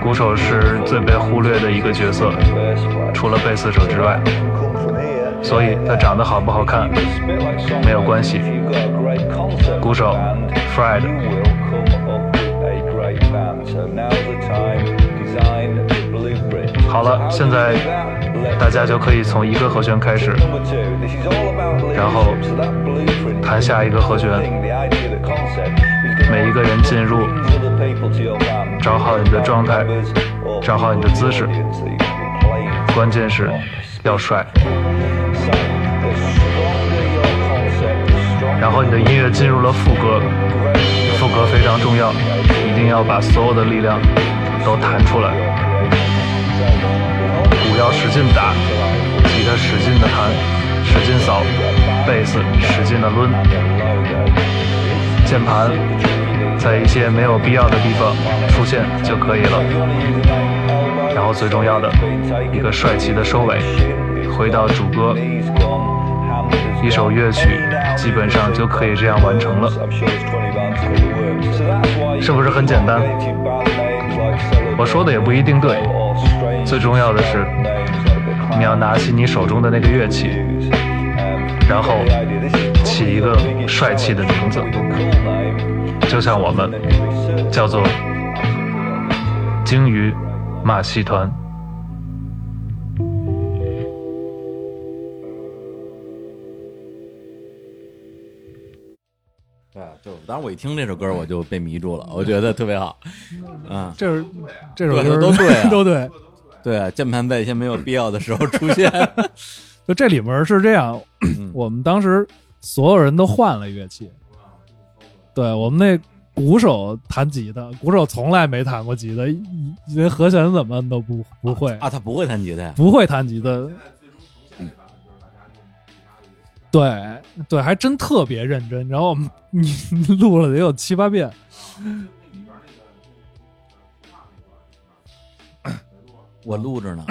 [SPEAKER 6] 鼓手是最被忽略的一个角色，除
[SPEAKER 5] 除了
[SPEAKER 6] 了
[SPEAKER 5] 贝
[SPEAKER 6] 贝
[SPEAKER 5] 斯
[SPEAKER 6] 斯
[SPEAKER 5] 手
[SPEAKER 6] 手
[SPEAKER 5] 之
[SPEAKER 6] 之
[SPEAKER 5] 外
[SPEAKER 6] 外，，
[SPEAKER 5] 所
[SPEAKER 6] 所
[SPEAKER 5] 以
[SPEAKER 6] 以
[SPEAKER 5] 他
[SPEAKER 6] 他
[SPEAKER 5] 长
[SPEAKER 6] 长得
[SPEAKER 5] 得好
[SPEAKER 6] 好
[SPEAKER 5] 不
[SPEAKER 6] 不
[SPEAKER 5] 好
[SPEAKER 6] 好
[SPEAKER 5] 看
[SPEAKER 6] 看
[SPEAKER 5] 没
[SPEAKER 6] 没
[SPEAKER 5] 有
[SPEAKER 6] 有
[SPEAKER 5] 关
[SPEAKER 6] 关
[SPEAKER 5] 系
[SPEAKER 6] 系。
[SPEAKER 5] 鼓
[SPEAKER 6] 鼓
[SPEAKER 5] 手
[SPEAKER 6] 手
[SPEAKER 5] Fred
[SPEAKER 6] Fred。
[SPEAKER 5] 好
[SPEAKER 6] 好
[SPEAKER 5] 了
[SPEAKER 6] 了，
[SPEAKER 5] 现
[SPEAKER 6] 现
[SPEAKER 3] 在
[SPEAKER 6] 在
[SPEAKER 5] 大
[SPEAKER 6] 大
[SPEAKER 5] 家
[SPEAKER 6] 家
[SPEAKER 5] 就
[SPEAKER 6] 就
[SPEAKER 5] 可
[SPEAKER 6] 可
[SPEAKER 5] 以
[SPEAKER 6] 以
[SPEAKER 5] 从
[SPEAKER 6] 从
[SPEAKER 5] 一
[SPEAKER 6] 一
[SPEAKER 5] 个
[SPEAKER 6] 个
[SPEAKER 5] 和
[SPEAKER 6] 和
[SPEAKER 5] 弦弦开开始
[SPEAKER 6] 始，
[SPEAKER 5] 然
[SPEAKER 6] 然
[SPEAKER 5] 后
[SPEAKER 6] 后
[SPEAKER 5] 弹
[SPEAKER 6] 弹
[SPEAKER 5] 下
[SPEAKER 6] 下
[SPEAKER 5] 一
[SPEAKER 6] 一
[SPEAKER 5] 个
[SPEAKER 6] 个
[SPEAKER 5] 和
[SPEAKER 6] 和
[SPEAKER 5] 弦
[SPEAKER 6] 弦，
[SPEAKER 5] 每
[SPEAKER 6] 每
[SPEAKER 5] 一
[SPEAKER 6] 一
[SPEAKER 5] 个
[SPEAKER 6] 个
[SPEAKER 5] 人
[SPEAKER 6] 人
[SPEAKER 5] 进
[SPEAKER 6] 进
[SPEAKER 5] 入
[SPEAKER 6] 入，
[SPEAKER 5] 找
[SPEAKER 6] 找
[SPEAKER 5] 好
[SPEAKER 6] 好
[SPEAKER 5] 你
[SPEAKER 6] 你
[SPEAKER 5] 的
[SPEAKER 6] 的状
[SPEAKER 5] 状态
[SPEAKER 6] 态，
[SPEAKER 5] 找
[SPEAKER 6] 找
[SPEAKER 5] 好
[SPEAKER 6] 好
[SPEAKER 5] 你
[SPEAKER 6] 你
[SPEAKER 5] 的
[SPEAKER 6] 的
[SPEAKER 5] 姿
[SPEAKER 6] 姿
[SPEAKER 5] 势
[SPEAKER 6] 势，
[SPEAKER 5] 关
[SPEAKER 6] 关
[SPEAKER 5] 键
[SPEAKER 6] 键
[SPEAKER 5] 是
[SPEAKER 6] 是
[SPEAKER 5] 要
[SPEAKER 6] 要
[SPEAKER 5] 帅
[SPEAKER 6] 帅。
[SPEAKER 5] 然
[SPEAKER 6] 然
[SPEAKER 5] 后
[SPEAKER 6] 后
[SPEAKER 5] 你
[SPEAKER 6] 你
[SPEAKER 5] 的
[SPEAKER 6] 的
[SPEAKER 5] 音
[SPEAKER 6] 音
[SPEAKER 5] 乐
[SPEAKER 6] 乐
[SPEAKER 5] 进
[SPEAKER 6] 进
[SPEAKER 5] 入
[SPEAKER 6] 入
[SPEAKER 5] 了
[SPEAKER 6] 了
[SPEAKER 5] 副
[SPEAKER 6] 副
[SPEAKER 5] 歌
[SPEAKER 6] 歌，，
[SPEAKER 5] 副
[SPEAKER 6] 副
[SPEAKER 5] 歌
[SPEAKER 6] 歌
[SPEAKER 5] 非
[SPEAKER 6] 非
[SPEAKER 5] 常
[SPEAKER 6] 常
[SPEAKER 5] 重
[SPEAKER 6] 重
[SPEAKER 5] 要
[SPEAKER 6] 要，，
[SPEAKER 5] 一
[SPEAKER 6] 一
[SPEAKER 5] 定
[SPEAKER 6] 定
[SPEAKER 5] 要
[SPEAKER 6] 要
[SPEAKER 5] 把
[SPEAKER 6] 把
[SPEAKER 5] 所
[SPEAKER 6] 所
[SPEAKER 5] 有
[SPEAKER 6] 有
[SPEAKER 5] 的
[SPEAKER 6] 的
[SPEAKER 5] 力
[SPEAKER 6] 力
[SPEAKER 5] 量
[SPEAKER 6] 量都
[SPEAKER 5] 都弹
[SPEAKER 6] 弹
[SPEAKER 5] 出
[SPEAKER 6] 出
[SPEAKER 5] 来
[SPEAKER 6] 来，，
[SPEAKER 5] 鼓要使劲打，吉他使劲的弹，使劲扫，贝斯使劲的抡，键盘在一些没有必要的地方出现就可以了。
[SPEAKER 6] 然后最重要的一个帅气的收尾，
[SPEAKER 5] 回到主歌，
[SPEAKER 6] 一首乐曲基本上就可以这样完成了，
[SPEAKER 5] 是
[SPEAKER 6] 是
[SPEAKER 5] 不
[SPEAKER 6] 不
[SPEAKER 5] 是
[SPEAKER 6] 是
[SPEAKER 5] 很
[SPEAKER 6] 很
[SPEAKER 5] 简
[SPEAKER 6] 简
[SPEAKER 5] 单
[SPEAKER 6] 单？我
[SPEAKER 5] 我
[SPEAKER 6] 说
[SPEAKER 5] 说
[SPEAKER 6] 的
[SPEAKER 5] 的
[SPEAKER 6] 也
[SPEAKER 5] 也
[SPEAKER 6] 不
[SPEAKER 5] 不
[SPEAKER 6] 一
[SPEAKER 5] 一
[SPEAKER 6] 定
[SPEAKER 5] 定
[SPEAKER 6] 对
[SPEAKER 5] 对，
[SPEAKER 6] 最重要的是，
[SPEAKER 5] 你
[SPEAKER 6] 你
[SPEAKER 5] 要
[SPEAKER 6] 要
[SPEAKER 5] 拿
[SPEAKER 6] 拿
[SPEAKER 5] 起
[SPEAKER 6] 起
[SPEAKER 5] 你
[SPEAKER 6] 你
[SPEAKER 5] 手
[SPEAKER 6] 手
[SPEAKER 5] 中
[SPEAKER 6] 中
[SPEAKER 5] 的
[SPEAKER 6] 的
[SPEAKER 5] 那
[SPEAKER 6] 那
[SPEAKER 5] 个
[SPEAKER 6] 个
[SPEAKER 5] 乐
[SPEAKER 6] 乐
[SPEAKER 5] 器
[SPEAKER 6] 器，，
[SPEAKER 5] 然
[SPEAKER 6] 然
[SPEAKER 5] 后
[SPEAKER 6] 后起
[SPEAKER 5] 起一
[SPEAKER 6] 一
[SPEAKER 5] 个
[SPEAKER 6] 个
[SPEAKER 5] 帅
[SPEAKER 6] 帅
[SPEAKER 5] 气
[SPEAKER 6] 气
[SPEAKER 5] 的
[SPEAKER 6] 的
[SPEAKER 5] 名
[SPEAKER 6] 名
[SPEAKER 5] 字
[SPEAKER 6] 字，
[SPEAKER 5] 就像我们叫
[SPEAKER 6] 叫
[SPEAKER 5] 做
[SPEAKER 6] 做
[SPEAKER 5] 鲸鱼马戏团。
[SPEAKER 1] 对，哎就当时我一听这首歌，我就被迷住了，我觉得特别好。嗯，
[SPEAKER 3] 这是这首歌
[SPEAKER 1] 对都对啊
[SPEAKER 3] (laughs) 都对。
[SPEAKER 1] 对，键盘在一些没有必要的时候出
[SPEAKER 2] (laughs)
[SPEAKER 1] 现，
[SPEAKER 3] 就这里面是这样，
[SPEAKER 1] 嗯
[SPEAKER 3] (clears throat) 我们当时所有人都换了乐器，对我们那鼓手弹吉他，鼓手从来没弹过吉他，一连和弦怎么摁都不不会，
[SPEAKER 1] 啊，他不会弹吉他呀，
[SPEAKER 3] 不会弹吉他。对对，还真特别认真。然后我们你录了得有七八遍，
[SPEAKER 1] 我录着呢。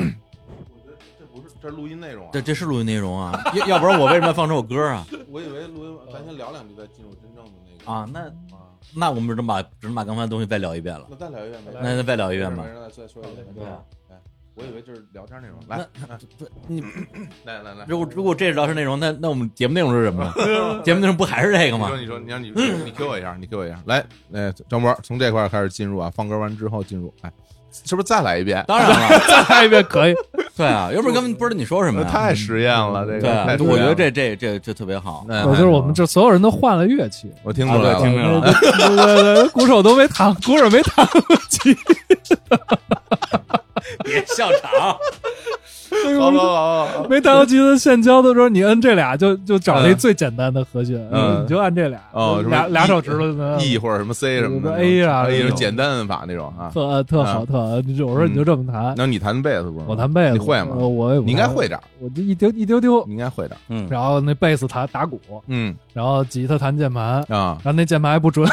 [SPEAKER 1] (clears throat)
[SPEAKER 2] 这不是这录音内容啊
[SPEAKER 1] 这这是录音内容啊，要要不然我为什么要放这首歌啊？
[SPEAKER 2] 我以为录音，咱先聊两句，再进入真正的那个
[SPEAKER 1] 啊，那
[SPEAKER 2] 啊。
[SPEAKER 1] 那我们只能把只能把刚才的东西再聊一遍了。
[SPEAKER 2] 那再聊一遍呗，
[SPEAKER 1] 那那再聊一遍吧
[SPEAKER 2] 没事没事再说一遍。
[SPEAKER 1] 对啊
[SPEAKER 2] 哎，我以为就是聊天内容。来，
[SPEAKER 1] 不，你
[SPEAKER 2] 来来来，
[SPEAKER 1] 如果如果这是聊天内容，那那我们节目内容是什么
[SPEAKER 2] (laughs)
[SPEAKER 1] 呢？节目内容不还是这个
[SPEAKER 2] 你
[SPEAKER 1] 吗
[SPEAKER 2] 说？你说，你让你你 Q 我一下，你 Q 我一下。来，哎，张博从这块儿开始进入啊，放歌完之后进入，哎，是不是再来一遍？
[SPEAKER 1] 当然了， (laughs)
[SPEAKER 3] 再来一遍
[SPEAKER 2] (laughs)
[SPEAKER 3] 可以。
[SPEAKER 1] 对啊，要不然根本不知道你说什么
[SPEAKER 2] 呃
[SPEAKER 1] 呀。
[SPEAKER 2] (laughs) 太实验了，这
[SPEAKER 1] 对
[SPEAKER 2] 个
[SPEAKER 1] 啊
[SPEAKER 2] 太，实验了。
[SPEAKER 1] 我觉得这这这这特别好。
[SPEAKER 2] 哎，
[SPEAKER 3] 我就是我们这所有人都换了乐器，
[SPEAKER 2] 我听
[SPEAKER 1] 啊
[SPEAKER 2] 出来
[SPEAKER 1] 对听出
[SPEAKER 2] 了，
[SPEAKER 1] 来了
[SPEAKER 3] 对对对对鼓手都没弹， (laughs) 鼓手没弹过吉 (laughs) 他。
[SPEAKER 1] 别笑
[SPEAKER 2] (laughs)
[SPEAKER 1] 场，
[SPEAKER 2] 好好好好，好
[SPEAKER 3] 没弹过吉他现教的时候，你摁这俩就就找那
[SPEAKER 2] 嗯
[SPEAKER 3] 最简单的和弦，
[SPEAKER 2] 嗯
[SPEAKER 3] 你就按这俩，
[SPEAKER 2] 哦，什么
[SPEAKER 3] 俩
[SPEAKER 2] E-
[SPEAKER 3] 俩手指头呢，
[SPEAKER 2] E 或者什么 C 什么的
[SPEAKER 3] A 啊
[SPEAKER 2] 一
[SPEAKER 3] 这
[SPEAKER 2] 种
[SPEAKER 3] 种
[SPEAKER 2] 简单摁法那种啊。
[SPEAKER 3] 特呃特好
[SPEAKER 2] 嗯
[SPEAKER 3] 特好。你就我说你就这么弹，
[SPEAKER 2] 那你弹贝斯不是吗？
[SPEAKER 3] 我弹贝斯，
[SPEAKER 2] 你会吗
[SPEAKER 3] 呃我也不
[SPEAKER 2] 你应该
[SPEAKER 3] 太
[SPEAKER 2] 会，点儿，
[SPEAKER 3] 我就一丢一丢丢
[SPEAKER 2] 你。应该会点儿。
[SPEAKER 1] 嗯，
[SPEAKER 3] 然后那贝斯弹打鼓，
[SPEAKER 2] 嗯
[SPEAKER 3] 然后吉他弹键盘，
[SPEAKER 2] 啊，
[SPEAKER 3] 然后那键盘
[SPEAKER 2] (laughs)
[SPEAKER 3] 还不准，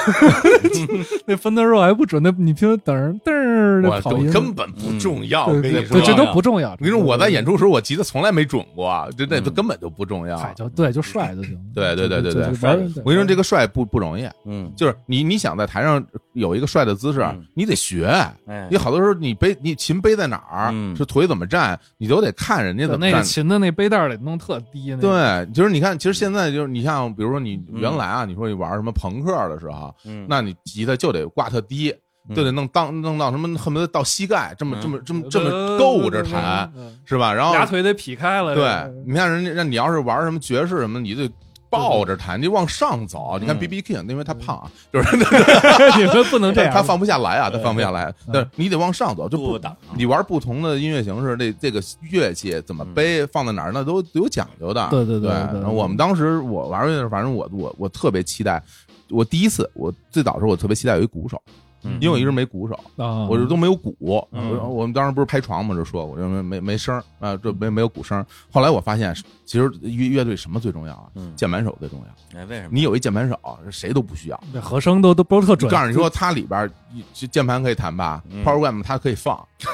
[SPEAKER 3] 那分段肉还不准，那你听噔噔儿的
[SPEAKER 2] 我
[SPEAKER 3] 跑
[SPEAKER 2] 我
[SPEAKER 3] 音，
[SPEAKER 2] 根本不重重要，
[SPEAKER 3] 对
[SPEAKER 2] 跟你
[SPEAKER 3] 对，
[SPEAKER 2] 说啊
[SPEAKER 1] 重
[SPEAKER 3] 对，这
[SPEAKER 1] 要
[SPEAKER 3] 都嗯不重要。
[SPEAKER 2] 嗯我跟你说，我在演出时候我急的从来没准过，啊这这
[SPEAKER 1] 嗯
[SPEAKER 2] 根本就不重要。啊
[SPEAKER 3] 嗨，就对，就帅就行了。
[SPEAKER 2] 对对对对对
[SPEAKER 3] 就就
[SPEAKER 2] 帅
[SPEAKER 3] 玩儿
[SPEAKER 2] 我跟你说，这个帅不不容易，
[SPEAKER 1] 嗯，
[SPEAKER 2] 就是你你想在台上有一个帅的姿势
[SPEAKER 1] 嗯，
[SPEAKER 2] 你得学。
[SPEAKER 1] 哎
[SPEAKER 2] 你，好多时候你背你琴背在哪儿，
[SPEAKER 1] 嗯
[SPEAKER 2] 是腿怎么站，你都得看人家
[SPEAKER 3] 对
[SPEAKER 2] 怎么
[SPEAKER 3] 那个
[SPEAKER 2] 站。
[SPEAKER 3] 琴的那背带儿得弄特低，那个
[SPEAKER 2] 对，就是你看，其实
[SPEAKER 1] 嗯
[SPEAKER 2] 现在就是你像，比如说你原来啊，你说你玩什么朋克的时候，啊
[SPEAKER 1] 嗯
[SPEAKER 2] 那你吉他就得挂特低，
[SPEAKER 1] 嗯
[SPEAKER 2] 就得弄当弄到什么恨不得到膝盖，这么
[SPEAKER 1] 嗯
[SPEAKER 2] 这么这
[SPEAKER 3] 呃
[SPEAKER 2] 么这么够着弹，，
[SPEAKER 3] 对对对对
[SPEAKER 2] 是吧？然后
[SPEAKER 3] 嗯俩腿得劈开了。
[SPEAKER 1] 嗯
[SPEAKER 2] 对，你看人家，让你要是玩什么爵士什么，你就抱着弹，你往上走。你看
[SPEAKER 1] 嗯
[SPEAKER 2] B B King，因为他胖啊，就是 (laughs)
[SPEAKER 3] (laughs) 对，你们不能这
[SPEAKER 2] 他
[SPEAKER 3] 样。
[SPEAKER 2] 他放不下来啊，他放不下来。但是你得往上走，就
[SPEAKER 1] 不
[SPEAKER 2] 不
[SPEAKER 1] 挡啊
[SPEAKER 2] 你玩不同的音乐形式，这这个乐器怎么
[SPEAKER 1] 嗯
[SPEAKER 2] 背，放在哪儿，那都都有讲究的。
[SPEAKER 3] 对对
[SPEAKER 2] 对
[SPEAKER 3] 对对对
[SPEAKER 2] 然后我们当时我玩乐队的时候，反正我我我特别期待。我第一次，我最早的时候，我特别期待有一鼓手，
[SPEAKER 1] 嗯
[SPEAKER 2] 因为我一直没鼓手，
[SPEAKER 3] 啊，
[SPEAKER 2] 我这都没有鼓，
[SPEAKER 1] 嗯
[SPEAKER 2] 我我们当时不是拍床嘛，就说我这没没没声儿啊，这没没有鼓声儿。后来我发现，其实乐乐队什么最重要啊？
[SPEAKER 1] 嗯
[SPEAKER 2] 键盘手最重要。
[SPEAKER 1] 哎，为什么？
[SPEAKER 2] 你有一键盘手，谁都不需要。
[SPEAKER 3] 这和声都都都特准。
[SPEAKER 2] 告诉你说，它里边儿一键盘可以弹吧
[SPEAKER 1] 嗯
[SPEAKER 2] ，Power Wham 它可以放，
[SPEAKER 3] (laughs)
[SPEAKER 2] 是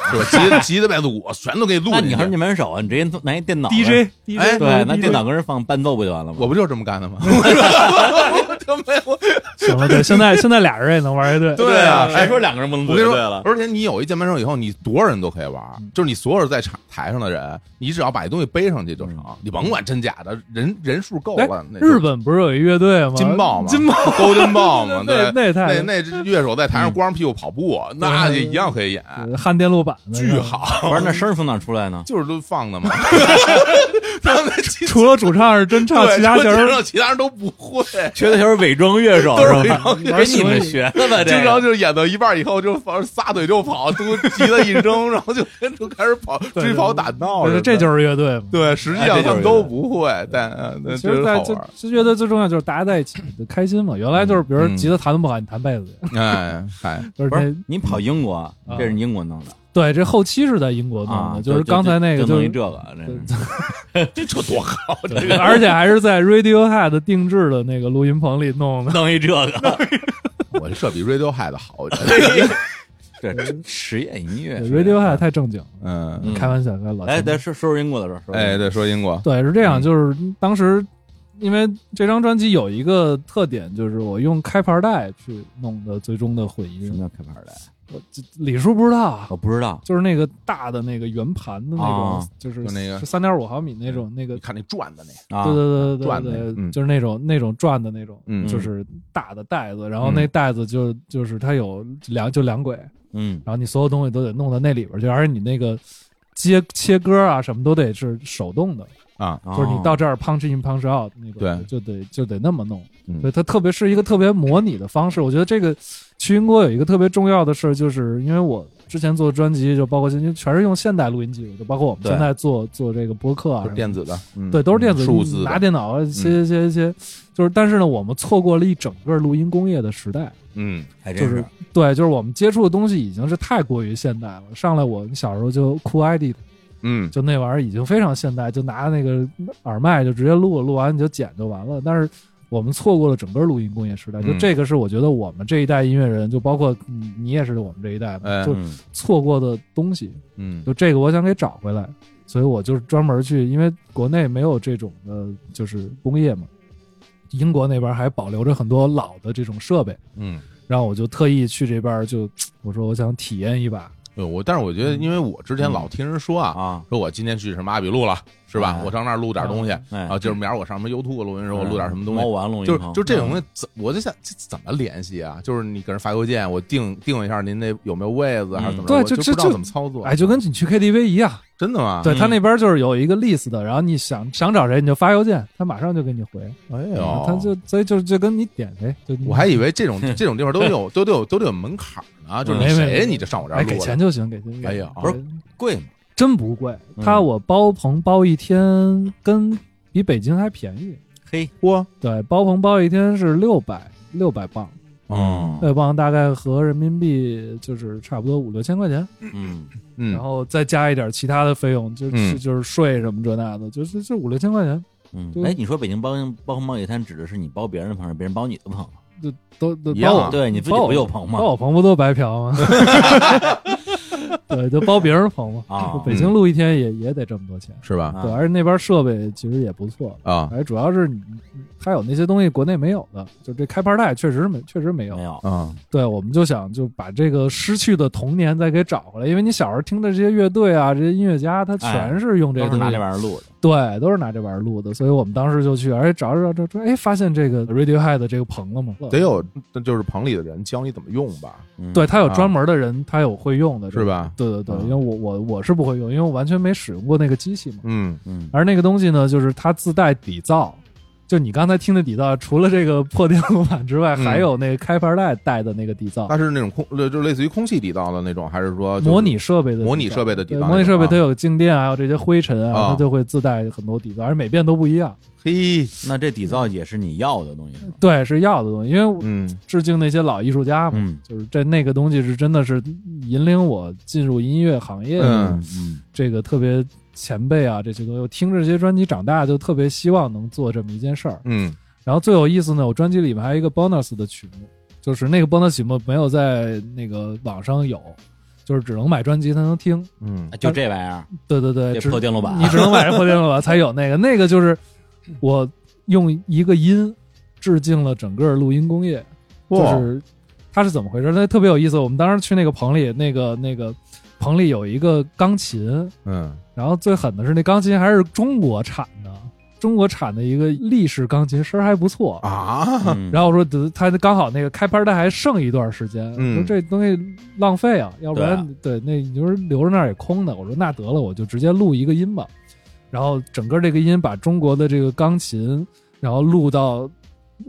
[SPEAKER 2] 吧？吉吉他、贝斯、鼓全都给录
[SPEAKER 1] 那
[SPEAKER 2] 进
[SPEAKER 1] 你还是
[SPEAKER 2] 去。
[SPEAKER 1] 键盘手啊？你直接拿一电脑
[SPEAKER 3] DJ，DJ
[SPEAKER 2] 哎
[SPEAKER 1] 对，拿电脑跟人放伴奏不就完了吗？
[SPEAKER 2] 我不就是这么干的
[SPEAKER 3] (laughs)
[SPEAKER 2] 吗？我就没有。
[SPEAKER 3] 行了，对，现在现在俩人也能玩乐
[SPEAKER 2] (laughs)
[SPEAKER 3] 队。
[SPEAKER 2] 对啊
[SPEAKER 1] 谁说两个人不能
[SPEAKER 2] 我
[SPEAKER 1] 组
[SPEAKER 2] 跟
[SPEAKER 1] 乐
[SPEAKER 2] 你
[SPEAKER 1] 队
[SPEAKER 2] 说
[SPEAKER 1] 了，？
[SPEAKER 2] 而且你有一键盘手以后，你多少人都可以玩，
[SPEAKER 3] 嗯
[SPEAKER 2] 就是你所有在场台上的人，你只要把东西背上去就成，你甭管真假的，人人数够
[SPEAKER 3] 嗯哎
[SPEAKER 2] 了。那就
[SPEAKER 3] 日本不是有一乐队吗？
[SPEAKER 2] 金豹嘛，
[SPEAKER 3] 金豹，
[SPEAKER 2] 勾金豹嘛，
[SPEAKER 3] 对
[SPEAKER 2] 对，
[SPEAKER 3] (laughs) 那也太嗯
[SPEAKER 2] 那那乐手在台上光着屁股跑步，那
[SPEAKER 3] 对
[SPEAKER 2] 也一样可以演，
[SPEAKER 3] 焊呃电路板的
[SPEAKER 2] 巨。好，
[SPEAKER 1] 不是，那声儿从哪儿出来呢？
[SPEAKER 2] 就是都放
[SPEAKER 3] (laughs)
[SPEAKER 2] 的嘛。 (laughs) 他们其
[SPEAKER 3] 除了主唱是真唱，
[SPEAKER 2] 对
[SPEAKER 3] 其他
[SPEAKER 2] 说
[SPEAKER 3] 人
[SPEAKER 2] 其
[SPEAKER 3] 儿
[SPEAKER 2] 他其他人都不会，
[SPEAKER 1] 缺的就是伪装乐手
[SPEAKER 2] 都是
[SPEAKER 1] 是吧？
[SPEAKER 2] 伪装
[SPEAKER 1] 给你们学的
[SPEAKER 2] (laughs)
[SPEAKER 1] 吧，这
[SPEAKER 2] 经
[SPEAKER 1] 个
[SPEAKER 2] 常就是演到一半以后就反正撒腿就跑，都急得一扔，然后就 (laughs) 跟就开始跑
[SPEAKER 3] 对
[SPEAKER 2] 追跑打闹似
[SPEAKER 3] 对
[SPEAKER 2] 的，
[SPEAKER 3] 这就是乐队嘛。
[SPEAKER 2] 对，实际
[SPEAKER 1] 哎
[SPEAKER 2] 上
[SPEAKER 1] 这就
[SPEAKER 2] 他
[SPEAKER 1] 是
[SPEAKER 2] 们都不会，但呃那
[SPEAKER 3] 其
[SPEAKER 2] 真
[SPEAKER 3] 实
[SPEAKER 2] 是
[SPEAKER 3] 在
[SPEAKER 2] 好
[SPEAKER 3] 这 (laughs)
[SPEAKER 2] 玩
[SPEAKER 3] 这乐队最重要就是大家在一起就开心嘛。原来就是，比如
[SPEAKER 2] 嗯
[SPEAKER 3] 说吉他弹的不好，你弹贝斯去，
[SPEAKER 2] 儿。哎，嗨，
[SPEAKER 3] 就是
[SPEAKER 1] 不是
[SPEAKER 3] 那
[SPEAKER 1] 你跑英国，这是英国弄的
[SPEAKER 3] 对这后期是在英国弄
[SPEAKER 1] 啊，
[SPEAKER 3] 啊的，是刚才那个
[SPEAKER 1] 就弄
[SPEAKER 3] 是
[SPEAKER 1] 一这个，这是
[SPEAKER 3] (laughs)
[SPEAKER 2] 这这多好，这
[SPEAKER 3] 对而且还是在 Radiohead 定制的那个录音棚里弄的。
[SPEAKER 1] 弄一这
[SPEAKER 3] (laughs)
[SPEAKER 1] 个，
[SPEAKER 2] 我这比 Radiohead 好，我觉得。
[SPEAKER 1] 这实验音乐
[SPEAKER 3] 对 Radiohead 太正经了，
[SPEAKER 2] 嗯，
[SPEAKER 1] 嗯
[SPEAKER 3] 开玩笑，开老
[SPEAKER 1] 哎，
[SPEAKER 3] 对
[SPEAKER 1] 咱说说说英国的时候，说
[SPEAKER 2] 哎，对，说英国，
[SPEAKER 3] 对是这样，
[SPEAKER 2] 嗯
[SPEAKER 3] 就是当时因为这张专辑有一个特点，就是我用开盘带去弄的最终的混
[SPEAKER 1] 什
[SPEAKER 3] 音。
[SPEAKER 1] 么叫开盘带？
[SPEAKER 3] 我这李叔不知道啊
[SPEAKER 1] 我，不知道，
[SPEAKER 3] 就是那个大的那个圆盘的那
[SPEAKER 1] 啊
[SPEAKER 3] 种，就是
[SPEAKER 2] 就那个
[SPEAKER 3] 三点五毫米那种那个
[SPEAKER 2] 你看那转的那个，
[SPEAKER 1] 啊，
[SPEAKER 3] 对对对对
[SPEAKER 2] 转的
[SPEAKER 3] 对，
[SPEAKER 2] 嗯
[SPEAKER 3] 就是那种那种转的那种，
[SPEAKER 2] 嗯
[SPEAKER 3] 就是大的袋子，然后那袋子就就是它有两就两轨，然
[SPEAKER 1] 嗯
[SPEAKER 3] 后你所有东西都得弄到那里边去，而且你那个接切割啊什么都得是手动的，
[SPEAKER 2] 啊，
[SPEAKER 3] 就是
[SPEAKER 1] 哦
[SPEAKER 3] 你到这儿 punch in punch out 那种，
[SPEAKER 2] 对
[SPEAKER 3] 就得就得那么弄，
[SPEAKER 2] 嗯
[SPEAKER 3] 所以它特别是一个特别模拟的方式。我觉得这个去英国有一个特别重要的事儿，就是因为我。之前做专辑就包括因为全是用现代录音技术，就包括我们
[SPEAKER 1] 对
[SPEAKER 3] 现在做做这个播客啊
[SPEAKER 2] 就是
[SPEAKER 3] 什么的，
[SPEAKER 2] 电子的，嗯
[SPEAKER 3] 对，都是电子
[SPEAKER 2] 数字的嗯
[SPEAKER 3] 拿电脑切切切切，就是但是呢，我们错过了一整个录音工业的时代，
[SPEAKER 2] 嗯，
[SPEAKER 1] 还真
[SPEAKER 3] 就是对，就是我们接触的东西已经是太过于现代了。上来我小时候就酷 ID，
[SPEAKER 2] 嗯，
[SPEAKER 3] 就那玩意儿已经非常现代，就拿那个耳麦就直接录了，录完你就剪就完了。但是我们错过了整个录音工业时代，就
[SPEAKER 2] 嗯
[SPEAKER 3] 这个是我觉得我们这一代音乐人，就包括你，你也是我们这一代吧，
[SPEAKER 2] 哎
[SPEAKER 3] 就
[SPEAKER 1] 嗯
[SPEAKER 3] 错过的东西。
[SPEAKER 2] 嗯，
[SPEAKER 3] 就这个我想给找回来，所以我就是专门去，因为国内没有这种的，就是工业嘛，英国那边还保留着很多老的这种设备，
[SPEAKER 2] 嗯，
[SPEAKER 3] 然后我就特意去这边就，我说我想体验一把，
[SPEAKER 2] 对我，但是我觉
[SPEAKER 3] 嗯
[SPEAKER 2] 得，因为我之前老听人说啊，
[SPEAKER 1] 啊，
[SPEAKER 2] 说我今天去什么阿比路了，是吧？
[SPEAKER 1] 哎
[SPEAKER 2] 我上那儿录点东西，
[SPEAKER 1] 哎
[SPEAKER 2] 啊，就是明儿我上什么 YouTube 录音的时
[SPEAKER 3] 哎
[SPEAKER 2] 候，我录点什么东
[SPEAKER 1] 猫
[SPEAKER 2] 西。
[SPEAKER 1] 王龙
[SPEAKER 2] 就
[SPEAKER 1] 一鹏
[SPEAKER 2] 就这种东西，怎我就想这怎么联系啊？就是你给人发邮件，我定定一下您那有没有位子，还是怎么着？
[SPEAKER 3] 对
[SPEAKER 2] 我
[SPEAKER 3] 就
[SPEAKER 2] 不
[SPEAKER 3] 就
[SPEAKER 2] 知道
[SPEAKER 3] 就
[SPEAKER 2] 怎么操作。
[SPEAKER 3] 哎，就跟你去 KTV 一样，
[SPEAKER 2] 真的吗？
[SPEAKER 3] 对
[SPEAKER 1] 嗯
[SPEAKER 3] 他那边就是有一个 list 的，然后你想想找谁你就发邮件，他马上就给你回，
[SPEAKER 2] 哎
[SPEAKER 3] 然后他
[SPEAKER 2] 呦，
[SPEAKER 3] 就所以就就跟你点谁，就你
[SPEAKER 2] 我还以为这种这种地方都有都得有都得有门槛呢，就是你
[SPEAKER 3] 嗯没没
[SPEAKER 2] 谁
[SPEAKER 3] 没
[SPEAKER 2] 你就上我这儿
[SPEAKER 3] 哎
[SPEAKER 2] 录了
[SPEAKER 3] 给钱就行，给钱，
[SPEAKER 2] 哎呀
[SPEAKER 1] 不是贵吗？
[SPEAKER 3] 真不贵，
[SPEAKER 1] 嗯
[SPEAKER 3] 他我包棚包一天跟比北京还便宜。
[SPEAKER 1] 嘿，
[SPEAKER 2] 嚯，
[SPEAKER 3] 对，包棚包一天是六百六百磅，
[SPEAKER 2] 嗯
[SPEAKER 3] 六百磅大概合人民币就是差不多五六千块钱，
[SPEAKER 1] 嗯，
[SPEAKER 2] 嗯
[SPEAKER 3] 然，后再加一点其他的费用，就
[SPEAKER 2] 嗯
[SPEAKER 3] 是就是税什么这那的，就是这五六千块钱，
[SPEAKER 1] 嗯，
[SPEAKER 3] 对
[SPEAKER 1] 哎，你说北京包包红包野摊指的是你包别人的朋友，别人包你的朋友，
[SPEAKER 3] 就都都
[SPEAKER 2] 一样
[SPEAKER 3] 包
[SPEAKER 2] 啊
[SPEAKER 3] 我
[SPEAKER 1] 对你自己
[SPEAKER 3] 包
[SPEAKER 1] (laughs)
[SPEAKER 3] 我
[SPEAKER 1] 不就有朋友吗
[SPEAKER 3] 包我朋友不都白嫖吗？对，就包别人棚嘛。
[SPEAKER 1] 啊
[SPEAKER 3] 就北京录一天也也得这么多钱，
[SPEAKER 2] 是吧？
[SPEAKER 1] 啊
[SPEAKER 3] 对，而且那边设备其实也不错，
[SPEAKER 2] 啊
[SPEAKER 3] 而且主要是你它有那些东西国内没有的，就这开盘带确实没确实没有
[SPEAKER 1] 没。有，
[SPEAKER 2] 啊
[SPEAKER 3] 对，我们就想就把这个失去的童年再给找回来，因为你小时候听的这些乐队啊，这些音乐家，他全是用这
[SPEAKER 1] 哎都是
[SPEAKER 3] 个东西
[SPEAKER 1] 拿这玩意儿录的，
[SPEAKER 3] 对，都是拿这玩意儿录的，所以我们当时就去，而且找着找着，哎，发现这个 Radiohead 的这个棚了嘛，
[SPEAKER 2] 得有，那就是棚里的人教你怎么用吧，
[SPEAKER 1] 嗯
[SPEAKER 3] 对，他有专门的人，他有会用的，
[SPEAKER 2] 是？吧？
[SPEAKER 3] 对对对，
[SPEAKER 2] 嗯
[SPEAKER 3] 因为我我我是不会用，因为我完全没使用过那个机器嘛。
[SPEAKER 2] 嗯
[SPEAKER 1] 嗯，
[SPEAKER 3] 而那个东西呢，就是它自带底噪，就你刚才听的底噪，除了这个破电路板之外，
[SPEAKER 2] 嗯
[SPEAKER 3] 还有那个开盘带带的那个底噪，
[SPEAKER 2] 它是那种空，呃就类似于空气底噪的那种，还是说就是
[SPEAKER 3] 模拟设备的底噪
[SPEAKER 2] 模拟设备的底
[SPEAKER 3] 对
[SPEAKER 2] 噪那种啊？
[SPEAKER 3] 模拟设备它有静电啊，还有这些灰尘
[SPEAKER 2] 啊
[SPEAKER 3] 啊，它就会自带很多底噪，而且每遍都不一样。
[SPEAKER 2] 嘿，
[SPEAKER 1] 那这底噪也是你要的东西是吧？
[SPEAKER 3] 对，是要的东西，因为我
[SPEAKER 2] 嗯
[SPEAKER 3] 致敬那些老艺术家嘛，
[SPEAKER 1] 嗯
[SPEAKER 3] 就是这那个东西是真的是引领我进入音乐行业的
[SPEAKER 2] 嗯
[SPEAKER 1] 嗯
[SPEAKER 3] 这个特别前辈啊，这些东西，我听着这些专辑长大，就特别希望能做这么一件事儿。
[SPEAKER 2] 嗯
[SPEAKER 3] 然后最有意思呢，我专辑里面还有一个 bonus 的曲目，就是那个 bonus 曲目没有在那个网上有，就是只能买专辑才能听。
[SPEAKER 2] 嗯
[SPEAKER 1] 嗯，就这玩意儿，
[SPEAKER 3] 对对对，
[SPEAKER 1] 这
[SPEAKER 3] 只
[SPEAKER 1] 破电路板，啊
[SPEAKER 3] (laughs) 你只能买这破电路板才有那个，那个就是我用一个音致敬了整个录音工业。
[SPEAKER 2] 哇
[SPEAKER 3] 就是它是怎么回事？那特别有意思。我们当时去那个棚里，那个那个棚里有一个钢琴，
[SPEAKER 2] 嗯
[SPEAKER 3] 然后最狠的是那钢琴还是中国产的，中国产的一个立式钢琴，声儿还不错。
[SPEAKER 2] 啊，
[SPEAKER 1] 嗯
[SPEAKER 3] 然后我说得，他刚好那个开拍带还剩一段时间，
[SPEAKER 2] 嗯
[SPEAKER 3] 我说这东西浪费啊，要不然对,、那你就是留着那儿也空的。我说那得了，我就直接录一个音吧。然后整个这个音把中国的这个钢琴，然后录到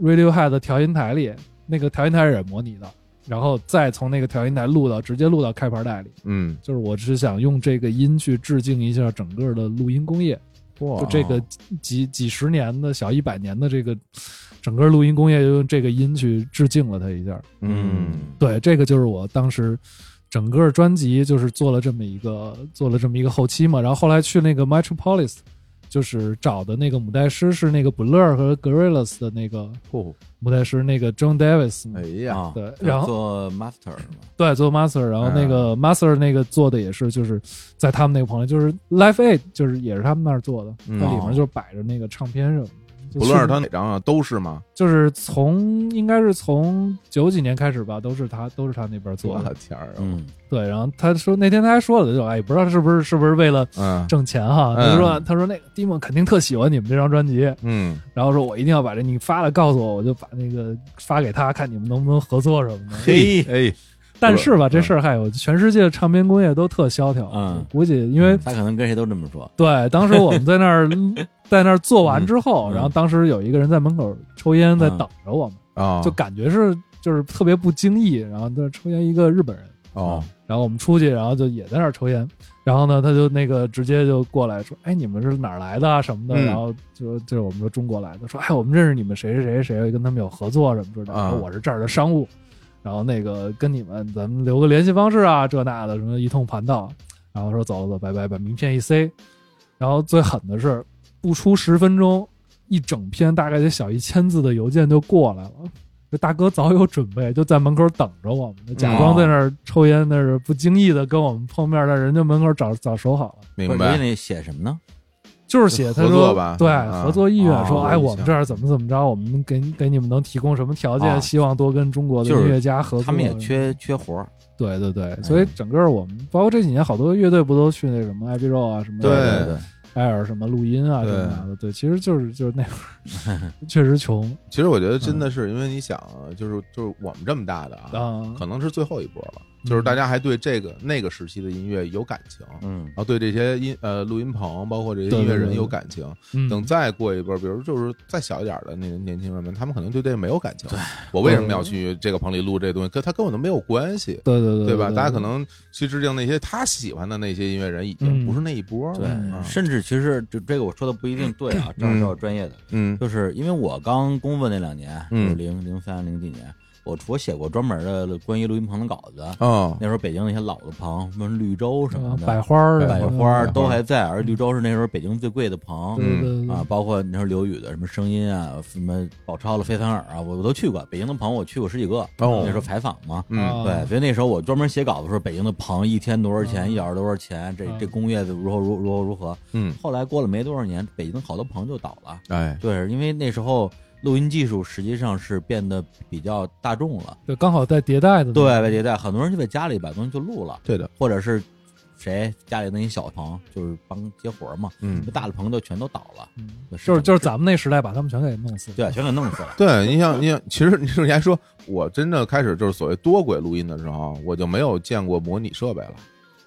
[SPEAKER 3] Radiohead 的调音台里，那个调音台也是模拟的，然后再从那个调音台录到直接录到开盘带里。
[SPEAKER 2] 嗯，
[SPEAKER 3] 就是我只想用这个音去致敬一下整个的录音工业，
[SPEAKER 2] 就
[SPEAKER 3] 就这个几几十年的小一百年的这个整个录音工业，就用这个音去致敬了它一下。
[SPEAKER 2] 嗯
[SPEAKER 3] 对，这个就是我当时整个专辑就是做了这么一个做了这么一个后期嘛，然后后来去那个 Metropolis，就是找的那个母带师是那个 Blur 和 Gorillaz 的那个
[SPEAKER 2] 嚯，
[SPEAKER 3] 母带师，那个 John Davis 嘛。
[SPEAKER 2] 哦哎呀，
[SPEAKER 1] 啊
[SPEAKER 3] 对
[SPEAKER 1] 就
[SPEAKER 3] 然后
[SPEAKER 1] 做 master 是吧
[SPEAKER 3] 对，做 master，然后那
[SPEAKER 2] 啊
[SPEAKER 3] 个 master 那个做的也是，就是在他们那个棚里，就是 Life Aid，就是也是他们那儿做的，
[SPEAKER 2] 嗯
[SPEAKER 3] 它里面就摆着那个唱片什么的。就
[SPEAKER 2] 不论是
[SPEAKER 3] 顺
[SPEAKER 2] 他哪张啊，都是吗？
[SPEAKER 3] 就是从应该是从九几年开始吧，都是他都是他那边做
[SPEAKER 2] 我
[SPEAKER 3] 的。
[SPEAKER 2] 的天儿啊，
[SPEAKER 1] 嗯
[SPEAKER 3] 对，然后他说那天他还说了，就哎，不知道是不是是不是为了
[SPEAKER 2] 嗯
[SPEAKER 3] 挣钱哈？
[SPEAKER 2] 嗯
[SPEAKER 3] 他说他说那个 Dimon 肯定特喜欢你们这张专辑，
[SPEAKER 2] 嗯
[SPEAKER 3] 然后说我一定要把这你发了告诉我，我就把那个发给他，看你们能不能合作什
[SPEAKER 2] (laughs)
[SPEAKER 3] 么的。
[SPEAKER 1] 嘿
[SPEAKER 2] 哎，
[SPEAKER 3] 但是吧，
[SPEAKER 2] 嗯
[SPEAKER 3] 这事儿还有全世界唱片工业都特萧条，啊
[SPEAKER 1] 嗯
[SPEAKER 3] 估计因为
[SPEAKER 1] 他可能跟谁都这么说，
[SPEAKER 3] (laughs) 对当时我们在那
[SPEAKER 1] (laughs)
[SPEAKER 3] 儿在那儿做完之后，
[SPEAKER 1] 嗯
[SPEAKER 3] 然后当时有一个人在门口抽烟，在
[SPEAKER 1] 嗯
[SPEAKER 3] 等着我们，
[SPEAKER 2] 啊，
[SPEAKER 3] 就感觉是就是特别不经意，然后在那儿抽烟一个日本人，
[SPEAKER 2] 哦，
[SPEAKER 3] 然后我们出去，然后就也在那儿呃抽烟，然后呢，他就那个直接就过来说，哎，你们是哪儿来的啊什么的，
[SPEAKER 2] 嗯
[SPEAKER 3] 然后就就是我们说中国来的，说哎，我们认识你们谁谁谁谁，跟他们有合作什么之类的，
[SPEAKER 2] 啊
[SPEAKER 3] 说我是这儿的商务，然后那个跟你们咱们留个联系方式啊，这那的什么一通盘道，然后说走了走，拜拜，把名片一塞，然后最狠的是不出十分钟，一整篇大概得小一千字的邮件就过来了。这大哥早有准备，就在门口等着我们，假装在那儿抽烟，那是不经意的跟我们碰面，在人家门口找找守好了。
[SPEAKER 2] 明
[SPEAKER 1] 邮件
[SPEAKER 2] 白，
[SPEAKER 1] 里写什么呢？
[SPEAKER 3] 就是写
[SPEAKER 2] 嗯
[SPEAKER 3] 他
[SPEAKER 2] 合作
[SPEAKER 3] 说
[SPEAKER 2] 吧
[SPEAKER 3] 对
[SPEAKER 2] 啊
[SPEAKER 3] 合作意
[SPEAKER 1] 啊
[SPEAKER 3] 愿，说哎
[SPEAKER 2] 合作意向
[SPEAKER 3] 我们这儿怎么怎么着，我们给给你们能提供什么条
[SPEAKER 1] 啊
[SPEAKER 3] 件，希望多跟中国的
[SPEAKER 1] 就是
[SPEAKER 3] 音乐家合作。
[SPEAKER 1] 他们也缺缺活儿，
[SPEAKER 3] 对对对，所以整个我们包括这几年好多乐队不都去那什么 Abbey Road 啊什么的
[SPEAKER 2] 对
[SPEAKER 1] 对，
[SPEAKER 3] 艾尔什么录音啊
[SPEAKER 2] 对
[SPEAKER 3] 这那的，对，其实就是就是那会儿确实穷
[SPEAKER 2] 其实我觉得真的是，因为你想啊，就是就是我们这么大的啊，
[SPEAKER 3] 啊，
[SPEAKER 2] 可能是最后一波了，就是大家还对这个那个时期的音乐有感情，然
[SPEAKER 1] 嗯
[SPEAKER 2] 后对这些音呃录音棚，包括这些
[SPEAKER 3] 对
[SPEAKER 2] 音乐
[SPEAKER 3] 对
[SPEAKER 2] 人
[SPEAKER 3] 对
[SPEAKER 2] 有感情。
[SPEAKER 3] 嗯
[SPEAKER 2] 等再过一波，比如就是再小一点的那年轻人们，他们可能对这没有感情。我为什么要去这个棚里录这东西？跟他跟我都没有关系。
[SPEAKER 3] 对对对
[SPEAKER 2] 对吧？
[SPEAKER 3] 对
[SPEAKER 2] 大家可能去致敬那些他喜欢的那些音乐人，已经
[SPEAKER 3] 嗯
[SPEAKER 2] 不是那一波了。
[SPEAKER 1] 对
[SPEAKER 2] 嗯，
[SPEAKER 1] 甚至其实这这个我说的不一定对啊，这
[SPEAKER 2] 嗯
[SPEAKER 1] 是要专业的，
[SPEAKER 2] 嗯
[SPEAKER 1] 就是因为我刚工作那两年，
[SPEAKER 2] 嗯
[SPEAKER 1] 就是零零三零几年，我我写过专门的关于录音棚的稿子，
[SPEAKER 2] 哦，
[SPEAKER 1] 那时候北京那些老的棚，什么绿洲什么的，
[SPEAKER 3] 百花儿啊，
[SPEAKER 1] 百
[SPEAKER 3] 嗯嗯
[SPEAKER 1] 花儿都还在，而绿洲是那时候北京最贵的棚。
[SPEAKER 3] 对对对
[SPEAKER 1] 啊，包括那时候刘宇的什么声音啊，什么宝超了、费凡尔啊，我我都去过。北京的棚我去过十几个，
[SPEAKER 2] 哦
[SPEAKER 1] 那时候采访嘛，
[SPEAKER 2] 嗯，
[SPEAKER 3] 啊
[SPEAKER 1] 对，所以那时候我专门写稿的时候，北京的棚一天多少钱，一小时多少钱，这
[SPEAKER 3] 嗯
[SPEAKER 1] 这工业如何如如何如何。
[SPEAKER 2] 嗯，
[SPEAKER 1] 后来过了没多少年，北京好多棚就倒了。
[SPEAKER 2] 哎，
[SPEAKER 1] 对，因为那时候录音技术实际上是变得比较大众了，
[SPEAKER 3] 就刚好带迭代的那
[SPEAKER 1] 对
[SPEAKER 3] 种，，
[SPEAKER 1] 外迭代，很多人就在家里把东西就录了，
[SPEAKER 2] 对的，
[SPEAKER 1] 或者是谁家里那一小棚，就是帮接活儿嘛，
[SPEAKER 2] 嗯，
[SPEAKER 1] 大的棚就全都倒了，
[SPEAKER 3] 嗯
[SPEAKER 1] 对
[SPEAKER 3] 就是就是咱们那时代把他们全给弄死了，
[SPEAKER 1] 对，全给弄死了。
[SPEAKER 2] 对，你像你像，其实你说你还说，我真正开始就是所谓多轨录音的时候，我就没有见过模拟设备了。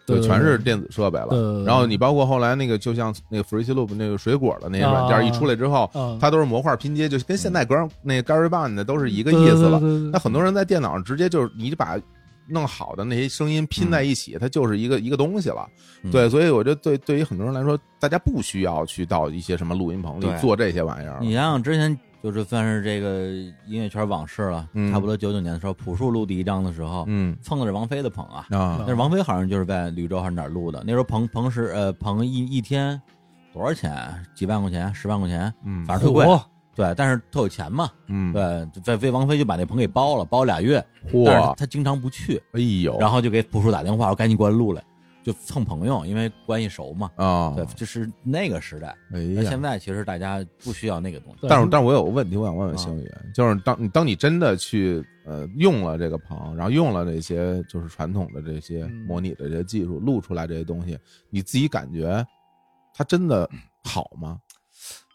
[SPEAKER 3] 对
[SPEAKER 2] 就全是
[SPEAKER 3] 对
[SPEAKER 2] 电子设备了，
[SPEAKER 3] 对对对
[SPEAKER 2] 然后你包括后来那个，就像那个 Free Loop 那个水果的那些软件
[SPEAKER 3] 啊
[SPEAKER 2] 一出来之后，
[SPEAKER 3] 嗯
[SPEAKER 2] 它都是模块拼接，就跟现在 g a r 那 GarageBand 的都是一个
[SPEAKER 3] 对
[SPEAKER 2] 意思
[SPEAKER 3] 对
[SPEAKER 2] 了。
[SPEAKER 3] 对对
[SPEAKER 2] 那很多人在电脑上直接就是你把弄好的那些声音拼在一起，它就是一个一个东西了。
[SPEAKER 1] 嗯
[SPEAKER 2] 对，所以我觉得对对于很多人来说，大家不需要去到一些什么录音棚里
[SPEAKER 1] 对
[SPEAKER 2] 做这些玩意儿了。
[SPEAKER 1] 你想想之前就是算是这个音乐圈往事了，
[SPEAKER 2] 嗯
[SPEAKER 1] 差不多九九年的时候，朴树录第一张的时候，
[SPEAKER 2] 嗯
[SPEAKER 1] 蹭的是王菲的棚啊，
[SPEAKER 2] 啊
[SPEAKER 3] 嗯
[SPEAKER 1] 那，是王菲好像就是在绿洲还是哪儿录的，那时候棚棚是呃棚一一天多少钱？几万块钱？十万块钱？
[SPEAKER 2] 嗯
[SPEAKER 1] 反正特贵。
[SPEAKER 3] 火
[SPEAKER 1] 对，但是特有钱嘛，
[SPEAKER 2] 嗯，
[SPEAKER 1] 对，在为王菲就把那棚给包了，包俩月，但是
[SPEAKER 2] 嚯，
[SPEAKER 1] 他经常不去，
[SPEAKER 2] 哎呦，
[SPEAKER 1] 然后就给朴树打电话，我赶紧过来录来，就蹭朋友，因为关系熟嘛。
[SPEAKER 2] 啊
[SPEAKER 1] 对，，就是那个时代，
[SPEAKER 2] 哎
[SPEAKER 1] 那
[SPEAKER 2] 呀
[SPEAKER 1] 现。在其实大家不需要那个东西。
[SPEAKER 3] 对
[SPEAKER 2] 但是，但是我有个问题，我想问问星宇，
[SPEAKER 1] 啊
[SPEAKER 2] 就是当你当你真的去呃用了这个棚，然后用了这些就是传统的这些
[SPEAKER 3] 嗯
[SPEAKER 2] 模拟的这些技术，录出来这些东西，你自己感觉它真的好吗？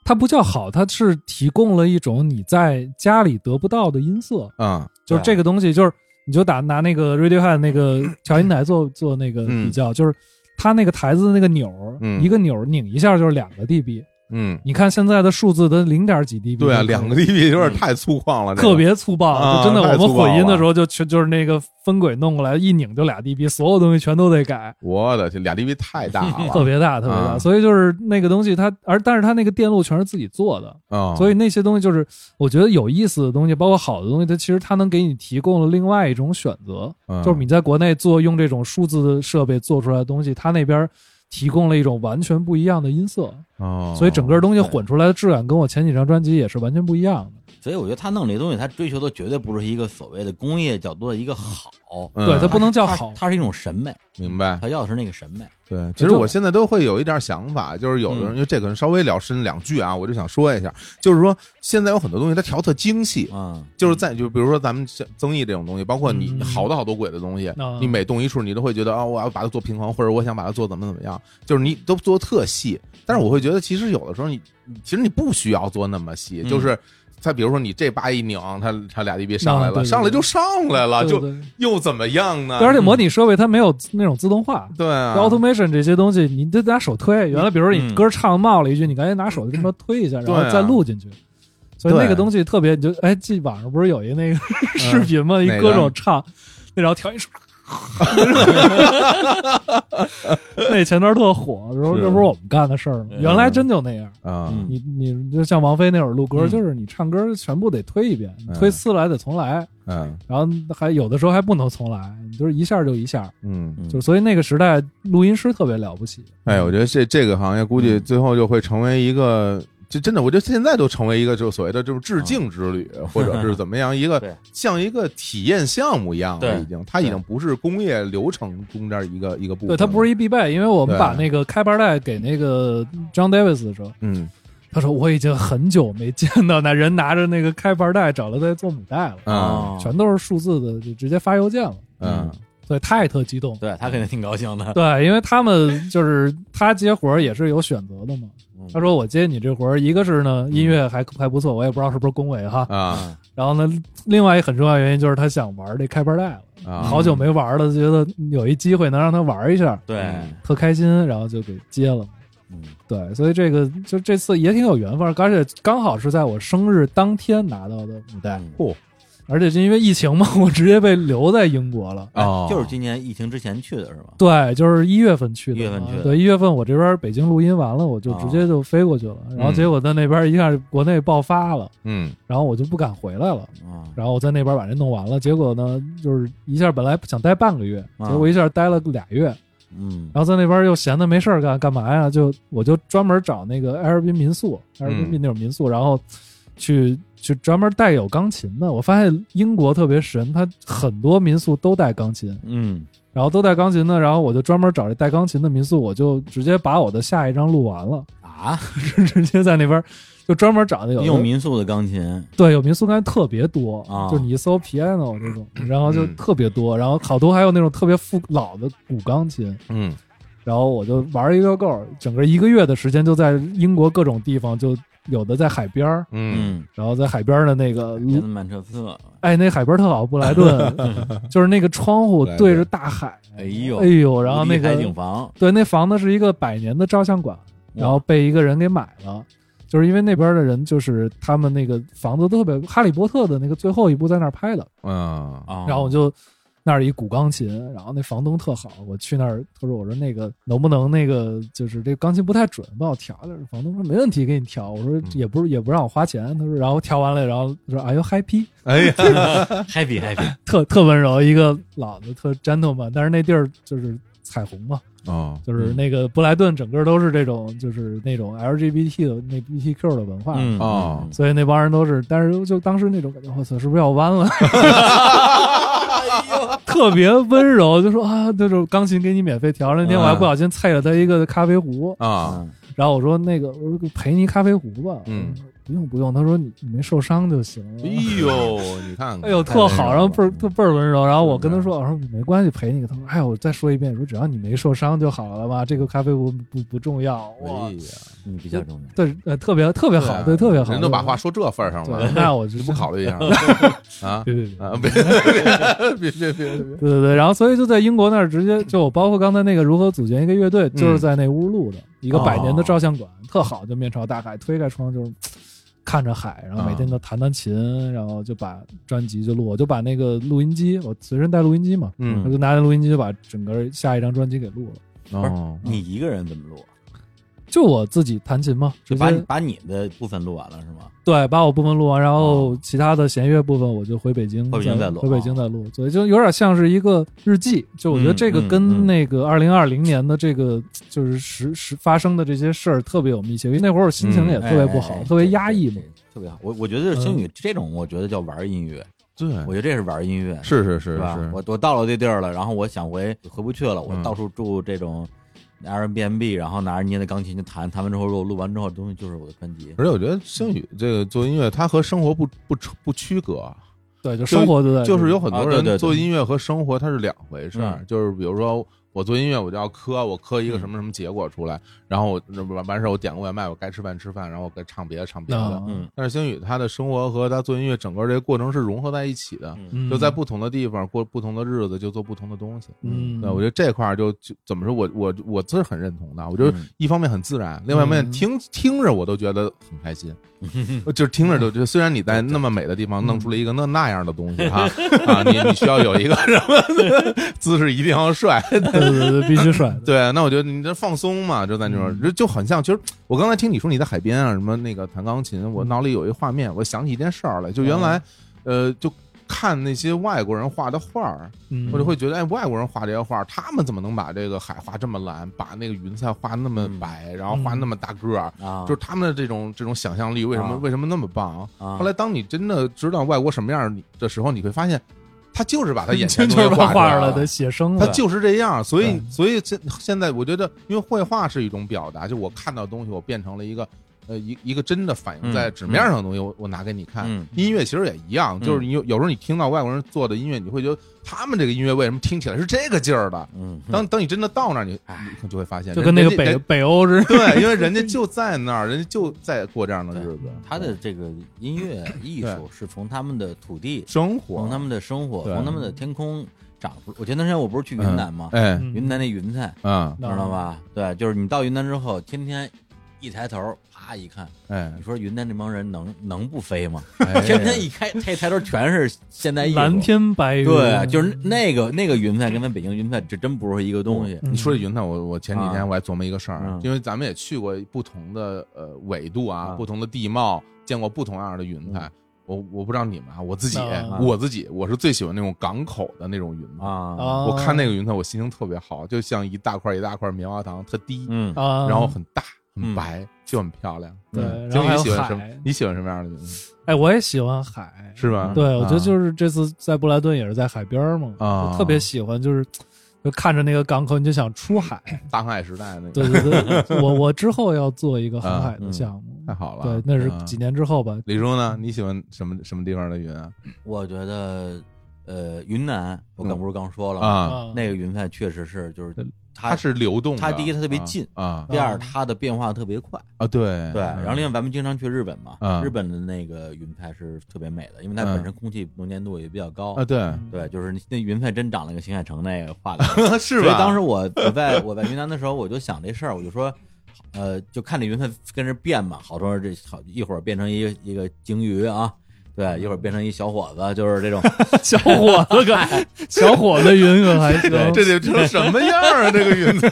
[SPEAKER 3] 它不叫好，它是提供了一种你在家里得不到的音色，
[SPEAKER 2] 啊、
[SPEAKER 3] 就是这个东西，就是你就打拿那个 Radiohead 那
[SPEAKER 2] (clears throat)
[SPEAKER 3] 个调音台做做那个比较，就是它那个台子的那个钮儿，
[SPEAKER 2] 嗯
[SPEAKER 3] 一个钮儿拧一下就是两个 dB。
[SPEAKER 2] 嗯，
[SPEAKER 3] 你看现在的数字的零点几 dB，
[SPEAKER 2] 对啊，
[SPEAKER 3] 就可以
[SPEAKER 2] 两个 dB 有点太粗犷了，这个
[SPEAKER 3] 嗯特别粗暴，
[SPEAKER 2] 啊
[SPEAKER 3] 就真的
[SPEAKER 2] 太
[SPEAKER 3] 我
[SPEAKER 2] 粗
[SPEAKER 3] 们
[SPEAKER 2] 暴了
[SPEAKER 3] 混音的时候就全就是那个分轨弄过来一拧就俩 dB，所有东西全都得改。
[SPEAKER 2] 我的天，俩 dB 太大了，
[SPEAKER 3] 特别大，特别大，
[SPEAKER 2] 啊
[SPEAKER 3] 所以就是那个东西它，而但是它那个电路全是自己做的，
[SPEAKER 2] 啊，
[SPEAKER 3] 所以那些东西就是我觉得有意思的东西，包括好的东西，它其实它能给你提供了另外一种选择，
[SPEAKER 2] 嗯
[SPEAKER 3] 就是你在国内做用这种数字的设备做出来的东西，它那边提供了一种完全不一样的音色，
[SPEAKER 2] 哦，
[SPEAKER 3] 所以整个东西混出来的质感跟我前几张专辑也是完全不一样的。
[SPEAKER 1] 所以我觉得他弄这东西，他追求的绝对不是一个所谓的工业角度的一个好，
[SPEAKER 2] 嗯
[SPEAKER 3] 对，它不能叫
[SPEAKER 1] 它
[SPEAKER 3] 好，
[SPEAKER 1] 它是一种审美，
[SPEAKER 2] 明白。
[SPEAKER 1] 他要的是那个审美。
[SPEAKER 2] 对，其实我现在都会有一点想法，就是有的人，
[SPEAKER 1] 嗯
[SPEAKER 2] 因为这可能稍微聊深两句啊，我就想说一下，就是说现在有很多东西它调特精细，
[SPEAKER 1] 嗯，
[SPEAKER 2] 就是在就比如说咱们像增益这种东西，包括你
[SPEAKER 3] 嗯
[SPEAKER 2] 好多好多鬼的东西，
[SPEAKER 3] 嗯
[SPEAKER 2] 你每动一处，你都会觉得啊，我要把它做平衡，或者我想把它做怎么怎么样，就是你都做得特细。但是我会觉得，其实有的时候你其实你不需要做那么细，
[SPEAKER 1] 嗯
[SPEAKER 2] 就是。它比如说你这八一拧，它它俩 dB 上来
[SPEAKER 3] 啊
[SPEAKER 2] 了，
[SPEAKER 3] 对对对
[SPEAKER 2] 上来就上来了，
[SPEAKER 3] 对
[SPEAKER 2] 啊就
[SPEAKER 3] 对对
[SPEAKER 2] 又怎么样呢？
[SPEAKER 3] 对而且模拟设备它没有那种自动化。
[SPEAKER 2] 对啊，嗯
[SPEAKER 3] automation 这些东西，你得拿手推。原来比如说你歌唱冒了一句，你赶紧拿手就这么推一下，然
[SPEAKER 2] 对啊
[SPEAKER 3] 后再录进去。所以
[SPEAKER 2] 对
[SPEAKER 3] 那个东西特别，你就哎，记网上不是有一那个 (laughs) 视频吗？一
[SPEAKER 2] 嗯哪个
[SPEAKER 3] 歌手唱，那然后调一首， (laughs) 那前段特火，然后
[SPEAKER 2] 是
[SPEAKER 3] 这不是我们干的事儿吗？
[SPEAKER 1] 嗯
[SPEAKER 3] 原来真就那样。
[SPEAKER 2] 啊，
[SPEAKER 1] 嗯
[SPEAKER 3] 你你就像王菲那会儿录歌，
[SPEAKER 1] 嗯
[SPEAKER 3] 就是你唱歌全部得推一遍，
[SPEAKER 2] 嗯
[SPEAKER 3] 推次来得重来，
[SPEAKER 2] 嗯
[SPEAKER 3] 然后还有的时候还不能重来，你就是一下就一下。
[SPEAKER 2] 嗯，
[SPEAKER 1] 嗯
[SPEAKER 3] 就所以那个时代录音师特别了不起，
[SPEAKER 2] 哎，我觉得这这个行业估计
[SPEAKER 1] 嗯
[SPEAKER 2] 最后就会成为一个，就真的，我觉得现在都成为一个，就是所谓的这种致敬之旅，或者是怎么样一
[SPEAKER 1] 嗯 (laughs) 对
[SPEAKER 2] 个像一个体验项目一样了，
[SPEAKER 1] 对
[SPEAKER 2] 已经，它已经不是工业流程中间一个一个部分
[SPEAKER 3] 对，
[SPEAKER 2] 了。
[SPEAKER 3] 它不是一必备，因为我们
[SPEAKER 2] 对
[SPEAKER 3] 把那个开盘带给那个 John Davis 的时候，
[SPEAKER 2] 嗯
[SPEAKER 3] 他说我已经很久没见到那人拿着那个开盘带找了在做母带了，
[SPEAKER 2] 啊
[SPEAKER 1] 哦
[SPEAKER 3] 全都是数字的，就直接发邮件了。
[SPEAKER 2] 嗯
[SPEAKER 3] 对，他也特激动。
[SPEAKER 1] 对他肯定挺高兴的。
[SPEAKER 3] 对，因为他们就是他接活儿也是有选择的嘛。他说我接你这活儿，一个是呢音乐还还不错，我也不知道是不是恭维哈。
[SPEAKER 2] 啊
[SPEAKER 1] 嗯
[SPEAKER 3] 然后呢，另外一个很重要原因就是他想玩这开盘带了，
[SPEAKER 1] 嗯
[SPEAKER 2] 啊，
[SPEAKER 3] 好久没玩了，觉得有一机会能让他玩一下，
[SPEAKER 1] 对，
[SPEAKER 2] 嗯
[SPEAKER 3] 特开心，然后就给接了。
[SPEAKER 1] 嗯
[SPEAKER 3] 对，所以这个就这次也挺有缘分，而且刚好是在我生日当天拿到的母带，
[SPEAKER 1] 嗯
[SPEAKER 2] 嚯
[SPEAKER 3] 而且就因为疫情嘛，我直接被留在英国了。
[SPEAKER 1] 哎
[SPEAKER 2] 哦
[SPEAKER 1] 就是今年疫情之前去的是吧？
[SPEAKER 3] 对，就是一月份去
[SPEAKER 1] 一
[SPEAKER 3] 的嘛，
[SPEAKER 1] 月份去的啊
[SPEAKER 3] 对，一月份我这边北京录音完了，我就直接就飞过去了。
[SPEAKER 1] 嗯
[SPEAKER 3] 然后结果在那边一下国内爆发了，
[SPEAKER 2] 嗯
[SPEAKER 3] 然后我就不敢回来了。
[SPEAKER 1] 啊，
[SPEAKER 3] 然后我在那边把这弄完了，结果呢，就是一下本来想待半个月，
[SPEAKER 1] 啊
[SPEAKER 3] 结果一下待了俩月，
[SPEAKER 1] 嗯，
[SPEAKER 3] 然后在那边又闲的没事儿干，干嘛呀？就我就专门找那个 Airbnb 民宿，Airbnb 那种民宿，然后去去专门带有钢琴的。我发现英国特别神，它很多民宿都带钢琴，
[SPEAKER 1] 嗯，
[SPEAKER 3] 然后都带钢琴的，然后我就专门找这带钢琴的民宿，我就直接把我的下一张录完了， (laughs)
[SPEAKER 1] 啊，
[SPEAKER 3] 直接在那边就专门找那有
[SPEAKER 1] 用
[SPEAKER 3] 民
[SPEAKER 1] 民宿的钢琴，
[SPEAKER 3] 对有民宿，刚才特别多，
[SPEAKER 1] 啊
[SPEAKER 3] 就你一搜 piano 这种，然后就
[SPEAKER 2] 嗯
[SPEAKER 3] 特别多，然后好多还有那种特别复老的古钢琴，
[SPEAKER 2] 嗯，
[SPEAKER 3] 然后我就玩一个够，整个一个月的时间就在英国各种地方，就有的在海边儿，
[SPEAKER 2] 嗯
[SPEAKER 1] 嗯，
[SPEAKER 3] 然后在海边儿的那个，
[SPEAKER 1] 别的曼彻斯特，
[SPEAKER 3] 哎，那海边儿特好，布莱顿，就是那个窗户对着大海，
[SPEAKER 1] 哎呦，
[SPEAKER 3] 哎呦，然后
[SPEAKER 1] 无敌
[SPEAKER 3] 那
[SPEAKER 1] 海景
[SPEAKER 3] 个
[SPEAKER 1] 房，
[SPEAKER 3] 对，那房子是一个百年的照相馆，然后被一个人给买了。就是因为那边儿的人，就是他们那个房子特别，《哈利波特》的那个最后一部在那儿拍的，
[SPEAKER 2] 啊
[SPEAKER 1] 啊，
[SPEAKER 3] 然后我就那儿一古钢琴，然后那房东特好，我去那儿，他说我说那个能不能那个就是这个钢琴不太准，帮我调调。房东说没问题，给你调。我说也不是也不让我花钱，他说然后调完了，然后说 Are you happy？
[SPEAKER 2] 哎呀，
[SPEAKER 3] 哦 (laughs)
[SPEAKER 1] happy happy，
[SPEAKER 3] 特特温柔，一个老的特 gentleman，但是那地儿就是彩虹嘛，
[SPEAKER 2] 哦，
[SPEAKER 3] (laughs) 就是那个布莱顿整个都是这种就是那种 LGBT 的那 BTQ 的文化。
[SPEAKER 1] 嗯
[SPEAKER 2] 哦
[SPEAKER 3] 所以那帮人都是，但是就当时那种感觉，我操，是不是要弯了？ (laughs) 特别温柔，就说啊，那种钢琴给你免费调。那天
[SPEAKER 2] 嗯
[SPEAKER 3] 我还不小心踩了他一个咖啡壶，
[SPEAKER 2] 啊，
[SPEAKER 1] 嗯
[SPEAKER 3] 然后我说那个，我说赔你一咖啡壶吧。
[SPEAKER 2] 嗯，
[SPEAKER 3] 不用不用。他说你你没受伤就行
[SPEAKER 2] 哎
[SPEAKER 3] 了。
[SPEAKER 2] 呦，你看看，
[SPEAKER 3] 哎呦，特好，然后倍儿特倍儿温柔。然后我跟他
[SPEAKER 2] 是
[SPEAKER 3] 说，我说没关系，赔你个。他说，哎呀，我再说一遍，说只要你没受伤就好了嘛，这个咖啡壶不不不重要。哇
[SPEAKER 2] 哎，呀，
[SPEAKER 1] 嗯，比较重要，
[SPEAKER 3] 对，呃，特别特别
[SPEAKER 2] 对
[SPEAKER 3] 好，
[SPEAKER 2] 啊
[SPEAKER 3] 对，特别好。
[SPEAKER 2] 人都把话说这份儿上
[SPEAKER 3] 对，
[SPEAKER 2] 了，
[SPEAKER 3] 那我就
[SPEAKER 2] 你不考虑一下吗啊
[SPEAKER 3] (laughs) 对对
[SPEAKER 2] (laughs)
[SPEAKER 3] 对。
[SPEAKER 2] 啊？别别别别别，
[SPEAKER 3] 对对对，然后所以就在英国那儿直接就我包括刚才那个如何组建一个乐队，
[SPEAKER 1] 嗯
[SPEAKER 3] 就是在那屋录的、一个百
[SPEAKER 1] 哦
[SPEAKER 3] 年的照相馆，特好，就面朝大海，推开窗就是看着海，然后
[SPEAKER 1] 嗯
[SPEAKER 3] 每天都弹弹琴，然后就把专辑就录，我就把那个录音机，我随身带录音机嘛，
[SPEAKER 2] 嗯
[SPEAKER 3] 我就拿着录音机就把整个下一张专辑给录了，
[SPEAKER 2] 哦，
[SPEAKER 1] 你一个人怎么录？
[SPEAKER 3] 就我自己弹琴嘛，直
[SPEAKER 1] 就把你
[SPEAKER 3] 接
[SPEAKER 1] 把你的部分录完了是吗？
[SPEAKER 3] 对把我部分录完，然后其他的弦乐部分我就回北京，
[SPEAKER 1] 回北京再录
[SPEAKER 3] 回北京再录，所以就有点像是一个日记。就我觉得这个
[SPEAKER 1] 嗯嗯
[SPEAKER 3] 跟那个二零二零年的这个就是实实发生的这些事儿特别有密切，因为那会儿我心情也特别不好，
[SPEAKER 1] 哎哎
[SPEAKER 3] 特别压抑嘛
[SPEAKER 1] 对。对对特别好。我我觉得星宇这种，我觉得叫玩音乐，
[SPEAKER 2] 对，
[SPEAKER 1] 我觉得这是玩音乐，
[SPEAKER 2] 嗯是是
[SPEAKER 1] 是
[SPEAKER 2] 是
[SPEAKER 1] 吧？
[SPEAKER 2] 是，
[SPEAKER 1] 我我到了这地儿了，然后我想回回不去了，我
[SPEAKER 2] 嗯
[SPEAKER 1] 到处住这种 Airbnb，然后拿着捏的钢琴就弹，弹完之后录录完之后，东西就是我的专辑。
[SPEAKER 2] 而且我觉得星宇这个做音乐，他和生活不不不区隔，啊
[SPEAKER 3] 对，就生活都在
[SPEAKER 2] 就是有很
[SPEAKER 1] 啊
[SPEAKER 2] 多
[SPEAKER 1] 对对对
[SPEAKER 2] 人做音乐和生活它是两回事儿
[SPEAKER 1] 嗯，
[SPEAKER 2] 就是比如说我做音乐，我就要磕，我磕一个什么什么结果出来，然后我完完事儿我点个外卖，我该吃饭吃饭，然后我该唱别的唱别的
[SPEAKER 3] 啊。
[SPEAKER 1] 嗯
[SPEAKER 2] 但是星宇他的生活和他做音乐整个这个过程是融合在一起的，
[SPEAKER 1] 嗯
[SPEAKER 3] 嗯
[SPEAKER 2] 就在不同的地方过不同的日子，就做不同的东西。
[SPEAKER 3] 嗯，
[SPEAKER 2] 对，我觉得这块儿就就怎么说，我我我是很认同的。我觉得
[SPEAKER 1] 嗯
[SPEAKER 2] 一方面很自然，另外一方面
[SPEAKER 3] 嗯
[SPEAKER 2] 听听着我都觉得很开
[SPEAKER 3] (laughs)
[SPEAKER 2] 心，就是听着就觉得，虽然你在那么美的地方弄出了一个那那样的东西
[SPEAKER 3] (laughs)
[SPEAKER 2] 哈啊，你你需要有一个什么姿势一定要帅， (laughs)
[SPEAKER 3] 对对对对，必须帅。
[SPEAKER 2] 对，那我觉得你这放松嘛，就在那
[SPEAKER 3] 嗯
[SPEAKER 2] 种就就很像。其实我刚才听你说你在海边啊，什么那个弹钢琴，
[SPEAKER 3] 嗯
[SPEAKER 2] 我脑里有一画面，我想起一件事儿来，就原
[SPEAKER 3] 哦
[SPEAKER 2] 来呃就。看那些外国人画的画儿，
[SPEAKER 3] 嗯，
[SPEAKER 2] 我就会觉得，哎，外国人画这些画，他们怎么能把这个海画这么蓝，把那个云彩画那
[SPEAKER 3] 嗯
[SPEAKER 2] 么白，然后画那么大个儿？
[SPEAKER 1] 啊，
[SPEAKER 2] 就是他们的这种这种想象力，为什么、
[SPEAKER 1] 啊
[SPEAKER 2] 为什么那么棒？
[SPEAKER 1] 啊
[SPEAKER 2] 后来当你真的知道外国什么样的时候，你会发现，他就是
[SPEAKER 3] (laughs)
[SPEAKER 2] 把他眼
[SPEAKER 3] 就
[SPEAKER 2] 前
[SPEAKER 3] 是
[SPEAKER 2] 东西
[SPEAKER 3] 把
[SPEAKER 2] 画
[SPEAKER 3] 画
[SPEAKER 2] 出
[SPEAKER 3] 儿
[SPEAKER 2] 来
[SPEAKER 3] 了的
[SPEAKER 2] 了。
[SPEAKER 3] 写生
[SPEAKER 2] 他
[SPEAKER 3] 了，
[SPEAKER 2] 就是这样，所以所以现现在我觉得，因为绘画是一种表达，就我看到的东西，我变成了一个呃一一个真的反映在
[SPEAKER 1] 嗯
[SPEAKER 2] 纸面上的东西，我我拿给你看。
[SPEAKER 1] 嗯
[SPEAKER 2] 音乐其实也一样，就是
[SPEAKER 3] 嗯
[SPEAKER 2] 你有有时候你听到外国人做的音乐，你会觉得他们这个音乐为什么听起来是这个劲儿的？
[SPEAKER 1] 嗯，
[SPEAKER 2] 当当你真的到那儿，你
[SPEAKER 1] 哎
[SPEAKER 2] 你就会发现，
[SPEAKER 3] 就跟那个
[SPEAKER 2] 人家
[SPEAKER 3] 北
[SPEAKER 2] 人
[SPEAKER 3] 北 (laughs) 欧似的。
[SPEAKER 2] 对，因为人家就在那儿，人家就在过这样的
[SPEAKER 1] 对
[SPEAKER 2] 日子，
[SPEAKER 1] 他的这个音乐艺术是从他们的土地、
[SPEAKER 2] 生
[SPEAKER 1] 从
[SPEAKER 3] 哦
[SPEAKER 2] 活，
[SPEAKER 1] 他们的生活、
[SPEAKER 2] 嗯对
[SPEAKER 1] 从他们的天空长出。我前段时间我不是去云南吗？
[SPEAKER 2] 哎，
[SPEAKER 3] 嗯啊
[SPEAKER 1] 云南那云彩，
[SPEAKER 2] 嗯
[SPEAKER 1] 知道？吧？对，就是你到云南之后，天天一抬头，啪一看，
[SPEAKER 3] (laughs)
[SPEAKER 2] 哎
[SPEAKER 1] 你，说云南这帮人能能不飞吗？
[SPEAKER 2] 哎
[SPEAKER 1] 天天一开这抬头全是现代艺术，
[SPEAKER 3] 蓝天白云，
[SPEAKER 1] 对，就是那个那个云彩跟咱北京云彩这真不是一个东西。
[SPEAKER 3] 嗯
[SPEAKER 2] 你说这云南，我我前几
[SPEAKER 1] 啊
[SPEAKER 2] 天我还琢磨一个事儿
[SPEAKER 1] 嗯，
[SPEAKER 2] 因为咱们也去过不同的呃纬度啊
[SPEAKER 1] 啊，
[SPEAKER 2] 不同的地貌，见过不同样的云彩。我我不知道你们啊，我自己
[SPEAKER 3] 嗯啊
[SPEAKER 2] 我自己我是最喜欢那种港口的那种云彩。
[SPEAKER 1] 啊，
[SPEAKER 3] 啊，
[SPEAKER 2] 我看那个云彩，我心情特别好，就像一大块一大块棉花糖，特低，
[SPEAKER 1] 嗯，
[SPEAKER 3] 啊，
[SPEAKER 2] 然后很大很
[SPEAKER 1] 嗯
[SPEAKER 2] 白，就很漂亮。
[SPEAKER 3] 对
[SPEAKER 2] 嗯
[SPEAKER 3] 然
[SPEAKER 2] 所以
[SPEAKER 3] 后还
[SPEAKER 2] 你
[SPEAKER 3] 有
[SPEAKER 2] 喜欢什么
[SPEAKER 3] 海？
[SPEAKER 2] 你喜欢什么样的云彩？
[SPEAKER 3] 哎，我也喜欢海，
[SPEAKER 2] 是吧？嗯
[SPEAKER 3] 对，我觉得
[SPEAKER 2] 是
[SPEAKER 3] 就是这次在布莱顿也是在海边儿嘛，
[SPEAKER 2] 啊
[SPEAKER 3] 就特别喜欢，就是就看着那个港口，你就想出海。
[SPEAKER 2] 大航海时代那个，
[SPEAKER 3] 对
[SPEAKER 2] (laughs)
[SPEAKER 3] 对对，我我之后要做一个航海的项目，
[SPEAKER 2] 太好了。
[SPEAKER 3] 对，那是
[SPEAKER 2] 啊嗯
[SPEAKER 3] 几年之后吧。
[SPEAKER 2] 李叔呢？你喜欢什么什么地方的云啊？
[SPEAKER 1] 我觉得呃，云南我刚
[SPEAKER 2] 嗯
[SPEAKER 1] 不是刚说了吗？
[SPEAKER 2] 啊，
[SPEAKER 1] 那个云彩确实是就是
[SPEAKER 2] 它
[SPEAKER 1] 它
[SPEAKER 2] 是流动的，
[SPEAKER 1] 它第一它特别近
[SPEAKER 2] 啊
[SPEAKER 1] 第二它的变化特别快。
[SPEAKER 2] 啊，对
[SPEAKER 1] 对，然后另外咱们经常去日本嘛
[SPEAKER 2] 嗯，
[SPEAKER 1] 日本的那个云彩是特别美的，因为它
[SPEAKER 2] 嗯
[SPEAKER 1] 本身空气能见度也比较高 (laughs)
[SPEAKER 2] 啊，。对，
[SPEAKER 1] 对，就是那云彩真长了个邢海城那个画
[SPEAKER 2] (laughs)
[SPEAKER 1] 的，
[SPEAKER 2] 是
[SPEAKER 1] 所以
[SPEAKER 2] 吧？
[SPEAKER 1] 当时我我在我在云南的时候，我就想这事儿，我就说，呃，就看这云彩跟着变嘛，好多人这好一会儿变成一个一个鲸鱼啊，对，一会儿变成一小伙子，就是这种，
[SPEAKER 3] (laughs) 小伙子可，
[SPEAKER 2] (laughs)
[SPEAKER 3] 小伙子云可还行，
[SPEAKER 2] 这 (laughs) 得成什么样啊？这个云彩，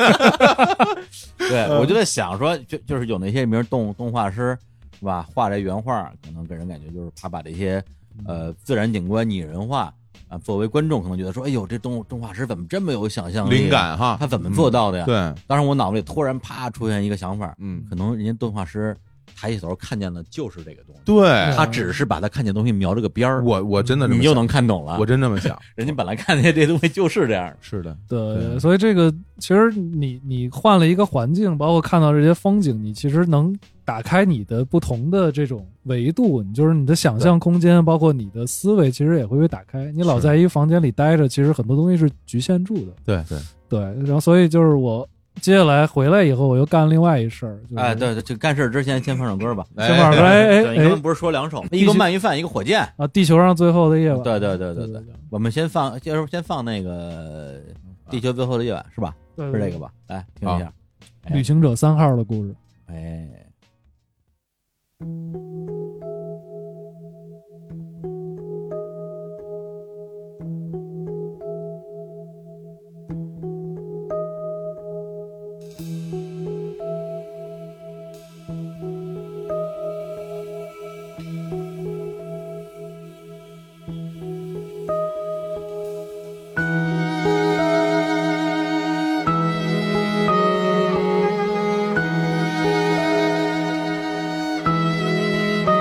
[SPEAKER 1] (laughs) 对
[SPEAKER 2] 嗯
[SPEAKER 1] 我就在想说，就就是有那些名动动画师是吧，画这原画，可能给人感觉就是他把这些
[SPEAKER 2] 嗯
[SPEAKER 1] 呃自然景观拟人化啊，作为观众可能觉得说，哎呦，这动动画师怎么这么有想象力，
[SPEAKER 2] (laughs)
[SPEAKER 1] 啊
[SPEAKER 2] 灵，感哈，
[SPEAKER 1] 他怎么做到的呀？
[SPEAKER 2] 对，
[SPEAKER 1] 当时我脑子里突然啪出现一个想法，
[SPEAKER 2] 嗯，
[SPEAKER 1] 可能人家动画师抬起头看见的就是这个东西，
[SPEAKER 2] 对，
[SPEAKER 1] 他只是把他看见的东西描了个边儿，
[SPEAKER 2] 我我真的这
[SPEAKER 1] 你
[SPEAKER 2] 么
[SPEAKER 1] 就
[SPEAKER 2] 想，
[SPEAKER 1] 能看懂了。
[SPEAKER 2] 我真这么想，
[SPEAKER 1] 人家本来看见这东西就是这样的，
[SPEAKER 2] 是的，
[SPEAKER 3] 对，
[SPEAKER 2] 对
[SPEAKER 3] 所以这个其实你你换了一个环境，包括看到这些风景，你其实能打开你的不同的这种维度，你就是你的想象空间，包括你的思维，其实也会被打开。你老
[SPEAKER 2] 是
[SPEAKER 3] 在一个房间里待着，其实很多东西是局限住的。
[SPEAKER 1] (laughs)
[SPEAKER 2] 对对，
[SPEAKER 3] 对，然后所以就是我接下来回来以后，我又干另外一事
[SPEAKER 2] 嗯
[SPEAKER 3] 儿，就是
[SPEAKER 1] 哎，，对，对，就干事之前先放首歌吧。
[SPEAKER 3] 先玩儿哎哎
[SPEAKER 1] 对，你刚
[SPEAKER 3] 哎
[SPEAKER 1] 刚不是说两首，
[SPEAKER 3] 须
[SPEAKER 1] 一个鳗鱼饭，一个火箭。
[SPEAKER 3] 啊，地球上最后的夜晚，
[SPEAKER 1] 对对对对
[SPEAKER 3] 对
[SPEAKER 1] 对，我们先放，就是先放那个
[SPEAKER 3] 啊
[SPEAKER 1] 《地球最后的夜晚》是吧？
[SPEAKER 3] 对，
[SPEAKER 1] 是这个吧？来听一
[SPEAKER 3] 啊
[SPEAKER 1] 下。
[SPEAKER 3] 对？旅行者三号的故事。
[SPEAKER 1] 哎，
[SPEAKER 7] Thank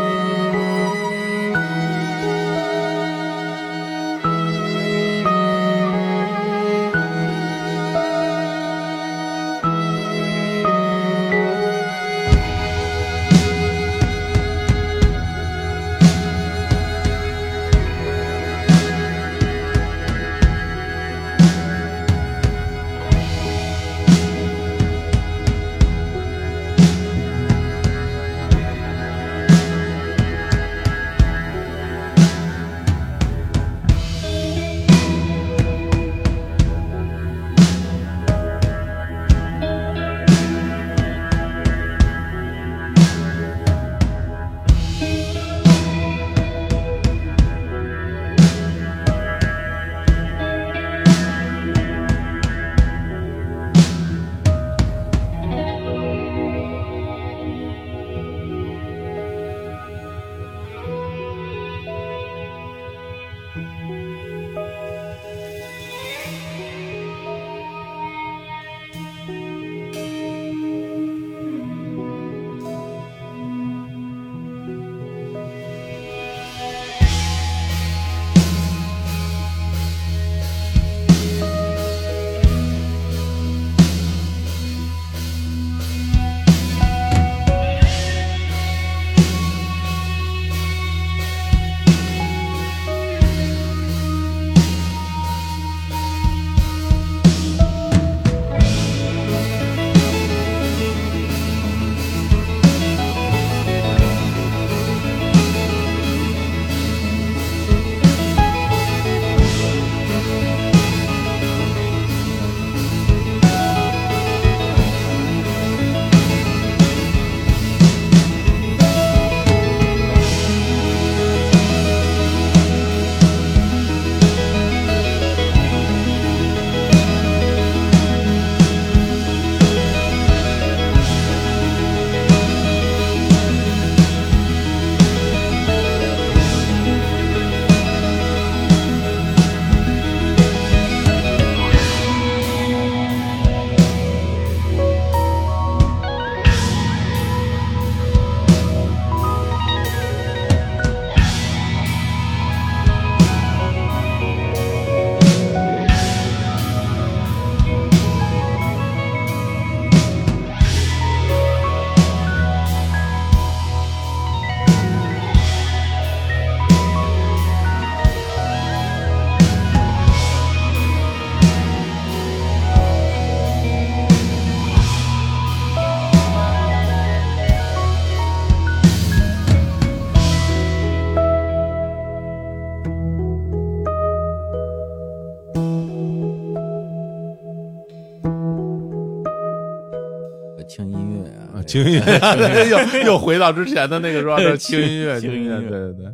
[SPEAKER 1] 轻音乐啊，
[SPEAKER 2] 啊， (laughs) 轻音乐又又回到之前的
[SPEAKER 1] (laughs)
[SPEAKER 2] 那个说法，轻音乐，
[SPEAKER 1] 轻
[SPEAKER 2] 轻
[SPEAKER 1] 音乐
[SPEAKER 2] 对对对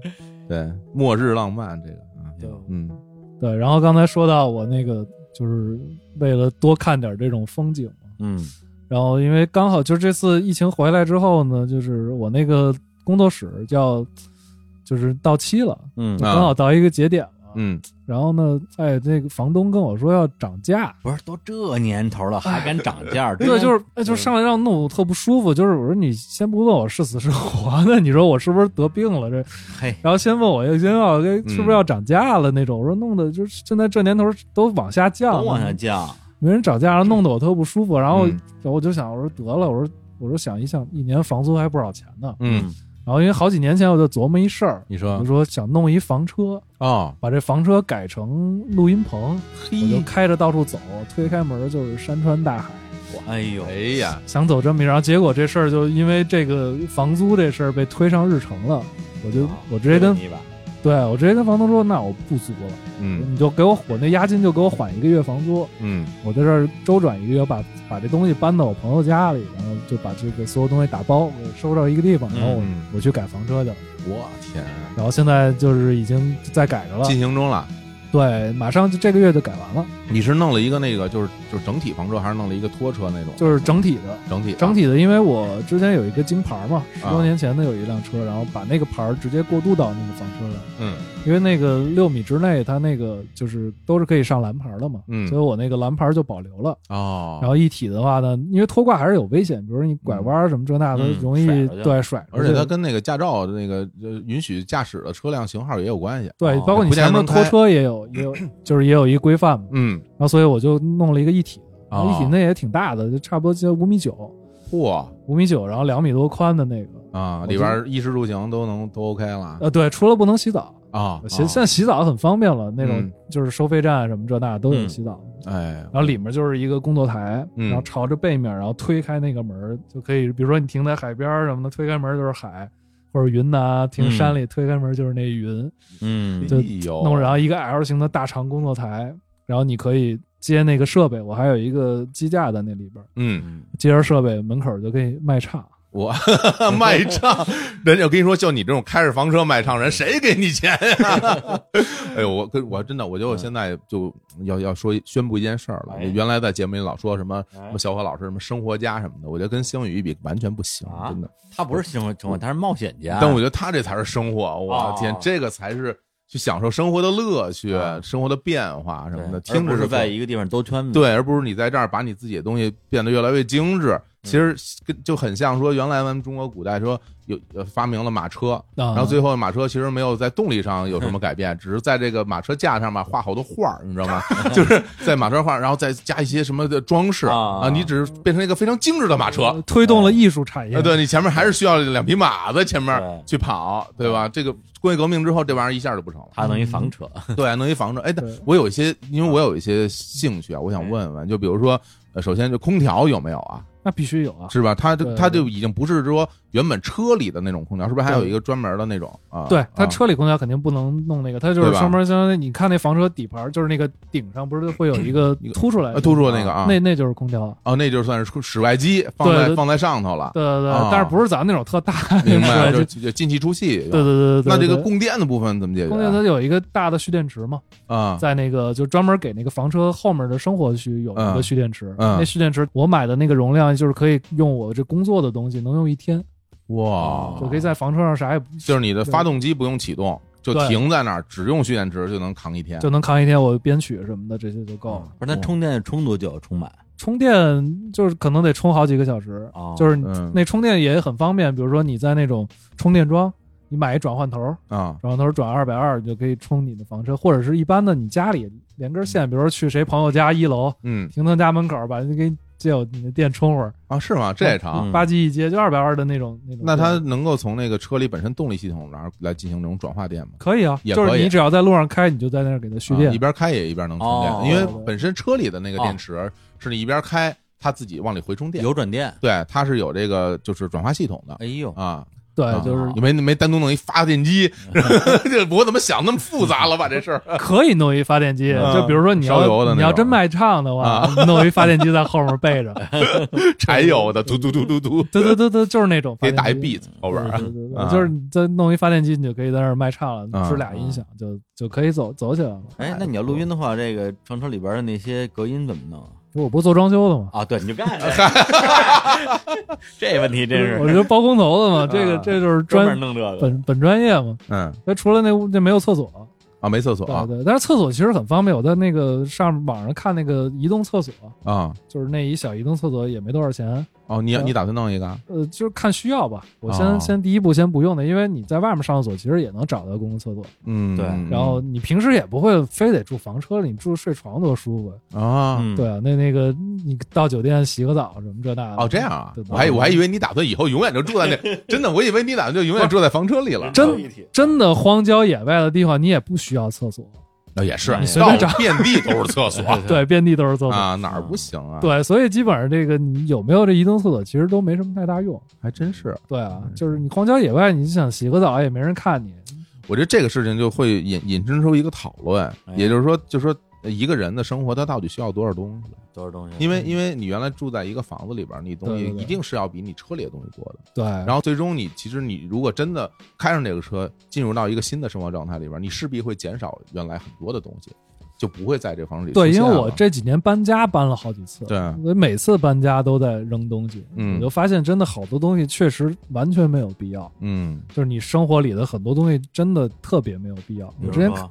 [SPEAKER 2] 对，末日浪漫这个啊，
[SPEAKER 3] 对
[SPEAKER 2] 嗯
[SPEAKER 3] 对，然后刚才说到我那个，就是为了多看点这种风景嘛。
[SPEAKER 1] 嗯
[SPEAKER 3] 然后因为刚好就是这次疫情回来之后呢，就是我那个工作室叫就是到期了，
[SPEAKER 1] 嗯
[SPEAKER 3] 刚好到一个节点了。
[SPEAKER 2] 啊嗯，
[SPEAKER 3] 然后呢，哎，那个房东跟我说要涨价，
[SPEAKER 1] 不是都这年头了还敢涨价？
[SPEAKER 3] (laughs) 对，哎就是哎，
[SPEAKER 1] 嗯
[SPEAKER 3] 就是上来让弄我特不舒服，就是我说你先不问我是死是活， (laughs) 那你说我是不是得病了这？
[SPEAKER 1] 嘿，
[SPEAKER 3] 然后先问我先问我这是
[SPEAKER 1] 嗯
[SPEAKER 3] 不是要涨价了那种，我说弄的就是现在这年头都往下
[SPEAKER 1] 都
[SPEAKER 3] 降，
[SPEAKER 1] 往下降，
[SPEAKER 3] 没人涨价，弄得我特不舒服。然后
[SPEAKER 2] 嗯
[SPEAKER 3] 然后我就想，我说得了，我说我说想一想，一年房租还不少钱呢。
[SPEAKER 2] 嗯，
[SPEAKER 3] 然后因为好几年前我就琢磨一事儿，
[SPEAKER 2] 你
[SPEAKER 3] 我
[SPEAKER 2] 说
[SPEAKER 1] 嗯
[SPEAKER 3] 就说想弄一房车，
[SPEAKER 2] 哦，
[SPEAKER 3] 把这房车改成录音棚，
[SPEAKER 2] 嘿
[SPEAKER 3] 我就开着到处走，推开门就是山川大海。
[SPEAKER 1] 哎呦
[SPEAKER 2] 哎，呀，
[SPEAKER 3] 想走这么一，然后结果这事儿就因为这个房租这事儿被推上日程了。我
[SPEAKER 2] 哦
[SPEAKER 3] 就我直接跟
[SPEAKER 1] 你吧，
[SPEAKER 3] 对我直接跟房东说，那我不租了，
[SPEAKER 2] 嗯
[SPEAKER 3] 你就给我我那押金就给我缓一个月房租，
[SPEAKER 2] 嗯
[SPEAKER 3] 我在这儿周转一个月，把把这东西搬到我朋友家里，然后就把这个所有东西打包，我收到一个地方，然后我、
[SPEAKER 2] 嗯
[SPEAKER 3] 我去改房车去了。
[SPEAKER 2] 我天，啊
[SPEAKER 3] 然后现在就是已经在改
[SPEAKER 1] 啊
[SPEAKER 3] 着了，
[SPEAKER 2] 进行中了。
[SPEAKER 3] 对，马上就这个月就改完了，
[SPEAKER 2] 你是弄了一个那个，就是就是整体房车，还是弄了一个拖车那种？
[SPEAKER 3] 就是整体的。
[SPEAKER 2] 整体
[SPEAKER 3] 整体的，因为我之前有一个金牌嘛，十
[SPEAKER 2] 啊
[SPEAKER 3] 多年前的有一辆车，然后把那个牌儿直接过渡到那个房车上，
[SPEAKER 2] 嗯
[SPEAKER 3] 因为那个六米之内，它那个就是都是可以上蓝牌的嘛，
[SPEAKER 2] 嗯
[SPEAKER 3] 所以我那个蓝牌就保留了。
[SPEAKER 2] 哦，
[SPEAKER 3] 然后一体的话呢，因为拖挂还是有危险，比如你拐弯儿什么这那的，
[SPEAKER 1] 嗯
[SPEAKER 3] 容易
[SPEAKER 1] 甩出去
[SPEAKER 3] 对甩出
[SPEAKER 2] 而
[SPEAKER 3] 去，
[SPEAKER 2] 且它跟那个驾照的那个呃允许驾驶的车辆型号也有关系。
[SPEAKER 3] 对，
[SPEAKER 1] 哦
[SPEAKER 3] 包括你
[SPEAKER 2] 不见
[SPEAKER 3] 前
[SPEAKER 2] 得
[SPEAKER 3] 面
[SPEAKER 2] 能
[SPEAKER 3] 拖车也有也有，
[SPEAKER 2] (laughs)
[SPEAKER 3] 就是也有一规范嘛。
[SPEAKER 2] 嗯，
[SPEAKER 3] 然后所以我就弄了一个一体的，然后
[SPEAKER 2] 哦
[SPEAKER 3] 一体那也挺大的，就差不多就五米九，
[SPEAKER 2] 嚯
[SPEAKER 3] 五米九，然后两米多宽的那个。
[SPEAKER 2] 啊，
[SPEAKER 3] 我
[SPEAKER 2] 里
[SPEAKER 3] 就
[SPEAKER 2] 边儿衣食住行都能都 OK 了
[SPEAKER 3] 呃，对，除了不能洗澡，
[SPEAKER 2] 啊。
[SPEAKER 3] 洗
[SPEAKER 2] 啊
[SPEAKER 3] 现在洗澡很方便了，那种
[SPEAKER 2] 嗯
[SPEAKER 3] 就是收费站啊什么这那都有
[SPEAKER 1] 嗯
[SPEAKER 3] 洗澡。
[SPEAKER 2] 哎，
[SPEAKER 3] 然后里面就是一个工作台，
[SPEAKER 2] 嗯
[SPEAKER 3] 然后朝着背面，然后推开那个门儿就可以，比如说你停在海边儿什么的，推开门就是海，或者云南停山里推开门就是那云，
[SPEAKER 1] 嗯，
[SPEAKER 3] 就
[SPEAKER 2] 哎呦，
[SPEAKER 3] 弄然后一个 L 型的大长工作台，然后你可以接那个设备，我还有一个机架在那里边儿，
[SPEAKER 2] 嗯，
[SPEAKER 3] 接着设备门口就可以卖唱。
[SPEAKER 2] 我 (laughs) 卖
[SPEAKER 1] (laughs)
[SPEAKER 2] 唱，人家我跟你说，就你这种开着房车卖唱人，谁给你钱呀、 (laughs) 哎呦，我跟我真的，我觉得我现在就要要说宣布一件事儿
[SPEAKER 1] 嗯
[SPEAKER 2] 了。
[SPEAKER 1] 哎
[SPEAKER 2] 我原来在节目里老说什么
[SPEAKER 1] 哎
[SPEAKER 2] 什么小何老师什么生活家什么的，我觉得跟星宇一比完全不行，
[SPEAKER 1] 啊
[SPEAKER 2] 真的。
[SPEAKER 1] 他不是生活生活，他是冒险家，
[SPEAKER 2] 但我觉得他这才是生活，我
[SPEAKER 1] 哦
[SPEAKER 2] 天，这个才是去享受生活的乐趣、
[SPEAKER 1] 啊
[SPEAKER 2] 生活的变化什么的。
[SPEAKER 1] 对
[SPEAKER 2] 听
[SPEAKER 1] 而
[SPEAKER 2] 着
[SPEAKER 1] 不
[SPEAKER 2] 就是
[SPEAKER 1] 在一个地方兜圈子，
[SPEAKER 2] 对，而不是你在这儿把你自己的东西变得越来越精致。其实跟就很像说，原来咱们中国古代说有呃发明了马车，
[SPEAKER 3] 啊
[SPEAKER 2] 然后最后马车其实没有在动力上有什么改变，只是在这个马车架上面画好多画儿，你知道吗？就是在马车画，然后再加一些什么的装饰
[SPEAKER 1] 啊
[SPEAKER 2] 啊，你只是变成一个非常精致的马车。
[SPEAKER 3] 推动了艺术产业。
[SPEAKER 2] 啊，对你前面还是需要两匹马在前面
[SPEAKER 1] 对
[SPEAKER 2] 去跑，对吧？这个工业革命之后，这玩意儿一下就不成了。
[SPEAKER 1] 他弄一
[SPEAKER 2] 嗯
[SPEAKER 1] 房车，
[SPEAKER 2] 对，弄一房车。哎，但
[SPEAKER 3] 对
[SPEAKER 2] 我有一些，因为我有一些兴趣啊，我想问问，就比如说，呃，首先就空调有没有啊？
[SPEAKER 3] 那必须有啊。
[SPEAKER 2] 是吧？它
[SPEAKER 3] 对
[SPEAKER 2] 就它就已经不是说原本车里的那种空调，是不是还有一个专门的那种啊？
[SPEAKER 3] 对，它
[SPEAKER 2] 啊
[SPEAKER 3] 车里空调肯定不能弄那个，它就是
[SPEAKER 2] 对吧
[SPEAKER 3] 上面相当于你看那房车底盘，就是那个顶上不是会有一个
[SPEAKER 2] 一个
[SPEAKER 3] 凸出来
[SPEAKER 2] 呃
[SPEAKER 3] 的，
[SPEAKER 2] 突出那个啊，
[SPEAKER 3] 那那就是空调。
[SPEAKER 2] 哦，那就算是室外机放
[SPEAKER 3] 对
[SPEAKER 2] 在
[SPEAKER 3] 对
[SPEAKER 2] 放在上头了，
[SPEAKER 3] 对对
[SPEAKER 2] 啊
[SPEAKER 3] 对，但是不是咱们那种特大
[SPEAKER 2] 哦明白？
[SPEAKER 3] 对
[SPEAKER 2] 就
[SPEAKER 3] 就
[SPEAKER 2] 就进气出气。
[SPEAKER 3] 对对对对对。
[SPEAKER 2] 那这个
[SPEAKER 3] 对
[SPEAKER 2] 供电的部分怎么解决啊？
[SPEAKER 3] 供电它有一个大的蓄电池嘛，
[SPEAKER 2] 啊，
[SPEAKER 3] 在那个就专门给那个房车后面的生活区有一
[SPEAKER 2] 嗯
[SPEAKER 3] 个蓄电池。
[SPEAKER 2] 嗯
[SPEAKER 3] 那蓄电池我买的那个容量就是可以用我这工作的东西能用一天，
[SPEAKER 2] 哇，
[SPEAKER 3] 我可以在房车上啥也不
[SPEAKER 2] 就是你的发动机不用启动，就
[SPEAKER 3] 对
[SPEAKER 2] 停在那儿，只用蓄电池就能扛一天。
[SPEAKER 3] 就能扛一天，我编曲什么的这些就够
[SPEAKER 2] 嗯
[SPEAKER 3] 了。
[SPEAKER 1] 不是他充电充多久？充满
[SPEAKER 3] 充电就是可能得充好几个小时，
[SPEAKER 1] 哦
[SPEAKER 3] 就是
[SPEAKER 2] 嗯
[SPEAKER 3] 那充电也很方便。比如说你在那种充电桩，你买一转换头，
[SPEAKER 2] 啊，
[SPEAKER 3] 转换头转二百二，你就可以充你的房车，或者是一般的你家里连根线，比如说去谁朋友家一楼，
[SPEAKER 2] 嗯
[SPEAKER 3] 停他家门口，把给你借我你的电充会儿，
[SPEAKER 2] 啊，是吗？这也长。
[SPEAKER 1] 嗯
[SPEAKER 3] 吧唧一接就二百二的那种那种电。
[SPEAKER 2] 那它能够从那个车里本身动力系统，然后来进行这种转化电吗？
[SPEAKER 3] 可以啊，
[SPEAKER 2] 也
[SPEAKER 3] 就
[SPEAKER 2] 可
[SPEAKER 3] 是
[SPEAKER 2] 以
[SPEAKER 3] 你只要在路上开，你就在那儿给它蓄电
[SPEAKER 2] 啊一。边开也一边能充电，
[SPEAKER 1] 哦
[SPEAKER 2] 因为本身车里的那个电池是你一边开，它自己往里回充电。
[SPEAKER 1] 有转电，
[SPEAKER 2] 对，它是有这个就是转化系统的
[SPEAKER 1] 哦哎呦，
[SPEAKER 2] 啊。
[SPEAKER 3] 对
[SPEAKER 2] 啊，
[SPEAKER 3] 就是
[SPEAKER 2] 你没没单独弄一发电机，这我怎么想那么复杂了吧？这事儿
[SPEAKER 3] 可以弄一发电机，
[SPEAKER 2] 嗯
[SPEAKER 3] 就比如说你
[SPEAKER 2] 烧油的那种啊
[SPEAKER 3] 要你要真卖唱的话，弄一发电机在后面
[SPEAKER 2] (laughs)
[SPEAKER 3] 背着，
[SPEAKER 2] 柴油的，嘟嘟嘟嘟嘟，
[SPEAKER 3] 嘟嘟嘟嘟，就是那种发
[SPEAKER 2] 给
[SPEAKER 3] 电机
[SPEAKER 2] 打一 beat 后边
[SPEAKER 3] 对
[SPEAKER 2] 儿
[SPEAKER 3] 对对
[SPEAKER 2] 啊
[SPEAKER 3] 对，就是你再弄一发电机，你就可以在那儿卖
[SPEAKER 2] 啊
[SPEAKER 3] 唱了，支俩音响就就可以走走起来了。
[SPEAKER 1] 哎，那你要录音的话，这个床车里边的那些隔音怎么弄啊？
[SPEAKER 3] 不是我不是做装修的吗？
[SPEAKER 1] 啊，对，你就 (laughs) 干这，这问题真
[SPEAKER 3] 我
[SPEAKER 1] 是
[SPEAKER 3] 就包工头的嘛，这个
[SPEAKER 1] 啊
[SPEAKER 3] 这就是
[SPEAKER 1] 专门
[SPEAKER 3] 专
[SPEAKER 1] 弄这个。
[SPEAKER 3] 本本专业嘛。
[SPEAKER 2] 嗯
[SPEAKER 3] 那除了那屋那没有厕所，
[SPEAKER 2] 啊，没厕所
[SPEAKER 3] 对
[SPEAKER 2] 啊
[SPEAKER 3] 对，但是厕所其实很方便。我在那个上网上看那个移动厕所，
[SPEAKER 2] 啊
[SPEAKER 3] 就是那一小移动厕所也没多少钱，
[SPEAKER 2] 哦，你你打算弄一个？
[SPEAKER 3] 呃，就是看需要吧。我先、
[SPEAKER 2] 哦
[SPEAKER 3] 先第一步先不用的，因为你在外面上厕所其实也能找到公共厕所，
[SPEAKER 2] 嗯，
[SPEAKER 1] 对
[SPEAKER 2] 嗯
[SPEAKER 3] 然后你平时也不会非得住房车里，你住睡床多舒服。
[SPEAKER 2] 啊
[SPEAKER 1] 嗯
[SPEAKER 3] 对啊，那那个你到酒店洗个澡什么这那的。
[SPEAKER 2] 哦，这样啊
[SPEAKER 3] 对，对
[SPEAKER 2] 我还以我还以为你打算以后永远就住在
[SPEAKER 3] (laughs)
[SPEAKER 2] 那，真的，我以为你打算就永远住在房车里了。
[SPEAKER 3] 真真的荒郊野外的地方，你也不需要厕所，
[SPEAKER 2] 啊也是，
[SPEAKER 1] 你
[SPEAKER 3] 随便
[SPEAKER 2] 到
[SPEAKER 3] 找
[SPEAKER 2] 遍地都是厕所
[SPEAKER 3] 对，遍地都是厕所。
[SPEAKER 2] 啊，哪儿不行啊？，
[SPEAKER 3] 对，所以基本上这个你有没有这移动厕所，其实都没什么太大用。
[SPEAKER 2] 还真是。
[SPEAKER 3] 对啊，就是你荒郊野外，你想洗个澡也没人看你。
[SPEAKER 2] 我觉得这个事情就会引引申出一个讨论
[SPEAKER 1] 哎，
[SPEAKER 2] 也就是说，就说呃一个人的生活他到底需要多少东西？
[SPEAKER 1] 多少东西？
[SPEAKER 2] 因为因为你原来住在一个房子里边，你东西
[SPEAKER 3] 对对对
[SPEAKER 2] 一定是要比你车里的东西多的。
[SPEAKER 3] 对，
[SPEAKER 2] 然后最终你其实你如果真的开上这个车，进入到一个新的生活状态里边，你势必会减少原来很多的东西，就不会在这个房子里
[SPEAKER 3] 对，因
[SPEAKER 2] 出
[SPEAKER 3] 为
[SPEAKER 2] 现了
[SPEAKER 3] 我这几年搬家搬了好几次，
[SPEAKER 2] 对
[SPEAKER 3] 我每次搬家都在扔东西，
[SPEAKER 2] 嗯
[SPEAKER 3] 我就发现真的好多东西确实完全没有必要，
[SPEAKER 2] 嗯
[SPEAKER 3] 就是你生活里的很多东西真的特别没有必要。
[SPEAKER 1] 比
[SPEAKER 3] 我
[SPEAKER 1] 如
[SPEAKER 3] 之前
[SPEAKER 2] 啊
[SPEAKER 1] 说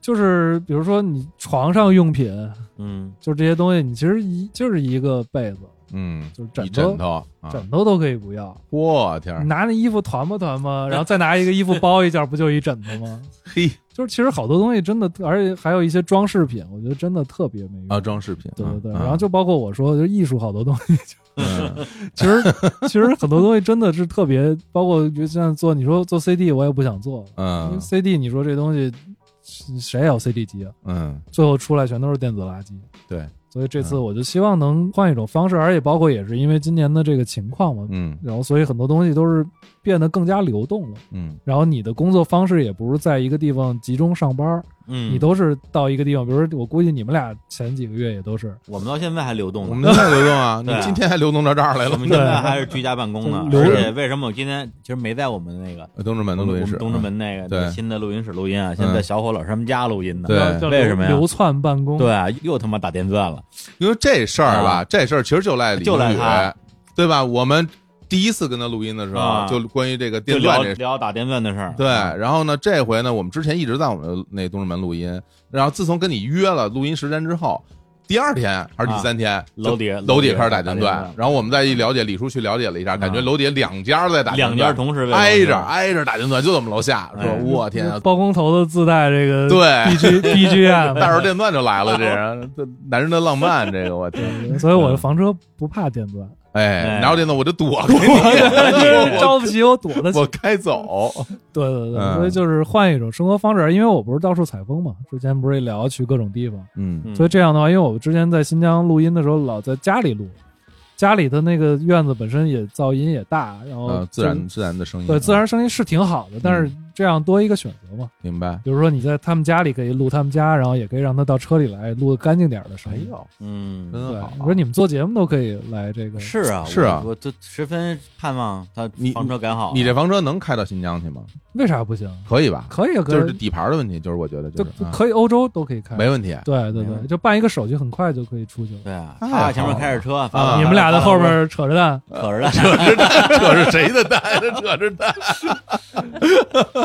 [SPEAKER 3] 就是比如说你床上用品，
[SPEAKER 1] 嗯，
[SPEAKER 3] 就是这些东西，你其实一就是一个被子，
[SPEAKER 2] 嗯，
[SPEAKER 3] 就是
[SPEAKER 2] 一
[SPEAKER 3] 枕头，
[SPEAKER 2] 枕头啊，
[SPEAKER 3] 枕头都可以不要，
[SPEAKER 2] 我天
[SPEAKER 3] 你
[SPEAKER 2] 儿，
[SPEAKER 3] 拿那衣服团吧团吧， (laughs) 然后再拿一个衣服包一件，不就一枕头吗？
[SPEAKER 2] (laughs) 嘿
[SPEAKER 3] 就是其实好多东西真的，而且还有一些装饰品，我觉得真的特别没用。
[SPEAKER 2] 啊，装饰品，
[SPEAKER 3] 对对对，
[SPEAKER 2] 嗯
[SPEAKER 3] 然后就包括我说，就艺术好多东
[SPEAKER 2] (laughs)
[SPEAKER 3] 西，
[SPEAKER 2] 嗯
[SPEAKER 3] 其实其实很多东西真的是特别，包括就像做你说做 CD，我也不想做，因为
[SPEAKER 2] 嗯
[SPEAKER 3] CD 你说这东西谁谁有 CD 机啊？
[SPEAKER 2] 嗯，
[SPEAKER 3] 最后出来全都是电子垃圾。
[SPEAKER 2] 对，
[SPEAKER 3] 所以这次
[SPEAKER 2] 嗯
[SPEAKER 3] 我就希望能换一种方式，而且包括也是因为今年的这个情况嘛，
[SPEAKER 2] 嗯
[SPEAKER 3] 然后所以很多东西都是变得更加流动了。
[SPEAKER 2] 嗯
[SPEAKER 3] 然后你的工作方式也不是在一个地方集中上班儿，
[SPEAKER 1] 嗯，
[SPEAKER 3] 你都是到一个地方，比如说我估计你们俩前几个月也都是，
[SPEAKER 1] 我们到现在还流动呢，
[SPEAKER 2] 我们现在流动啊，
[SPEAKER 1] 对啊
[SPEAKER 2] 你今天还流动到这儿来
[SPEAKER 1] 我
[SPEAKER 2] 了，
[SPEAKER 1] 们现在还是居家办公呢。
[SPEAKER 2] (laughs)
[SPEAKER 3] 流
[SPEAKER 1] 而且为什么我今天其实没在我们那个
[SPEAKER 2] 东直门的
[SPEAKER 1] 我
[SPEAKER 2] 录
[SPEAKER 1] 们
[SPEAKER 2] 音室，啊
[SPEAKER 1] 东直门那个
[SPEAKER 2] 对嗯
[SPEAKER 1] 新的录音室录音啊，现在在小伙老师他们家录音呢。
[SPEAKER 2] 对
[SPEAKER 3] 叫叫
[SPEAKER 1] 为什么呀
[SPEAKER 3] 流窜办公？
[SPEAKER 1] 对，啊，又他妈打电钻了。
[SPEAKER 2] 因为这事儿吧，
[SPEAKER 1] 啊
[SPEAKER 2] 这事儿其实就赖李
[SPEAKER 1] 就赖
[SPEAKER 2] 宗宇
[SPEAKER 1] 他，
[SPEAKER 2] 对吧？我们第一次跟他录音的时候，
[SPEAKER 1] 啊
[SPEAKER 2] 就关于这个
[SPEAKER 1] 就
[SPEAKER 2] 电
[SPEAKER 1] 聊
[SPEAKER 2] 钻这事儿。
[SPEAKER 1] 聊打电钻的事儿。
[SPEAKER 2] 对，然后呢，这回呢，我们之前一直在我们那东直门录音，然后自从跟你约了录音时间之后，第二天还是第三天，
[SPEAKER 1] 楼底下
[SPEAKER 2] 就楼底下开始打
[SPEAKER 1] 楼
[SPEAKER 2] 电
[SPEAKER 1] 底下
[SPEAKER 2] 钻
[SPEAKER 1] 打，
[SPEAKER 2] 然后我们再一了解，李叔去了解了一下，感觉楼底下两家在打电
[SPEAKER 1] 两
[SPEAKER 2] 钻，
[SPEAKER 1] 家同时为
[SPEAKER 2] 挨着
[SPEAKER 1] 王者
[SPEAKER 2] 挨着打电钻，就在我们楼下，说
[SPEAKER 1] 哎
[SPEAKER 2] 我天啊，
[SPEAKER 3] 包工头的自带这个
[SPEAKER 2] 对 (laughs)
[SPEAKER 3] BG BGM，
[SPEAKER 2] 带着电钻就来了，这人，这男人的浪漫，这个我天，
[SPEAKER 3] (laughs) 对所以我的房车不怕电钻，
[SPEAKER 2] 哎，
[SPEAKER 1] 哎
[SPEAKER 2] 拿着电钻我就躲开你，我
[SPEAKER 3] 招不起我躲得起
[SPEAKER 2] 我。该走。
[SPEAKER 3] 对对对，
[SPEAKER 2] 嗯
[SPEAKER 3] 所以就是换一种生活方式，因为我不是到处采风嘛，之前不是也聊去各种地方，
[SPEAKER 2] 嗯
[SPEAKER 3] 所以这样的话，因为我之前在新疆录音的时候，老在家里录，家里的那个院子本身也噪音也大，然后
[SPEAKER 2] 呃，自然自然的声音，啊
[SPEAKER 3] 对自然声音是挺好的，但是
[SPEAKER 2] 嗯
[SPEAKER 3] 这样多一个选择嘛。
[SPEAKER 2] 明白。
[SPEAKER 3] 比如说你在他们家里可以录他们家，然后也可以让他到车里来录干净点儿的声
[SPEAKER 2] 哎
[SPEAKER 3] 音。
[SPEAKER 2] 呦，
[SPEAKER 1] 嗯，嗯，
[SPEAKER 2] 真
[SPEAKER 3] 对
[SPEAKER 2] 好，啊
[SPEAKER 3] 我。说你们做节目都可以来这个，
[SPEAKER 1] 是啊，
[SPEAKER 2] 是啊
[SPEAKER 1] 我我就十分盼望他
[SPEAKER 2] 你
[SPEAKER 1] 房车改好。啊
[SPEAKER 2] 你这房车能开到新疆去吗？
[SPEAKER 3] 为啥不行？
[SPEAKER 2] 可以吧？
[SPEAKER 3] 可以啊，可
[SPEAKER 2] 就是
[SPEAKER 3] 以，
[SPEAKER 2] 底盘的问题，就是我觉得就
[SPEAKER 3] 就
[SPEAKER 2] 是嗯
[SPEAKER 3] 可以，欧洲都可以开。
[SPEAKER 2] 没问题。
[SPEAKER 3] 对对
[SPEAKER 1] 没问
[SPEAKER 3] 对，就办一个手续，很快就可以出去了。
[SPEAKER 1] 对啊，
[SPEAKER 2] 太
[SPEAKER 1] 他前
[SPEAKER 2] 哎好
[SPEAKER 1] 面
[SPEAKER 2] 了
[SPEAKER 1] 开着车，
[SPEAKER 2] 啊
[SPEAKER 3] 你们俩在后边扯
[SPEAKER 2] (laughs)
[SPEAKER 3] 着蛋，
[SPEAKER 1] 可着的，
[SPEAKER 2] 这是谁的蛋？这是蛋。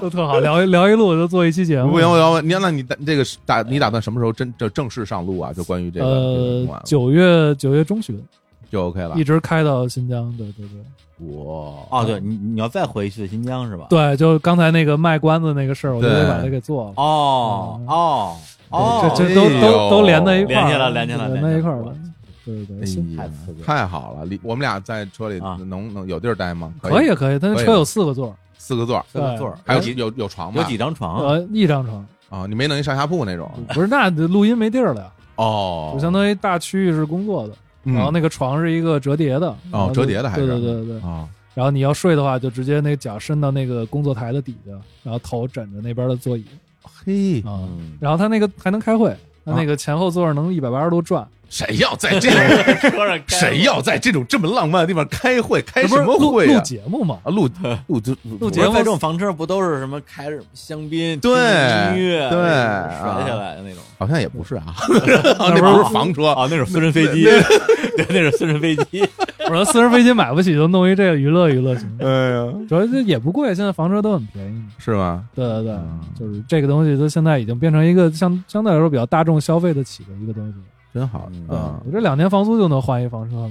[SPEAKER 3] 都特好，聊一聊一路就做一期节目。
[SPEAKER 2] 不行，我要问你，那你打这个是打你打算什么时候真这正式上路啊？就关于这个这个
[SPEAKER 3] 呃
[SPEAKER 2] 管，
[SPEAKER 3] 九月九月中旬
[SPEAKER 2] 就 OK 了
[SPEAKER 3] 一。直开到新疆，对对对
[SPEAKER 2] 哇，
[SPEAKER 1] 哦，对你你要再回去新疆是吧？
[SPEAKER 3] 对，就刚才那个卖关子那个事儿，我就
[SPEAKER 2] 对
[SPEAKER 3] 得把它给做了。
[SPEAKER 1] 哦
[SPEAKER 3] 嗯
[SPEAKER 1] 哦哦，
[SPEAKER 3] 这这都
[SPEAKER 2] 哎呦
[SPEAKER 3] 都都连在一块儿，
[SPEAKER 1] 连起来连起来
[SPEAKER 3] 对连在一块儿
[SPEAKER 1] 连
[SPEAKER 3] 了
[SPEAKER 1] 起。
[SPEAKER 3] 对对
[SPEAKER 2] 哎
[SPEAKER 3] 对，行
[SPEAKER 2] 呀
[SPEAKER 1] 太刺激了
[SPEAKER 2] 太好了！李，我们俩在车里
[SPEAKER 1] 啊
[SPEAKER 2] 能能有地儿待吗？
[SPEAKER 3] 可
[SPEAKER 2] 以
[SPEAKER 3] 以，可以，但
[SPEAKER 2] 可以
[SPEAKER 3] 是车有四个座儿，
[SPEAKER 2] 四个座儿，
[SPEAKER 1] 这个座儿
[SPEAKER 2] 还有
[SPEAKER 1] 几
[SPEAKER 2] 有有床吗？
[SPEAKER 1] 有几张床？
[SPEAKER 3] 呃，一张床，
[SPEAKER 2] 啊？你没弄一上下铺那种？
[SPEAKER 3] 不是那录音没地儿了呀，
[SPEAKER 2] 哦，
[SPEAKER 3] 嗯就相当于大区域是工作的，
[SPEAKER 2] 嗯哦
[SPEAKER 3] 然后那个床是一个折叠的，然后就
[SPEAKER 2] 折叠的还是
[SPEAKER 3] 对对对对，
[SPEAKER 2] 啊，
[SPEAKER 3] 然后你要睡的话，就直接那个脚伸到那个工作台的底下，然后头枕着那边的座椅
[SPEAKER 2] 嘿，
[SPEAKER 3] 啊、
[SPEAKER 1] 嗯
[SPEAKER 3] 然后他那个还能开会，他
[SPEAKER 2] 啊
[SPEAKER 3] 那个前后座能一百八十度转，
[SPEAKER 2] 谁要在这种谁要在这种这么浪漫的地方开会？开
[SPEAKER 3] 这不
[SPEAKER 2] 什
[SPEAKER 3] 是
[SPEAKER 2] 么
[SPEAKER 3] 录
[SPEAKER 2] 会
[SPEAKER 3] 录
[SPEAKER 2] 呀？
[SPEAKER 3] 节目嘛？
[SPEAKER 2] 啊，录 (laughs) 录就
[SPEAKER 1] 不
[SPEAKER 2] 录
[SPEAKER 1] 是
[SPEAKER 3] 节目
[SPEAKER 1] 在这种房车不都是什么开着香槟、
[SPEAKER 2] 对
[SPEAKER 1] 听音乐、
[SPEAKER 2] 对
[SPEAKER 1] 甩下来的
[SPEAKER 3] (laughs)
[SPEAKER 1] 那种。
[SPEAKER 2] 好像也不是啊，那不是房车，
[SPEAKER 1] 啊，那是私人飞机， (laughs) 对，那是私人飞机。
[SPEAKER 3] 我说私人飞机买不起，就弄一这个娱乐娱乐行。
[SPEAKER 2] 哎呀，
[SPEAKER 3] 主要是也不贵，现在房车都很便宜。
[SPEAKER 2] 是吗？
[SPEAKER 3] 对对对，
[SPEAKER 2] 嗯
[SPEAKER 3] 就是这个东西，它现在已经变成一个相相对来说比较大众消费得起的一个东西了。
[SPEAKER 2] 真好
[SPEAKER 1] 嗯
[SPEAKER 2] 啊！
[SPEAKER 3] 我这两年房租就能换一房车了。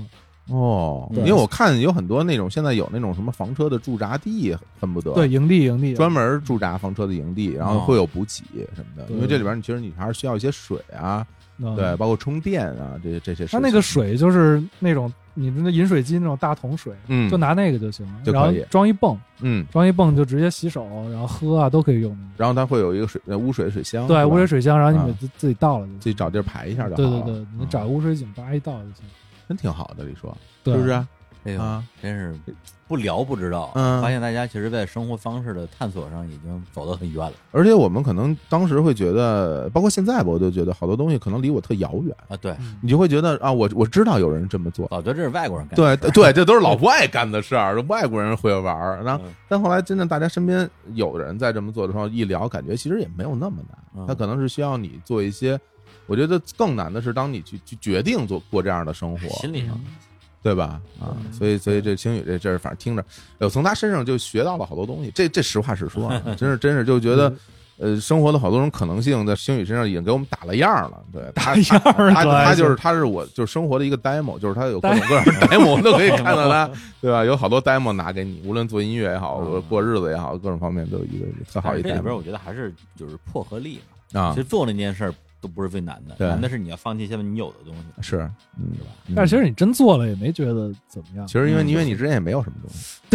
[SPEAKER 2] 哦，
[SPEAKER 3] 对
[SPEAKER 2] 因为我看有很多那种现在有那种什么房车的驻扎地，恨不得
[SPEAKER 3] 对，营地营地
[SPEAKER 2] 专门驻扎房车的营地，然后
[SPEAKER 1] 哦
[SPEAKER 2] 会有补给什么的。
[SPEAKER 3] 对
[SPEAKER 2] 因为这里边你其实你还是需要一些水啊，
[SPEAKER 3] 嗯
[SPEAKER 2] 对，包括充电啊，这些这些事
[SPEAKER 3] 它
[SPEAKER 2] 情。
[SPEAKER 3] 那个水就是那种你们的饮水机那种大桶水，
[SPEAKER 2] 嗯
[SPEAKER 3] 就拿那个就行了，
[SPEAKER 2] 就可
[SPEAKER 3] 然后
[SPEAKER 2] 以
[SPEAKER 3] 装一泵，
[SPEAKER 2] 嗯，
[SPEAKER 3] 装一泵就直接洗手，然后喝啊都可以用。
[SPEAKER 2] 然后它会有一个水呃污水水箱，
[SPEAKER 3] 对，
[SPEAKER 2] 是吧
[SPEAKER 3] 污水水箱，然后你们自自己倒了就
[SPEAKER 2] 嗯自
[SPEAKER 3] 行。
[SPEAKER 2] 己找地儿排一下就
[SPEAKER 3] 对
[SPEAKER 2] 好
[SPEAKER 3] 对
[SPEAKER 2] 了。
[SPEAKER 3] 对，你
[SPEAKER 2] 嗯
[SPEAKER 3] 找个污水井叭一倒就行，
[SPEAKER 2] 真挺好的，你说
[SPEAKER 3] 对
[SPEAKER 2] 是不是？啊？
[SPEAKER 1] 哎呦，
[SPEAKER 2] 啊
[SPEAKER 1] 真是不聊不知道，
[SPEAKER 2] 嗯
[SPEAKER 1] 发现大家其实，在生活方式的探索上已经走得很远了
[SPEAKER 2] 而且我们可能当时会觉得，包括现在吧，我就觉得好多东西可能离我特遥远，
[SPEAKER 1] 啊。对，
[SPEAKER 2] 你就会觉得啊，我我知道有人这么做，
[SPEAKER 1] 老觉得这是外国人干
[SPEAKER 2] 对
[SPEAKER 1] 的事儿，
[SPEAKER 2] 对，这都是老外干的事儿，外国人会玩儿。然后
[SPEAKER 1] 嗯，
[SPEAKER 2] 但后来真的大家身边有人在这么做的时候，一聊感觉其实也没有那么难
[SPEAKER 1] 嗯，
[SPEAKER 2] 他可能是需要你做一些。我觉得更难的是，当你去去决定做过这样的生活，
[SPEAKER 1] 心理上
[SPEAKER 2] 嗯对吧？啊，所以所以这星宇这这儿反正听着，呃，从他身上就学到了好多东西。这这实话实说啊，真是真是就觉得，呃，生活的好多种可能性在星宇身上已经给我们打了样儿了。对，打
[SPEAKER 3] 了样儿
[SPEAKER 2] 他
[SPEAKER 3] 可爱
[SPEAKER 2] 他就是是他是我就是生活的一个 demo，就是他有各种各样的 demo 都可以看到他，对吧？有好多 demo 拿给你，无论做音乐也好，
[SPEAKER 1] 嗯
[SPEAKER 2] 过日子也好，各种方面都有一个特好
[SPEAKER 1] 但
[SPEAKER 2] 一
[SPEAKER 1] 是这里边
[SPEAKER 2] demo
[SPEAKER 1] 我觉得还是就是破和力嘛。
[SPEAKER 2] 啊
[SPEAKER 1] 其，实做那件事儿都不是最难的，
[SPEAKER 2] 对
[SPEAKER 1] 难的是你要放弃现在你有的东西，
[SPEAKER 2] 是，嗯
[SPEAKER 1] 是吧？
[SPEAKER 2] 嗯
[SPEAKER 3] 但是其实你真做了也没觉得怎么样
[SPEAKER 2] 其。实因为
[SPEAKER 1] 嗯
[SPEAKER 2] 因为你之前也没有什么东西，
[SPEAKER 3] (laughs)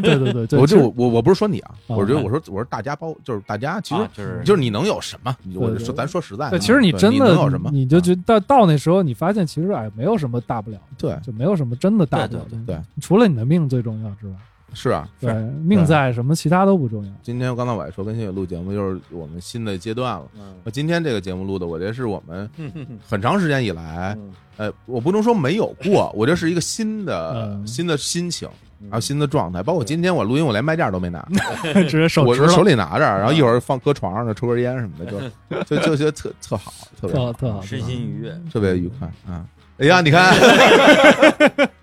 [SPEAKER 3] 对对对对，
[SPEAKER 2] 我
[SPEAKER 3] 其实
[SPEAKER 2] 就我我不是说你啊，
[SPEAKER 3] 啊
[SPEAKER 2] 我觉得我说我说大家包就是大家其实
[SPEAKER 1] 啊就是
[SPEAKER 2] 就是你能有什么？你我
[SPEAKER 3] 对
[SPEAKER 2] 就说，
[SPEAKER 3] 对
[SPEAKER 2] 咱说实在的啊，
[SPEAKER 3] 对，其实
[SPEAKER 2] 你
[SPEAKER 3] 你真的
[SPEAKER 2] 能有什么？嗯
[SPEAKER 3] 你就觉得到到那时候，你发现其实哎，没有什么大不了的，
[SPEAKER 2] 对
[SPEAKER 3] 就没有什么真的大不了的
[SPEAKER 1] 对
[SPEAKER 2] 对对对，
[SPEAKER 3] 除了你的命最重要之外，
[SPEAKER 2] 是啊，
[SPEAKER 3] 对，命在什么其他都不重要。
[SPEAKER 2] 今天刚才我也说，跟新宇录节目就是我们新的阶段了。
[SPEAKER 1] 嗯
[SPEAKER 2] 那今天这个节目录的，我觉得是我们
[SPEAKER 3] (laughs)
[SPEAKER 2] 很长时间以来，
[SPEAKER 3] 嗯
[SPEAKER 2] 呃，我不能说没有过，我这是一个新的
[SPEAKER 3] 嗯
[SPEAKER 2] 新的心情，然后新的状态。包括今天我录音，我连麦架都没拿，
[SPEAKER 3] 直接手
[SPEAKER 2] 我
[SPEAKER 3] 持
[SPEAKER 2] 我
[SPEAKER 3] 了，
[SPEAKER 2] 手里拿着，
[SPEAKER 3] 嗯
[SPEAKER 2] 然后一会儿放搁床上抽根烟什么的，
[SPEAKER 3] (laughs)
[SPEAKER 2] 就就就觉得特特好，特别
[SPEAKER 3] 特
[SPEAKER 2] 好
[SPEAKER 3] 特好，
[SPEAKER 1] 啊身心愉悦，
[SPEAKER 2] 特别愉快啊！哎呀，你看， (laughs)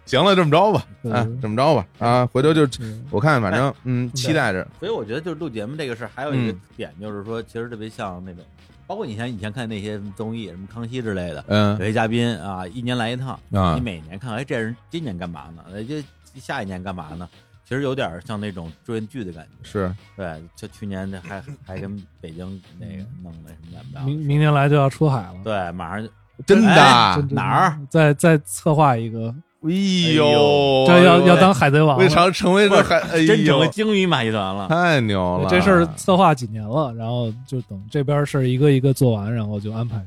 [SPEAKER 2] 行了，这么着吧，啊，这么着吧，啊，回头就
[SPEAKER 3] 嗯
[SPEAKER 2] 我看，反正嗯，期待着，
[SPEAKER 1] 所以我觉得就是录节目这个事儿，还有一个
[SPEAKER 2] 嗯
[SPEAKER 1] 点就是说，其实特别像那种，包括你像以前看那些综艺，什么康熙之类的，有
[SPEAKER 2] 嗯
[SPEAKER 1] 些嘉宾啊，一年来一趟，
[SPEAKER 2] 啊
[SPEAKER 1] 你，每年看，哎，这人今年干嘛呢？哎，这下一年干嘛呢？其实有点像那种追剧的感觉，
[SPEAKER 2] 是
[SPEAKER 1] 对，就去年这还还跟北京那个弄的什么怎么着，
[SPEAKER 3] 明明年来就要出海了，
[SPEAKER 1] 对，马上就
[SPEAKER 2] 真的啊，
[SPEAKER 3] 真真
[SPEAKER 1] 哪儿？
[SPEAKER 3] 再再策划一个，
[SPEAKER 2] 哎
[SPEAKER 1] 呦
[SPEAKER 3] 这要要
[SPEAKER 2] 哎
[SPEAKER 3] 当海贼王
[SPEAKER 2] 为
[SPEAKER 3] 了。
[SPEAKER 2] 啥成为这还哎
[SPEAKER 1] 真成为
[SPEAKER 2] 呦，
[SPEAKER 1] 鲸鱼马戏团了。
[SPEAKER 2] 太牛了，
[SPEAKER 3] 这事儿策划几年了，然后就等这边事儿一个一个做完，然后就安排上。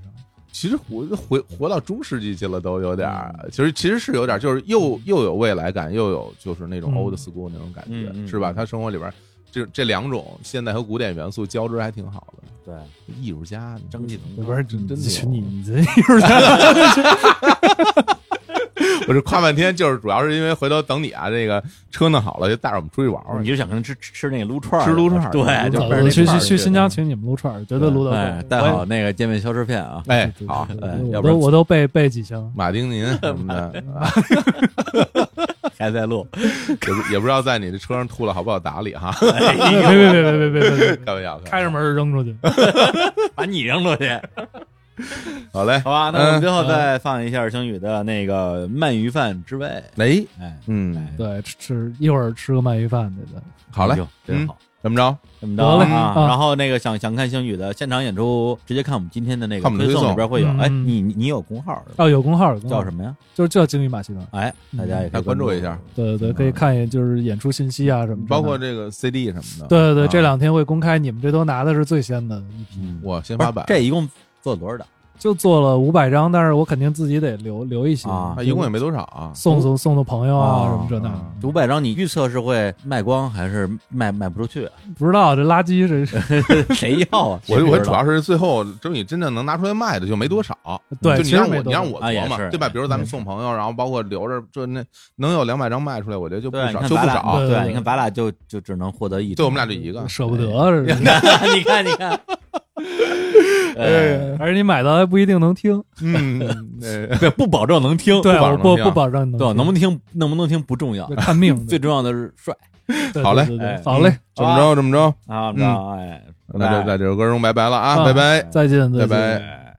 [SPEAKER 2] 其实活回活到中世纪去了，都有点儿，其实其实是有点儿，就是又又有未来感，又有就是那种
[SPEAKER 3] 嗯
[SPEAKER 2] old school 那种感觉，
[SPEAKER 1] 嗯嗯
[SPEAKER 2] 是吧？
[SPEAKER 1] 嗯
[SPEAKER 2] 他生活里边儿这这两种现代和古典元素交织还挺好的，
[SPEAKER 1] 对，
[SPEAKER 2] 艺术家
[SPEAKER 1] 蒸汽朋克
[SPEAKER 3] 不是你
[SPEAKER 2] 真
[SPEAKER 3] 你
[SPEAKER 2] 牛
[SPEAKER 3] 你你这一会儿
[SPEAKER 2] (laughs) 我这夸半天，就是主要是因为回头等你啊，这个车弄好了就带着我们出去玩玩
[SPEAKER 1] 你。就想跟吃吃吃那个撸串儿
[SPEAKER 2] 吃撸串儿
[SPEAKER 1] 对，
[SPEAKER 2] 撸
[SPEAKER 1] 就
[SPEAKER 2] 串
[SPEAKER 3] 走
[SPEAKER 2] 儿
[SPEAKER 1] 奔着
[SPEAKER 3] 走
[SPEAKER 1] 那
[SPEAKER 3] 去
[SPEAKER 1] 块
[SPEAKER 3] 去
[SPEAKER 1] 儿
[SPEAKER 3] 去新
[SPEAKER 1] 的
[SPEAKER 3] 疆请你们撸串儿，绝对撸到
[SPEAKER 1] 哎
[SPEAKER 3] 够。，
[SPEAKER 1] 带
[SPEAKER 3] 我
[SPEAKER 1] 好那个见面消吃片啊， (laughs)
[SPEAKER 2] 哎，好，
[SPEAKER 1] 哎
[SPEAKER 3] 我
[SPEAKER 2] 要不
[SPEAKER 3] 都
[SPEAKER 2] 然
[SPEAKER 3] 我都被被几箱。
[SPEAKER 2] 马丁您什么的，啊
[SPEAKER 1] 还在录，
[SPEAKER 2] 也不也不知道在你的车上吐了好不好打理哈，
[SPEAKER 3] (laughs) 别别别别别别别别，
[SPEAKER 2] 开玩笑，开玩笑
[SPEAKER 3] 开着门扔出去。
[SPEAKER 1] 把你扔出去。
[SPEAKER 2] 好嘞，
[SPEAKER 1] 好吧，那
[SPEAKER 2] 嗯
[SPEAKER 1] 我们最后再放一下星宇的那个鳗鱼饭之味。
[SPEAKER 2] 哎，
[SPEAKER 1] 哎，
[SPEAKER 2] 嗯，
[SPEAKER 3] 对，吃吃一会儿吃个鳗鱼饭去的。
[SPEAKER 2] 好嘞
[SPEAKER 1] 哎呦，真
[SPEAKER 2] 嗯
[SPEAKER 1] 好，
[SPEAKER 2] 怎么着？
[SPEAKER 1] 这么着
[SPEAKER 3] 得嘞
[SPEAKER 1] 啊。
[SPEAKER 3] 啊
[SPEAKER 1] 然后那个想想看星宇的现场演出，直接看我们今天的那个
[SPEAKER 2] 看我们的
[SPEAKER 1] 推
[SPEAKER 2] 推
[SPEAKER 1] 送
[SPEAKER 2] 送
[SPEAKER 1] 里边会有。哎，
[SPEAKER 3] 嗯
[SPEAKER 1] 你你你有公号是吧
[SPEAKER 3] 哦，有工号，有工号
[SPEAKER 1] 叫什么呀？
[SPEAKER 3] 就是就叫鲸鱼马戏团。
[SPEAKER 1] 哎，大家也可以
[SPEAKER 2] 来关注一下，
[SPEAKER 3] 对对对，可以看一眼就是演出信息啊什么之类的，
[SPEAKER 2] 包括这个 CD 什么的。
[SPEAKER 3] 对对对，
[SPEAKER 2] 啊
[SPEAKER 3] 这两天会公开，你们这都拿的是最先的一批。
[SPEAKER 1] 嗯，
[SPEAKER 2] 我先
[SPEAKER 1] 不
[SPEAKER 2] 发
[SPEAKER 1] 是
[SPEAKER 2] 版，
[SPEAKER 1] 这一共做多少档？
[SPEAKER 3] 就做了五百张，但是我肯定自己得留留一些
[SPEAKER 1] 啊
[SPEAKER 2] 啊一共也没多少啊。
[SPEAKER 3] 送送送送朋友啊
[SPEAKER 1] 哦
[SPEAKER 3] 什么这那的，
[SPEAKER 1] 五百张，你预测是会卖光还是卖卖不出
[SPEAKER 2] (laughs)
[SPEAKER 1] 去？啊
[SPEAKER 3] 不知道这垃圾是 (laughs)
[SPEAKER 1] 谁要啊？
[SPEAKER 2] 我我主要
[SPEAKER 1] 是
[SPEAKER 2] 是最后，就是你真正能拿出来卖的就没多少。
[SPEAKER 3] 对
[SPEAKER 2] 就你
[SPEAKER 3] 其实
[SPEAKER 2] 让
[SPEAKER 3] 没
[SPEAKER 2] 我
[SPEAKER 3] 多
[SPEAKER 2] 你让
[SPEAKER 3] 少
[SPEAKER 2] 我
[SPEAKER 1] 啊也
[SPEAKER 2] 琢磨
[SPEAKER 1] 是
[SPEAKER 2] 对吧？
[SPEAKER 1] 也
[SPEAKER 2] 比如咱们送朋友，然后包括留着这那能有两百张卖出来，我觉得就不
[SPEAKER 1] 对，你
[SPEAKER 2] 少
[SPEAKER 1] 看
[SPEAKER 2] 就
[SPEAKER 1] 咱
[SPEAKER 2] 不
[SPEAKER 1] 俩，
[SPEAKER 2] 少。啊
[SPEAKER 3] 对
[SPEAKER 1] 对，啊
[SPEAKER 3] 对
[SPEAKER 1] 你看咱俩就就只能获得一张，
[SPEAKER 2] 对，我们俩就一个。
[SPEAKER 3] 舍不得
[SPEAKER 2] 哎 (laughs)
[SPEAKER 3] 是吧？
[SPEAKER 1] (laughs) 你看，你看，呃，
[SPEAKER 3] 而且你买到还不一定能听，
[SPEAKER 2] 嗯，呃
[SPEAKER 1] 对，不保证能听，
[SPEAKER 3] 对，
[SPEAKER 2] 保
[SPEAKER 3] 我
[SPEAKER 2] 证
[SPEAKER 3] 不
[SPEAKER 2] 能听
[SPEAKER 3] 不保证你
[SPEAKER 1] 对，能
[SPEAKER 3] 能
[SPEAKER 1] 不能听，能不能听不重要
[SPEAKER 3] 听，，看
[SPEAKER 2] (laughs)
[SPEAKER 3] 命。
[SPEAKER 1] 最重要的是帅
[SPEAKER 3] 对对
[SPEAKER 2] 好嘞嗯
[SPEAKER 3] 对对
[SPEAKER 1] 哎
[SPEAKER 3] 好嘞，
[SPEAKER 2] 这么着，这么着，
[SPEAKER 1] 啊，你知道，哎，
[SPEAKER 2] 那就在这首歌中拜拜了啊，
[SPEAKER 3] 啊
[SPEAKER 2] 拜拜。
[SPEAKER 3] 再见，再
[SPEAKER 2] 拜拜
[SPEAKER 3] 见。
[SPEAKER 1] 拜。